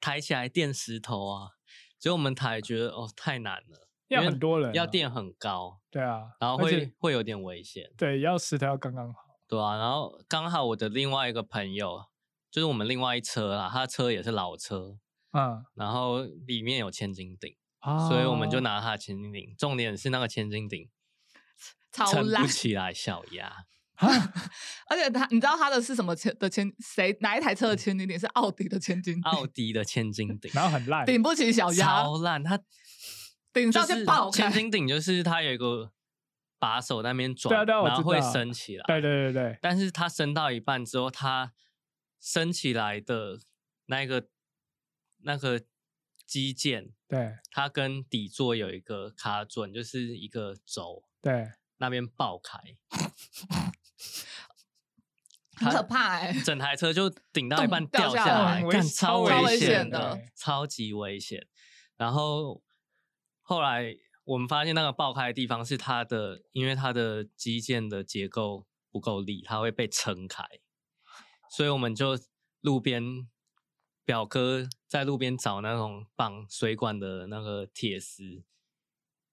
[SPEAKER 3] 抬起来垫石头啊。”所以我们抬觉得哦太难了，
[SPEAKER 2] 要
[SPEAKER 3] 因为
[SPEAKER 2] 很多人啊
[SPEAKER 3] 要垫很高，
[SPEAKER 2] 对啊，
[SPEAKER 3] 然后
[SPEAKER 2] 而且
[SPEAKER 3] 会会有点危险，
[SPEAKER 2] 对要石头要刚刚好，
[SPEAKER 3] 对啊。然后刚好我的另外一个朋友，就是我们另外一车啦，他的车也是老车，
[SPEAKER 2] 嗯
[SPEAKER 3] 然后里面有千斤顶，
[SPEAKER 2] 啊，
[SPEAKER 3] 所以我们就拿他的千斤顶。重点是那个千斤顶
[SPEAKER 1] 超
[SPEAKER 3] 撑
[SPEAKER 1] 烂
[SPEAKER 3] 不。起来小 鸭。
[SPEAKER 1] 而且他，你知道他的是什么千的千谁哪一台车的千斤顶是奥迪的千斤顶，
[SPEAKER 3] 奥迪的千斤顶，
[SPEAKER 2] 哦然后很烂，
[SPEAKER 1] 顶不起小鸭，
[SPEAKER 3] 超 烂，它
[SPEAKER 1] 顶上
[SPEAKER 3] 就是
[SPEAKER 1] 去爆开
[SPEAKER 3] 千。斤顶就是它有一个把手在那边转，
[SPEAKER 2] 对啊对啊我
[SPEAKER 3] 然后
[SPEAKER 2] 知
[SPEAKER 3] 会
[SPEAKER 2] 道
[SPEAKER 3] 升起来。
[SPEAKER 2] 对对对对，
[SPEAKER 3] 但是它升到一半之后，它升起来的那一个那个肌腱，
[SPEAKER 2] 对
[SPEAKER 3] 它跟底座有一个卡准，就是一个轴
[SPEAKER 2] 对，
[SPEAKER 3] 那边爆开，
[SPEAKER 1] 很可怕哎、
[SPEAKER 3] 整台车就顶到一
[SPEAKER 1] 咚
[SPEAKER 3] 半
[SPEAKER 1] 掉
[SPEAKER 3] 下
[SPEAKER 1] 下来
[SPEAKER 3] 来，
[SPEAKER 2] 很危
[SPEAKER 3] 干
[SPEAKER 2] 超
[SPEAKER 1] 危
[SPEAKER 3] 危
[SPEAKER 1] 险
[SPEAKER 3] 险
[SPEAKER 1] 的
[SPEAKER 2] 对
[SPEAKER 3] 超级危险。然后后来我们发现那个爆开的地方是它的，因为它的基建的结构不够力，它会被撑开，所以我们就路边表哥在路边找那种绑水管的那个铁丝，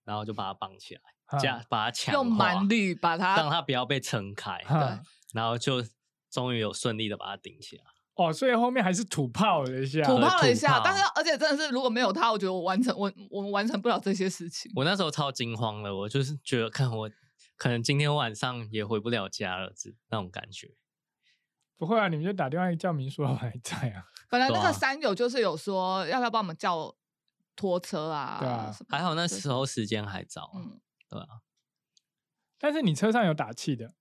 [SPEAKER 3] 然后就把它绑起来，
[SPEAKER 2] 嗯
[SPEAKER 3] 加、把它 强
[SPEAKER 1] 用
[SPEAKER 3] 化
[SPEAKER 1] 蛮力把它
[SPEAKER 3] 让它不要被撑开。
[SPEAKER 2] 嗯
[SPEAKER 3] 然后就终于有顺利的把它顶起来。
[SPEAKER 2] 哦，所以后面还是土炮了一下，
[SPEAKER 1] 土炮了一
[SPEAKER 3] 对
[SPEAKER 1] 下
[SPEAKER 3] 土炮，
[SPEAKER 1] 但是而且真的是如果没有他，我觉得我完成我我们完成不了这些事情。
[SPEAKER 3] 我那时候超惊慌了，我就是觉得看我可能今天晚上也回不了家了，这那种感觉。
[SPEAKER 2] 不会啊，你们就打电话叫民宿老板还在啊，
[SPEAKER 1] 本来那
[SPEAKER 3] 对啊
[SPEAKER 1] 个山友就是有说要不要帮我们叫拖车啊，
[SPEAKER 2] 对啊
[SPEAKER 1] 什么
[SPEAKER 3] 还好那
[SPEAKER 1] 对
[SPEAKER 3] 时候时间还早啊、
[SPEAKER 1] 嗯，
[SPEAKER 2] 但是你车上有打气的，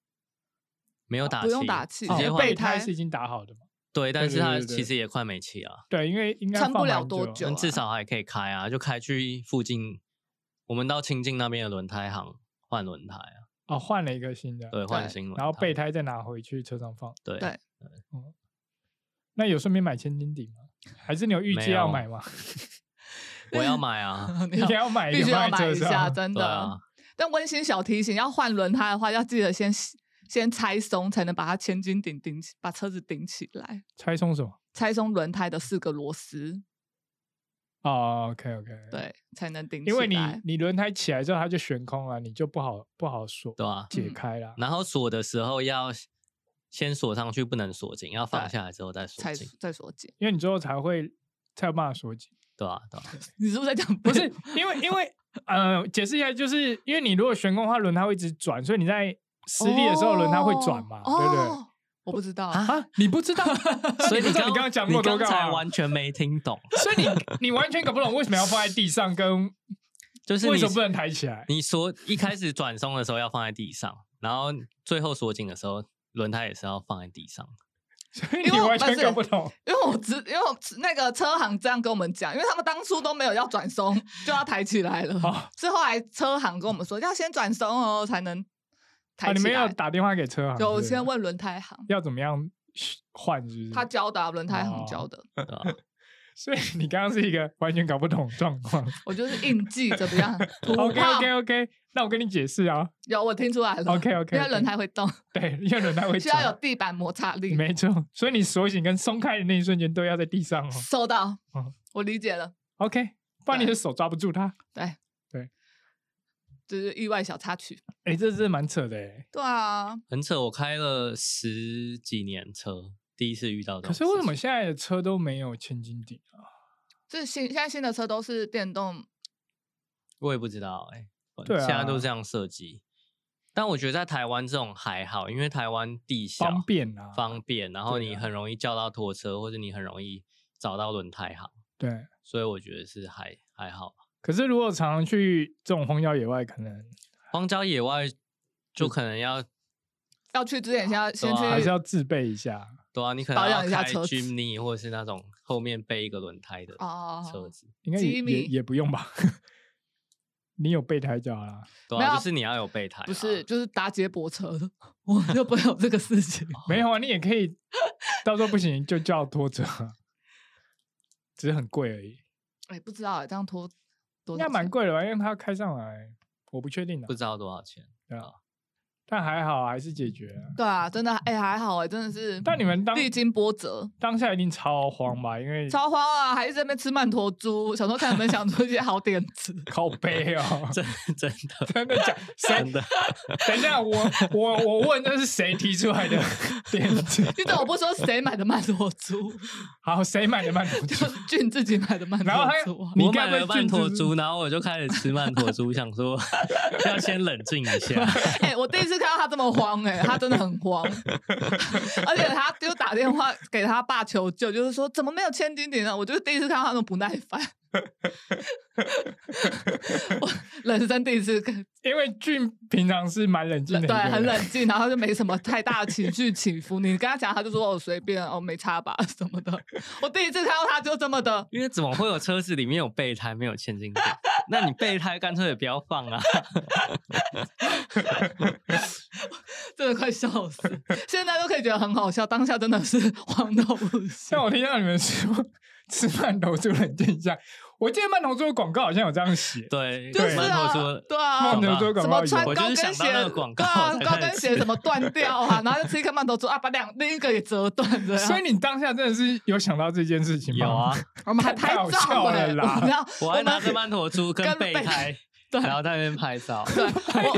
[SPEAKER 3] 没有打
[SPEAKER 1] 哦
[SPEAKER 3] 气，
[SPEAKER 1] 不用打气
[SPEAKER 3] 直接
[SPEAKER 1] 哦
[SPEAKER 3] 换
[SPEAKER 1] 备
[SPEAKER 2] 备胎
[SPEAKER 1] 胎
[SPEAKER 2] 是已经打好的嘛？
[SPEAKER 3] 对，但是它
[SPEAKER 2] 对对对
[SPEAKER 3] 其实也快没气了，
[SPEAKER 2] 对，因为应该
[SPEAKER 1] 撑不
[SPEAKER 2] 放
[SPEAKER 1] 了
[SPEAKER 2] 蛮
[SPEAKER 1] 多
[SPEAKER 2] 久
[SPEAKER 1] 久
[SPEAKER 3] 但
[SPEAKER 1] 啊
[SPEAKER 3] 至少还可以开啊，就开去附近，我们到清境那边的轮胎行换轮胎啊，
[SPEAKER 2] 哦，换了一个新的，
[SPEAKER 3] 对，换
[SPEAKER 1] 对
[SPEAKER 3] 新轮胎，
[SPEAKER 2] 然后备胎再拿回去车上放。
[SPEAKER 3] 对
[SPEAKER 1] 对
[SPEAKER 2] 那有顺便买千斤顶吗？还是你有预
[SPEAKER 3] 没
[SPEAKER 2] 计要
[SPEAKER 3] 有
[SPEAKER 2] 买吗？
[SPEAKER 3] 我要买啊，
[SPEAKER 1] 你
[SPEAKER 2] 应该
[SPEAKER 1] 要
[SPEAKER 2] 要买一
[SPEAKER 1] 必
[SPEAKER 2] 个
[SPEAKER 1] 须要
[SPEAKER 2] 放在
[SPEAKER 1] 买
[SPEAKER 2] 车
[SPEAKER 1] 一
[SPEAKER 2] 上
[SPEAKER 1] 下，真
[SPEAKER 3] 对
[SPEAKER 1] 的。
[SPEAKER 3] 啊，
[SPEAKER 1] 但温馨小提醒，要换轮胎的话，要记得先先拆松，才能把它千斤顶顶起，把车子顶起来。
[SPEAKER 2] 拆松什么？
[SPEAKER 1] 拆松轮胎的四个螺丝，
[SPEAKER 2] 哦，OK OK，，
[SPEAKER 1] 对，才能顶起来。
[SPEAKER 2] 因为你你轮胎起来之后它就悬空了，你就不好不好锁
[SPEAKER 3] 对啊。
[SPEAKER 2] 解
[SPEAKER 1] 嗯
[SPEAKER 2] 开啦。
[SPEAKER 3] 然后锁的时候要先锁上去，不能锁紧，要放
[SPEAKER 1] 对
[SPEAKER 3] 下来之后再锁
[SPEAKER 1] 才
[SPEAKER 3] 紧，
[SPEAKER 1] 再锁紧，
[SPEAKER 2] 因为你之后才会才有办法锁紧。
[SPEAKER 3] 对啊，对啊。
[SPEAKER 1] 你是不是在讲
[SPEAKER 2] 不
[SPEAKER 1] 废
[SPEAKER 2] 是
[SPEAKER 1] 话？
[SPEAKER 2] 因为因为呃，解释一下，就是因为你如果悬空的话，轮胎会一直转，所以你在施力的时候轮胎会转嘛，
[SPEAKER 1] 哦
[SPEAKER 2] 对不对？
[SPEAKER 1] 哦我不知道，
[SPEAKER 2] 啊，你不 知道，那
[SPEAKER 3] 所以
[SPEAKER 2] 你不知道你刚刚讲过多
[SPEAKER 3] 刚
[SPEAKER 2] 高
[SPEAKER 3] 才
[SPEAKER 2] 啊？
[SPEAKER 3] 完全没听懂，
[SPEAKER 2] 所以你你完全搞不懂为什么要放在地上，跟
[SPEAKER 3] 就是
[SPEAKER 2] 为
[SPEAKER 3] 你
[SPEAKER 2] 什么不能抬起来？
[SPEAKER 3] 你说一开始转松的时候要放在地上，然后最后锁紧的时候，轮胎也是要放在地上。
[SPEAKER 2] 所以
[SPEAKER 1] 因
[SPEAKER 2] 你
[SPEAKER 1] 为我
[SPEAKER 2] 完全
[SPEAKER 1] 不是
[SPEAKER 2] 搞不懂。
[SPEAKER 1] 因为我知，因为我知那个车行这样跟我们讲，因为他们当初都没有要转松，就要抬起来了。
[SPEAKER 2] 哦
[SPEAKER 1] 是后来车行跟我们说，要先转松哦，才能
[SPEAKER 2] 啊，
[SPEAKER 1] 抬
[SPEAKER 2] 你
[SPEAKER 1] 起
[SPEAKER 2] 们
[SPEAKER 1] 来。
[SPEAKER 2] 要打电话给车行，啊
[SPEAKER 1] 就是
[SPEAKER 2] 不是
[SPEAKER 1] 先问轮胎行，
[SPEAKER 2] 要怎么样换，是不是？
[SPEAKER 1] 他教的、啊、轮胎行
[SPEAKER 2] 嗯哦
[SPEAKER 1] 教的，
[SPEAKER 3] 对 啊吧
[SPEAKER 2] 所以你刚刚是一个完全搞不懂的状况。
[SPEAKER 1] 我就是硬记怎 么样土
[SPEAKER 2] OK
[SPEAKER 1] 炮。
[SPEAKER 2] OK OK，那我跟你解释 啊。
[SPEAKER 1] 有我听出来了
[SPEAKER 2] OK，OK，OK
[SPEAKER 1] 因为轮胎会动，
[SPEAKER 2] 对，因为轮 胎会
[SPEAKER 1] 需要
[SPEAKER 2] 转
[SPEAKER 1] 有地板摩擦力。
[SPEAKER 2] 没错，所以你锁紧跟松开的那一瞬间都要在地上哦。
[SPEAKER 1] 收到
[SPEAKER 2] 嗯，
[SPEAKER 1] 我理解了，
[SPEAKER 2] OK，不然你
[SPEAKER 1] 对
[SPEAKER 2] 的手抓不住它。
[SPEAKER 1] 对
[SPEAKER 2] 对，
[SPEAKER 1] 就是意外小插曲。
[SPEAKER 2] 哎，这真的蛮扯的哎。
[SPEAKER 1] 对啊，
[SPEAKER 3] 很扯，我开了十几年车，第一次遇到的。
[SPEAKER 2] 可是为什么现在的车都没有千斤顶啊？
[SPEAKER 1] 这新现在新的车都是电动，
[SPEAKER 3] 我也不知道哎、
[SPEAKER 2] 对
[SPEAKER 3] 现在都
[SPEAKER 2] 啊
[SPEAKER 3] 这样设计。但我觉得在台湾这种还好，因为台湾地小
[SPEAKER 2] 方便啊，
[SPEAKER 3] 方便，然后
[SPEAKER 2] 对
[SPEAKER 3] 你
[SPEAKER 2] 啊
[SPEAKER 3] 很容易叫到拖车，或者你很容易找到轮胎行，
[SPEAKER 2] 对。
[SPEAKER 3] 所以我觉得是还还好。
[SPEAKER 2] 可是如果常常去这种荒郊野外，可能
[SPEAKER 3] 荒郊野外
[SPEAKER 1] 嗯
[SPEAKER 3] 就可能要
[SPEAKER 1] 要去之前先要先
[SPEAKER 3] 对啊
[SPEAKER 1] 去
[SPEAKER 2] 还是要自备一下。
[SPEAKER 3] 对啊，你可
[SPEAKER 1] 保
[SPEAKER 3] 能要
[SPEAKER 1] 养一下
[SPEAKER 3] 开
[SPEAKER 1] 车子
[SPEAKER 3] Jimny 或者是那种后面背一个轮胎的
[SPEAKER 1] 哦
[SPEAKER 3] 车子，
[SPEAKER 2] 应该也也
[SPEAKER 1] Jimmy
[SPEAKER 2] 也不用吧？ 你有备胎就好啦，
[SPEAKER 3] 对
[SPEAKER 1] 没有
[SPEAKER 3] 啊，
[SPEAKER 1] 啊
[SPEAKER 3] 就是你要有备胎啊，
[SPEAKER 1] 不是就是搭接驳车 的，我就不会有这个事情。
[SPEAKER 2] 没有啊，你也可 以，到时候不行就叫拖车啊，只是很贵而已，
[SPEAKER 1] 哎、不知道、欸、这样拖多
[SPEAKER 2] 应
[SPEAKER 1] 少
[SPEAKER 2] 该蛮
[SPEAKER 1] 钱
[SPEAKER 2] 贵的吧？因为它要开上来，我不确定啊的
[SPEAKER 3] 不，知道多少 钱。
[SPEAKER 2] 对啊，但还好啊还是解决了。
[SPEAKER 1] 对啊，真的哎、还好哎、真的是。
[SPEAKER 2] 但你们当
[SPEAKER 1] 历经波折，
[SPEAKER 2] 当下一定超慌吧？因 为
[SPEAKER 1] 超慌啊，还是在那边吃曼陀珠，想说看能不能想出一些好点子。
[SPEAKER 2] 靠背哦，
[SPEAKER 3] 真真的
[SPEAKER 2] 真的假？谁
[SPEAKER 3] 真的，
[SPEAKER 2] 等一下，我我我问这是谁提出 来的点子？
[SPEAKER 1] 你怎么不说谁买的曼陀珠？
[SPEAKER 2] 好，谁买的慢动
[SPEAKER 1] 就
[SPEAKER 2] 作？
[SPEAKER 1] 是俊自己买的曼
[SPEAKER 2] 然后
[SPEAKER 1] 陀
[SPEAKER 2] 他
[SPEAKER 1] 珠啊。
[SPEAKER 2] 你
[SPEAKER 3] 我
[SPEAKER 2] 该
[SPEAKER 3] 买
[SPEAKER 2] 不会
[SPEAKER 3] 了曼
[SPEAKER 2] 进
[SPEAKER 3] 陀
[SPEAKER 2] 就是
[SPEAKER 3] 珠，然后我就开始吃曼陀珠，想 说要先冷静一下。
[SPEAKER 1] 哎、我第一次看到他这么慌、哎，他真的很慌， 而且他就打电话给他爸求救，就是说怎么没有千金顶呢？我就是第一次看到他那么不耐烦， 我人生第一次看，
[SPEAKER 2] 因为俊平常是蛮冷静的，
[SPEAKER 1] 对，很。冷静，然后就没什么太大的情绪起伏。你跟他讲，他就说我随便，哦，没差吧什么的。我第一次看到他就这么的，
[SPEAKER 3] 因为怎么会有车子里面有备胎没有千斤顶？那你备胎干脆也不要放啊！
[SPEAKER 1] 真的快笑死。现在都可以觉得很好笑，当下真的是 慌到不行
[SPEAKER 2] 但。我听到你们说吃慢头猪冷静一下，我记得慢头猪的广告好像有这样写，
[SPEAKER 3] 对，
[SPEAKER 1] 就是
[SPEAKER 3] 曼
[SPEAKER 1] 啊
[SPEAKER 3] 陀珠，
[SPEAKER 1] 对啊
[SPEAKER 2] 慢头猪的广
[SPEAKER 1] 什
[SPEAKER 2] 告
[SPEAKER 1] 么
[SPEAKER 2] 有
[SPEAKER 1] 穿
[SPEAKER 3] 我
[SPEAKER 1] 高
[SPEAKER 3] 就是
[SPEAKER 1] 跟
[SPEAKER 3] 想到
[SPEAKER 1] 鞋，
[SPEAKER 3] 那个广告
[SPEAKER 1] 对啊
[SPEAKER 3] 才，开
[SPEAKER 1] 高
[SPEAKER 3] 始
[SPEAKER 1] 跟鞋什么断掉啊，然后就吃一颗曼陀珠啊，把两另一个也折断这样。
[SPEAKER 2] 所以你当下真的是有想到这件事情吗？
[SPEAKER 3] 有啊，，
[SPEAKER 1] 我们还拍
[SPEAKER 2] 太好
[SPEAKER 1] 照
[SPEAKER 2] 笑
[SPEAKER 1] 哎、
[SPEAKER 2] 了啦
[SPEAKER 1] 我们要
[SPEAKER 3] 我还拿着曼陀珠跟
[SPEAKER 1] 跟
[SPEAKER 3] 备
[SPEAKER 1] 备
[SPEAKER 3] 胎，
[SPEAKER 1] 对
[SPEAKER 3] 然后在那边拍照。
[SPEAKER 1] 对，我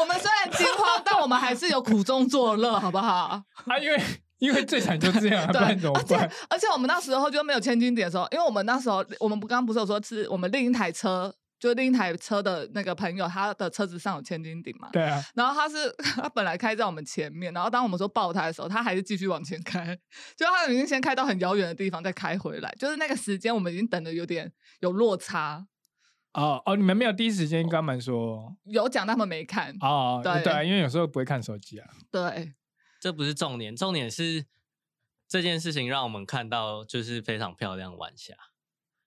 [SPEAKER 1] 我们虽然惊慌，但我们还是有苦中作乐，好不好？
[SPEAKER 2] 啊，因为因为最惨就这样啊，不
[SPEAKER 1] 对
[SPEAKER 2] 然怎么
[SPEAKER 1] 而且
[SPEAKER 2] 办？
[SPEAKER 1] 而且我们那时候就没有千金顶的时候，因为我们那时候我们不刚刚不是有说是我们另一台车，就另一台车的那个朋友，他的车子上有千斤顶嘛。
[SPEAKER 2] 对啊，
[SPEAKER 1] 然后他是 他本来开在我们前面，然后当我们说爆胎的时候，他还是继续往前开， 就他已经先开到很遥远的地方再开回来，就是那个时间我们已经等的有点有落差。
[SPEAKER 2] 哦哦，你们没有第一时间跟他们说
[SPEAKER 1] 有讲他们没看，
[SPEAKER 2] 哦，
[SPEAKER 1] 对
[SPEAKER 2] 对啊，因为有时候不会看手机啊，
[SPEAKER 1] 对
[SPEAKER 3] 这不是重点，重点是这件事情让我们看到就是非常漂亮的晚霞。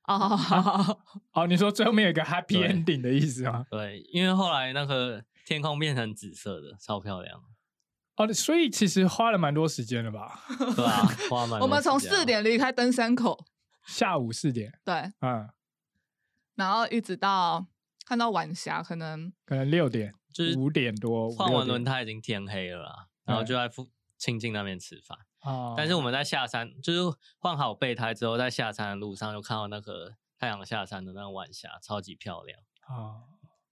[SPEAKER 1] 哦，
[SPEAKER 2] 哦，你说最后面 有一个 happy
[SPEAKER 3] 对
[SPEAKER 2] ending 的意思吗？
[SPEAKER 3] 对，因为后来那个天空变成紫色的，超漂亮，
[SPEAKER 2] 哦，所以其实花了蛮多时间了吧？
[SPEAKER 3] 对啊，花蛮
[SPEAKER 1] 我
[SPEAKER 3] 多
[SPEAKER 1] 们从
[SPEAKER 3] 时间啊
[SPEAKER 1] 四点离开登山口，
[SPEAKER 2] 下午四点，
[SPEAKER 1] 对，
[SPEAKER 2] 嗯，
[SPEAKER 1] 然后一直到看到晚霞，可能
[SPEAKER 2] 可能六点、
[SPEAKER 3] 就是
[SPEAKER 2] 五点多，
[SPEAKER 3] 换完轮
[SPEAKER 2] 胎
[SPEAKER 3] 胎已经天黑了啦，然后
[SPEAKER 2] 对
[SPEAKER 3] 就在附清近那边吃饭。
[SPEAKER 2] 啊，
[SPEAKER 3] 但是我们在下山，就是换好备胎之后，在下山的路上就看到那个太阳下山的那个晚霞，超级漂亮。
[SPEAKER 2] 啊，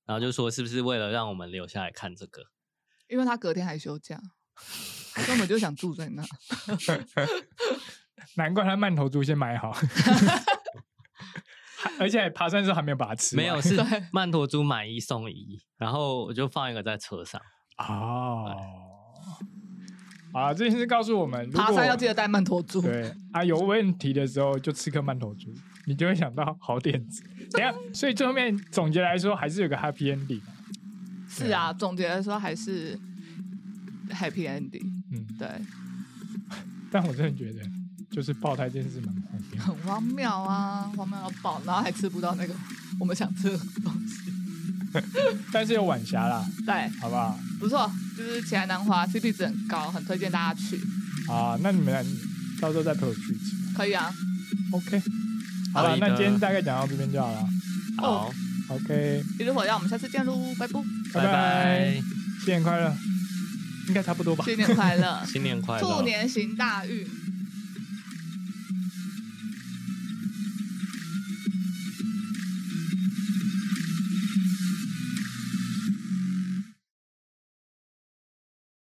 [SPEAKER 3] 然后就说是不是为了让我们留下来看这个？
[SPEAKER 1] 因为他隔天还休假，根本就想住在那。
[SPEAKER 2] 难怪他慢头猪先 买好，而且爬山的时候还没有把它吃完，
[SPEAKER 3] 没有，是
[SPEAKER 1] 对
[SPEAKER 3] 曼陀珠买一送一，然后我就放一个在车上。
[SPEAKER 2] 哦。啊，这件事告诉我们，如
[SPEAKER 1] 爬
[SPEAKER 2] 果
[SPEAKER 1] 山要记得带曼陀珠，
[SPEAKER 2] 对啊，有问题的时候就吃颗慢头猪，你就会想到好点子。等一下，所以最后面总结来说，还是有个 happy ending。
[SPEAKER 1] 是啊，总结来说还是 happy ending，
[SPEAKER 2] 嗯，
[SPEAKER 1] 对。
[SPEAKER 2] 但我真的觉得，就是爆胎这件事蛮荒谬。
[SPEAKER 1] 很荒谬啊，荒谬到爆，然后还吃不到那个我们想吃的东西。
[SPEAKER 2] 但是有晚霞啦，
[SPEAKER 1] 对，
[SPEAKER 2] 好不好？
[SPEAKER 1] 不错，就是奇南南华 CP 值很高，很推荐大家去。
[SPEAKER 2] 啊，那你们到时候再陪我去一次。
[SPEAKER 1] 可以啊，
[SPEAKER 2] OK，好了
[SPEAKER 3] 好，的
[SPEAKER 2] 那今天大概讲到这边就好了。
[SPEAKER 1] 哦
[SPEAKER 3] 好，
[SPEAKER 2] OK，
[SPEAKER 1] 一日火药，我们下次见喽，拜拜，
[SPEAKER 2] 拜
[SPEAKER 3] 拜拜，
[SPEAKER 2] 新年快乐，应该差不多吧。
[SPEAKER 1] 新年快乐
[SPEAKER 3] ，新年快乐！
[SPEAKER 1] 兔年行大运，